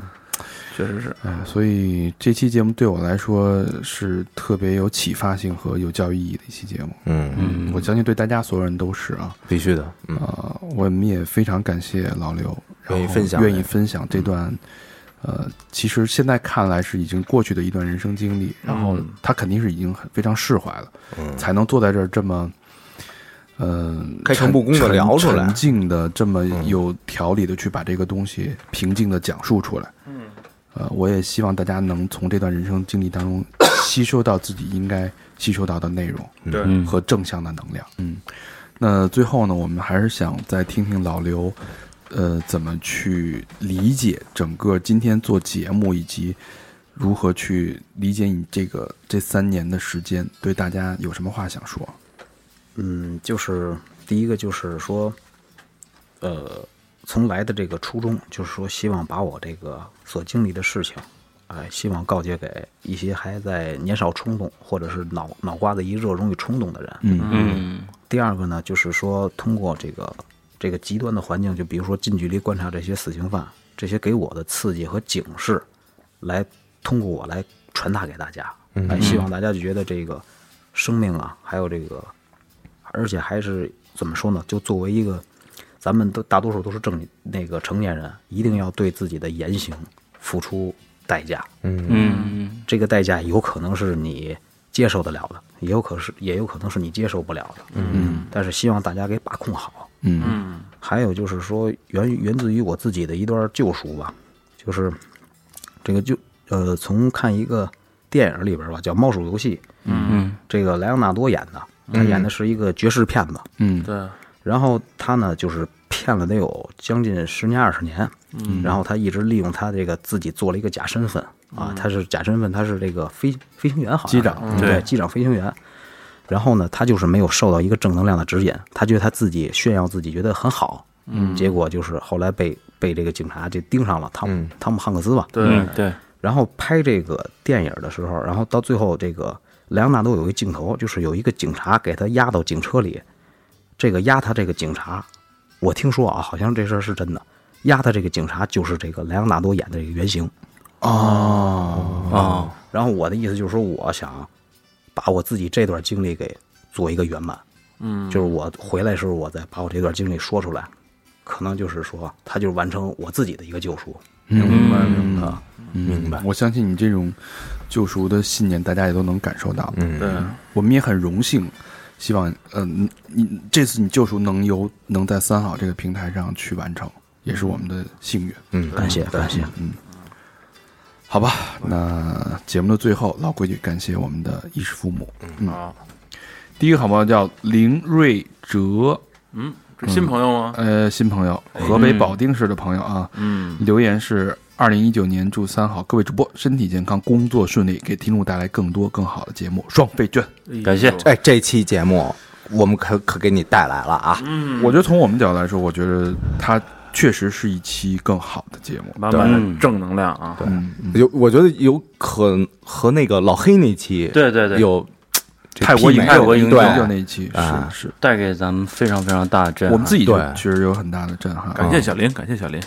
Speaker 5: 确实是。
Speaker 2: 哎所以这期节目对我来说是特别有启发性和有教育意义的一期节目。
Speaker 3: 嗯，
Speaker 6: 嗯，
Speaker 2: 我相信对大家所有人都是啊。
Speaker 3: 必须的。嗯，
Speaker 2: 呃，我们也非常感谢老刘，
Speaker 3: 愿意
Speaker 2: 然后
Speaker 3: 分享嗯
Speaker 2: 愿意分享这段。呃，其实现在看来是已经过去的一段人生经历，然后
Speaker 5: 嗯
Speaker 2: 他肯定是已经很非常释怀了，
Speaker 3: 嗯
Speaker 2: 才能坐在这儿这么，呃，
Speaker 3: 开诚
Speaker 2: 沉
Speaker 3: 布公地
Speaker 2: 沉
Speaker 3: 聊出来
Speaker 2: 沉静的这么有条理的去把这个东西平静的讲述出来。嗯，呃，我也希望大家能从这段人生经历当中 [COUGHS] 吸收到自己应该吸收到的内容。
Speaker 5: 对
Speaker 6: 嗯
Speaker 2: 和正向的能量。嗯，那最后呢，我们还是想再听听老刘，呃，怎么去理解整个今天做节目，以及如何去理解你这个这三年的时间，对大家有什么话想说？
Speaker 4: 嗯，就是第一个就是说，呃，从来的这个初衷就是说，希望把我这个所经历的事情，哎、希望告诫给一些还在年少冲动或者是脑脑瓜子一热容易冲动的人，
Speaker 2: 嗯
Speaker 6: 嗯
Speaker 4: 第二个呢，就是说通过这个这个极端的环境，就比如说近距离观察这些死刑犯，这些给我的刺激和警示，来通过我来传达给大家，哎，希望大家就觉得这个生命啊，还有这个，而且还是怎么说呢？就作为一个，咱们都大多数都是正那个成年人，一定要对自己的言行付出代价，
Speaker 6: 嗯
Speaker 4: 这个代价有可能是你接受得了的，也有可是也有可能是你接受不了的。嗯，但是希望大家给把控好。
Speaker 2: 嗯
Speaker 4: 还有就是说，源源自于我自己的一段救赎吧，就是这个就呃，从看一个电影里边吧，叫《猫鼠游戏》，
Speaker 6: 嗯
Speaker 4: 这个莱昂纳多演的，他演的是一个绝世骗子，
Speaker 2: 嗯
Speaker 5: 对，
Speaker 4: 然后他呢就是骗了得有将近十年二十年，嗯，然后他一直利用他这个自己做了一个假身份啊，他是假身份，他是这个飞飞行员好像是，
Speaker 2: 机长
Speaker 4: 嗯对
Speaker 6: 对
Speaker 4: 机长飞行员。然后呢，他就是没有受到一个正能量的指引，他觉得他自己炫耀自己觉得很好，嗯，结果就是后来被被这个警察就盯上了，汤姆、汤姆汉克斯吧，
Speaker 5: 对
Speaker 6: 嗯，对，
Speaker 4: 然后拍这个电影的时候，然后到最后这个莱昂纳多有一个镜头，就是有一个警察给他压到警车里，这个压他这个警察，我听说啊，好像这事儿是真的，压他这个警察就是这个莱昂纳多演的这个原型。
Speaker 2: 哦，
Speaker 6: 哦，
Speaker 4: 然后我的意思就是说，我想把我自己这段经历给做一个圆满，嗯，就是我回来的时候，我再把我这段经历说出来，可能就是说，他就完成我自己的一个救赎。
Speaker 2: 明白
Speaker 4: 嗯啊，
Speaker 2: 明白。我相信你这种救赎的信念，大家也都能感受到。
Speaker 3: 嗯，
Speaker 5: 对，
Speaker 2: 我们也很荣幸，希望嗯、你这次你救赎能由能在三好这个平台上去完成，也是我们的幸运。
Speaker 4: 感谢感谢，
Speaker 2: 好吧，那节目的最后，老规矩，感谢我们的衣食父母。嗯，
Speaker 5: 好，
Speaker 2: 第一个好朋友叫林瑞哲，
Speaker 5: 嗯，这新朋友啊吗？
Speaker 2: 呃，新朋友，河北保定市的朋友啊，
Speaker 5: 嗯，
Speaker 2: 留言是。二零一九年祝三好各位主播身体健康，工作顺利，给听众带来更多更好的节目，双倍券。
Speaker 6: 感谢
Speaker 3: 哎，这期节目我们可可给你带来了啊！
Speaker 2: 我觉得从我们角度来说，我觉得他确实是一期更好的节目。
Speaker 5: 满满的
Speaker 6: 嗯
Speaker 5: 正能量啊！
Speaker 3: 对
Speaker 2: 嗯，嗯
Speaker 3: 有我觉得有可和那个老黑那期
Speaker 6: 对对对，
Speaker 3: 有这
Speaker 6: 泰国
Speaker 3: 媲美
Speaker 6: 影泰国影
Speaker 3: 对
Speaker 2: 就那一期
Speaker 3: 啊
Speaker 2: 是是，
Speaker 6: 带给咱们非常非常大的震撼。
Speaker 2: 我们自己就
Speaker 3: 对
Speaker 2: 确实有很大的震撼。啊
Speaker 5: 感谢小林，感谢小林。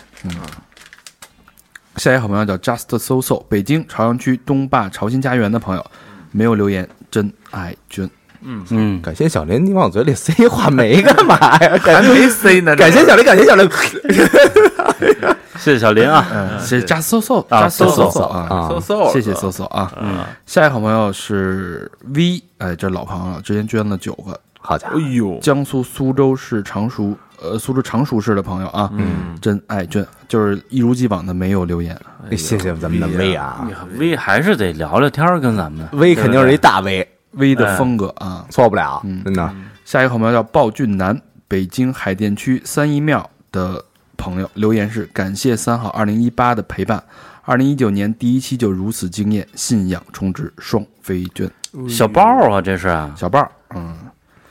Speaker 2: 下一个好朋友叫 Just So So，北京朝阳区东坝朝新家园的朋友，没有留言，真爱君。
Speaker 6: 嗯，
Speaker 3: 感谢小林，你往我嘴里塞话梅干嘛呀？感
Speaker 5: 没 C 呢，
Speaker 3: 感谢小林，感谢小林，
Speaker 6: 谢谢小林啊，
Speaker 2: 嗯，谢谢 Just So
Speaker 6: 啊
Speaker 2: So，Just So
Speaker 6: So
Speaker 2: So
Speaker 3: 啊
Speaker 2: 啊，
Speaker 5: So So，
Speaker 2: 谢谢 So So 啊。
Speaker 6: 嗯，
Speaker 2: 下一个好朋友是 V，哎，这老朋友了，之前捐了九个，
Speaker 3: 好家
Speaker 5: 哎
Speaker 3: 伙，
Speaker 5: 呦，
Speaker 2: 江苏苏州市常熟，呃，苏州常熟市的朋友啊，
Speaker 5: 嗯，
Speaker 2: 真爱捐，就是一如既往的没有留言，
Speaker 5: 哎呦
Speaker 3: 谢谢咱们的 V 啊
Speaker 6: 你看 V 还是得聊聊天儿跟咱们
Speaker 3: ，V 肯定是一大 V，
Speaker 2: V 的风格啊。
Speaker 3: 错不了，真的。
Speaker 2: 下一个好朋友叫鲍俊南，北京海淀区三义庙的朋友留言是：感谢三好二零一八的陪伴，二零一九年第一期就如此惊艳，信仰充值，双飞捐。
Speaker 6: 小豹啊，这是
Speaker 2: 小豹儿，嗯，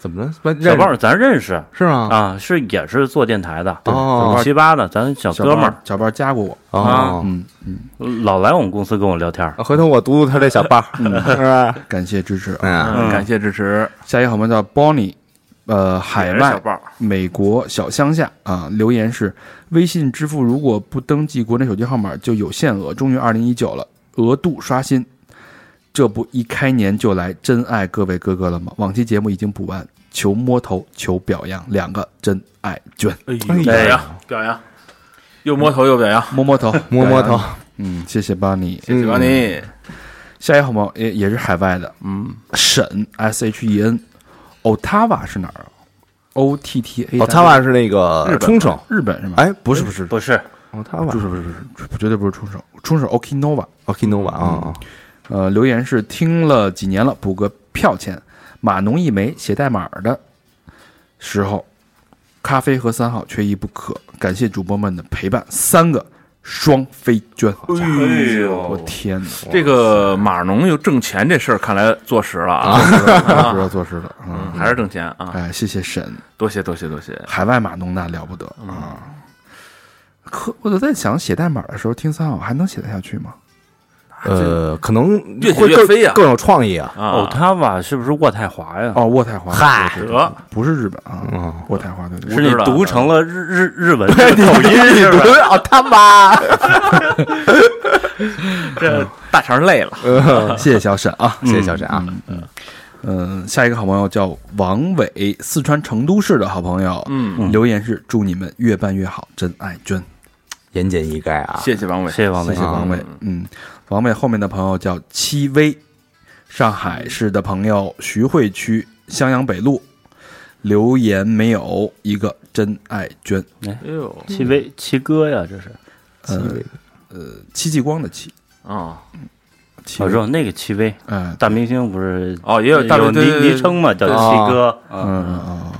Speaker 3: 怎么了？
Speaker 6: 小豹，咱认识
Speaker 3: 是吗？
Speaker 6: 啊，是也是做电台的，嗯
Speaker 3: 哦
Speaker 6: 五七八的，咱小
Speaker 2: 小
Speaker 6: 哥们
Speaker 2: 豹
Speaker 6: 儿
Speaker 2: 儿，小豹儿加过我，
Speaker 3: 哦，
Speaker 2: 嗯，
Speaker 6: 老来我们公司跟我聊天儿。
Speaker 3: 回头我读读他这小豹，是吧？
Speaker 2: 感谢支持。
Speaker 3: 嗯，
Speaker 5: 嗯感谢支持，
Speaker 2: 下一个好朋友叫 Bonnie，呃，海
Speaker 5: 也是小
Speaker 2: 外
Speaker 5: 豹，
Speaker 2: 美国小乡下啊，留言是：微信支付如果不登记国内手机号码就有限额，终于二零一九了，额度刷新，这不一开年就来，真爱各位哥哥了吗？往期节目已经补完，求摸头，求表扬，两个真爱卷，
Speaker 5: 哎
Speaker 3: 哎
Speaker 5: 呦，表扬表扬，又摸头又表扬，
Speaker 2: 摸摸头，
Speaker 3: 摸摸头
Speaker 2: 表，扬， [LAUGHS] 嗯，谢谢邦尼。
Speaker 5: 谢谢王尼。
Speaker 2: 下一个好朋友也也是海外的，
Speaker 5: 嗯，
Speaker 2: 沈 S H E N，Ottawa 是哪儿啊？O T T A，
Speaker 3: 哦，他爸是那个冲绳，
Speaker 2: 日本是吗？
Speaker 3: 哎，
Speaker 2: 不是不是
Speaker 6: 不是，
Speaker 3: 哦，他爸
Speaker 2: 不是不是不是，绝对不是冲绳，冲绳 Okinawa。
Speaker 3: Okinova 啊，
Speaker 2: 呃，留言是听了几年了，补个票钱。码农一枚写代码的时候，咖啡和三好缺一不可。感谢主播们的陪伴，三个双飞娟。
Speaker 5: 哎
Speaker 2: 我
Speaker 5: 呦，
Speaker 2: 天哪！
Speaker 5: 这个马农又挣钱这事儿看来坐实了啊，
Speaker 2: 做实了，做实了，嗯
Speaker 5: 嗯，还是挣钱啊，
Speaker 2: 哎，谢谢神，
Speaker 5: 多谢多谢多谢。
Speaker 2: 海外码农那了不得啊！可我都在想，写代码的时候听三好还能写得下去吗？
Speaker 3: 呃，可能
Speaker 5: 越写
Speaker 3: 会
Speaker 5: 越
Speaker 3: 更
Speaker 5: 飞呀
Speaker 3: 更有创意啊。
Speaker 5: 啊，
Speaker 6: o t a w a 哦是不是渥太华呀？
Speaker 2: 哦，渥太华，
Speaker 3: 嗨
Speaker 2: 对对对
Speaker 5: 得
Speaker 2: 不是日本啊，
Speaker 3: 嗯，
Speaker 2: 渥太华对对
Speaker 6: 是你
Speaker 5: 知道
Speaker 6: 读
Speaker 5: 的
Speaker 6: 成了日日日文的口音是吧？
Speaker 3: 哦，他妈，
Speaker 5: 这大肠累了，
Speaker 2: 对，谢谢小沈啊。
Speaker 3: 谢谢小沈啊，
Speaker 2: 嗯，下一个好朋友叫王伟，四川成都市的好朋友，
Speaker 5: 嗯，
Speaker 2: 留言是祝你们越办越好，真爱娟，
Speaker 3: 言简意赅啊，
Speaker 5: 谢谢王伟，
Speaker 6: 谢谢王
Speaker 2: 谢
Speaker 6: 伟
Speaker 2: 谢，王伟。嗯，王伟后面的朋友叫戚薇，上海市的朋友，徐汇区襄阳北路，留言没有一个真爱娟，
Speaker 5: 哎呦，
Speaker 6: 戚薇戚哥呀，这是
Speaker 2: 呃呃，戚继光的戚，
Speaker 5: 啊，
Speaker 2: 戚
Speaker 6: 我
Speaker 2: 薇
Speaker 6: 知道那个戚薇，
Speaker 2: 哎，
Speaker 6: 大明星不是
Speaker 5: 哦，也有大
Speaker 6: 有
Speaker 5: 对对对
Speaker 6: 昵昵称嘛，叫戚哥。
Speaker 2: 嗯嗯嗯嗯。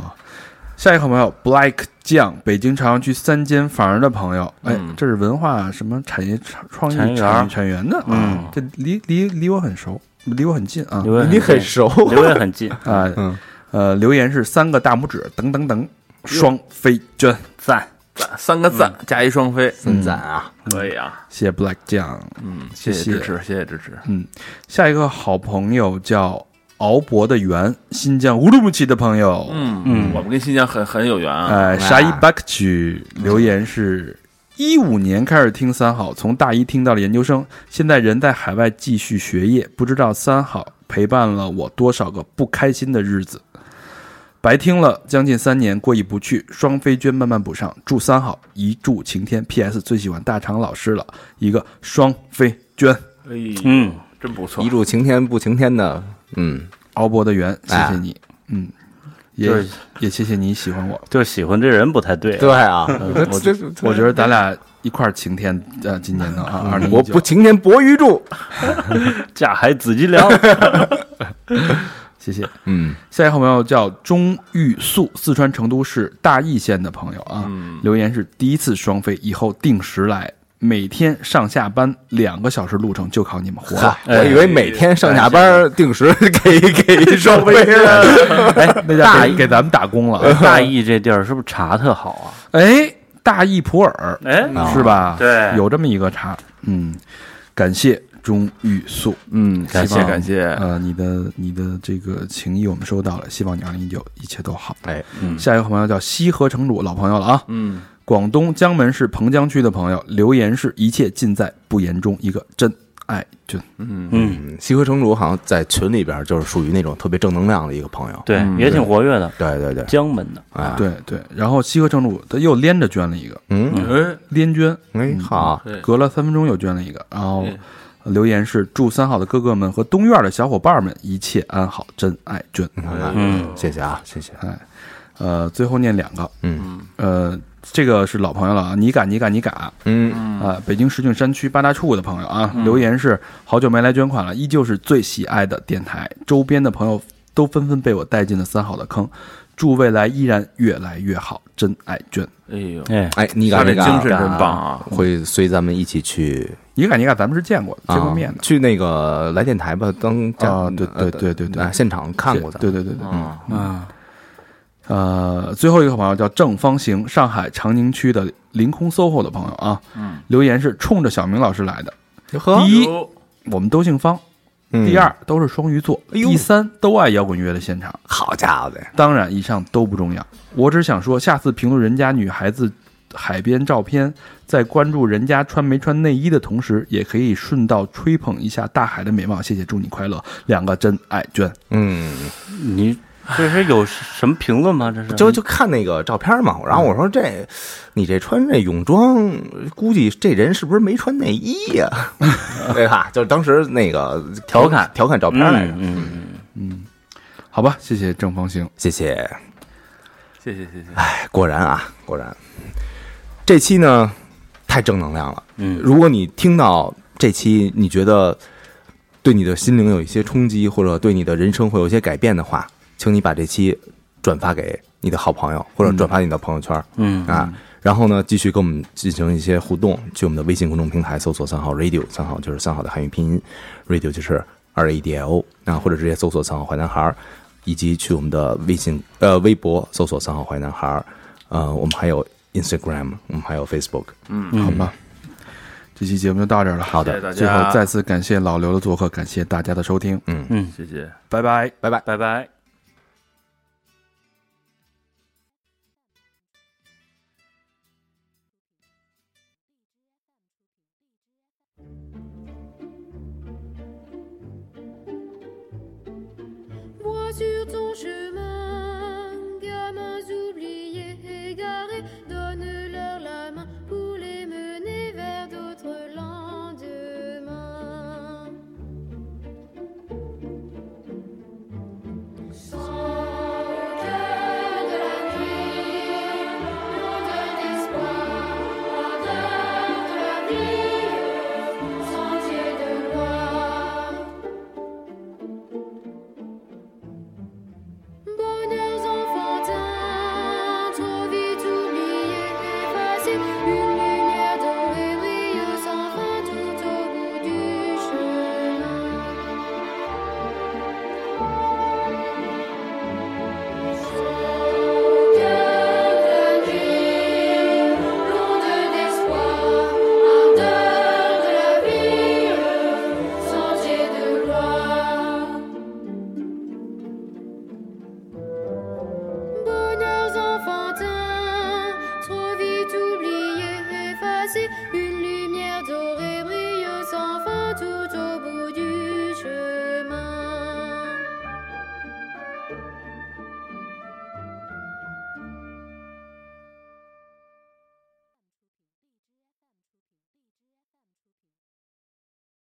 Speaker 2: 下一个好朋友 Black 酱，北京朝阳区三间房的朋友，哎
Speaker 5: 嗯，
Speaker 2: 这是文化什么产业创创意
Speaker 6: 产业园
Speaker 2: 产业产园的，
Speaker 6: 嗯
Speaker 2: 啊，这离离离我很熟，离我很近啊
Speaker 6: 刘伟
Speaker 3: 你很熟，
Speaker 6: 嗯刘伟很近，
Speaker 2: 啊
Speaker 3: 嗯
Speaker 2: 呃，留言是三个大拇指，等等等，双飞娟，
Speaker 6: 赞。
Speaker 5: 赞三个赞加一双飞，
Speaker 3: 很赞啊，
Speaker 5: 可以啊，
Speaker 2: 嗯谢谢 Black 酱。
Speaker 5: 嗯，谢
Speaker 2: 谢谢
Speaker 5: 支持，谢谢支持，
Speaker 2: 嗯，下一个好朋友叫敖博的圆，新疆乌鲁木齐的朋友，
Speaker 5: 嗯嗯，我们跟新疆很很有缘啊，
Speaker 2: 哎，沙伊巴克曲留言是：一五年开始听三好，从大一听到了研究生，现在人在海外继续学业，不知道三好陪伴了我多少个不开心的日子。白听了将近三年，过意不去。双飞娟慢慢补上，祝三好一柱擎天。P.S. 最喜欢大肠老师了，一个双飞娟，
Speaker 5: 哎呦，
Speaker 6: 嗯，
Speaker 5: 真不错
Speaker 3: [LAUGHS] 一，柱擎天不擎天的，嗯，
Speaker 2: 敖博的圆，谢
Speaker 3: 哎
Speaker 2: 谢你，嗯，也
Speaker 6: 啊就是
Speaker 2: 也谢谢你喜欢我。
Speaker 6: 就是喜欢这人不太对啊。
Speaker 3: 对啊，
Speaker 2: 我
Speaker 3: 这
Speaker 2: 我觉得咱俩一块儿晴天，呃，今年的
Speaker 6: 嗯
Speaker 2: 啊，二零
Speaker 3: 我不擎天博于柱，
Speaker 6: 架海紫金梁，
Speaker 2: 谢谢。
Speaker 3: 嗯，
Speaker 2: 下一个好朋友叫钟玉素，四川成都市大邑县的朋友啊，
Speaker 6: 嗯
Speaker 2: 留言是第一次双飞，以后定时来，每天上下班两个小时路程，就靠你们活了。
Speaker 3: 我以为每天上下班定时 [LAUGHS] 给给一双飞啊
Speaker 2: 哎，那
Speaker 6: 大
Speaker 2: 家给
Speaker 6: 邑
Speaker 2: 给咱们打工了。
Speaker 6: [LAUGHS] 大邑这地儿是不是茶特好啊？
Speaker 2: 哎，大义普洱，
Speaker 6: 哎，
Speaker 4: 啊
Speaker 2: 是吧？
Speaker 6: 对
Speaker 2: 有这么一个茶，嗯，感谢钟玉素，
Speaker 5: 嗯，
Speaker 6: 感
Speaker 5: 希
Speaker 6: 谢
Speaker 5: 望感谢，
Speaker 2: 呃，你的你的这个情谊我们收到了，希望你二零一九一切都好。
Speaker 3: 哎，
Speaker 5: 嗯
Speaker 2: 下一个朋友叫西河城主，老朋友了啊，
Speaker 5: 嗯，
Speaker 2: 广东江门市彭江区的朋友留言是一切尽在不言中，一个真爱君，
Speaker 6: 嗯，
Speaker 3: 嗯，西河城主好像在群里边就是属于那种特别正能量的一个朋友。
Speaker 6: 对，
Speaker 5: 嗯
Speaker 6: 也挺活跃的，
Speaker 3: 对对对，
Speaker 6: 江门的，
Speaker 5: 啊
Speaker 3: 哎，，
Speaker 2: 对对。然后西河城主他又连着捐了一个，
Speaker 3: 嗯，
Speaker 5: 哎，
Speaker 2: 连捐，
Speaker 3: 哎，好，
Speaker 5: 对
Speaker 2: 隔了三分钟又捐了一个，然后
Speaker 5: 嗯
Speaker 2: 留言是祝三好的哥哥们和东院的小伙伴们一切安好，真爱君。
Speaker 6: 嗯，
Speaker 3: 谢谢啊，谢谢。
Speaker 2: 呃，最后念两个，
Speaker 3: 嗯
Speaker 2: 呃，这个是老朋友了啊，你敢你敢你敢啊、
Speaker 3: 嗯，
Speaker 2: 呃北京石景山区八大处的朋友啊，留言是好久没来捐款了，依旧是最喜爱的电台，周边的朋友都纷纷被我带进了三好的坑，祝未来依然越来越好，真爱捐。
Speaker 5: 哎呦，
Speaker 6: 哎，
Speaker 3: 哎，你
Speaker 5: 他
Speaker 3: 敢
Speaker 5: 这
Speaker 3: 你
Speaker 5: 精
Speaker 3: 敢
Speaker 5: 神真棒啊！
Speaker 3: 会随咱们一起去
Speaker 2: 你敢你敢，咱们是见过的，见过面的。
Speaker 3: 啊去那个来电台吧，当嘉
Speaker 2: 啊对对对对对
Speaker 3: 呃现场看过的，
Speaker 2: 对对对对，
Speaker 5: 嗯
Speaker 6: 啊，
Speaker 2: 呃，最后一个朋友叫正方形，上海长宁区的凌空 SOHO 的朋友啊，
Speaker 5: 嗯，
Speaker 2: 留言是冲着小明老师来的。
Speaker 3: 呵
Speaker 2: 第一
Speaker 5: 哟
Speaker 2: 我们都姓方，
Speaker 3: 嗯
Speaker 2: 第二都是双鱼座，
Speaker 3: 哎呦
Speaker 2: 第三都爱摇滚乐的现场。
Speaker 3: 好家伙的，
Speaker 2: 当然，以上都不重要，我只想说，下次评论人家女孩子海边照片，在关注人家穿没穿内衣的同时，也可以顺道吹捧一下大海的美貌。谢谢，祝你快乐，两个真爱娟。
Speaker 3: 嗯，
Speaker 6: 你这是有什么评论吗？这是
Speaker 2: 嗯
Speaker 3: 就就看那个照片嘛，然后我说这你这穿这泳装，估计这人是不是没穿内衣
Speaker 2: [LAUGHS]
Speaker 3: 呀？对吧？就是当时那个
Speaker 6: 调侃
Speaker 3: 调侃照片来着，
Speaker 6: 嗯嗯嗯，
Speaker 2: 好吧，谢谢正方形。
Speaker 3: 谢谢。
Speaker 5: 谢谢谢谢，
Speaker 3: 哎果然啊，果然，这期呢太正能量了。
Speaker 6: 嗯
Speaker 3: 如果你听到这期，你觉得对你的心灵有一些冲击，或者对你的人生会有一些改变的话，请你把这期转发给你的好朋友，或者转发你的朋友圈、
Speaker 6: 嗯
Speaker 3: 啊。然后呢，继续跟我们进行一些互动，去我们的微信公众平台搜索“三号 radio”，三号就是三号的汉语拼音，radio 就是二 a d l 啊，或者直接搜索“三号坏男孩儿”，以及去我们的微信呃微博搜索“三号坏男孩儿”，呃，我们还有 Instagram，我们还有 Facebook。
Speaker 2: 好吧，嗯这期节目就到这儿了。好
Speaker 5: 嗯的谢谢大家
Speaker 2: 最后再次感谢老刘的做客，感谢大家的收听，
Speaker 6: 嗯，
Speaker 5: 谢谢。
Speaker 2: 拜拜。
Speaker 3: 拜拜。
Speaker 6: 拜拜。
Speaker 7: Vois-tu ton chemin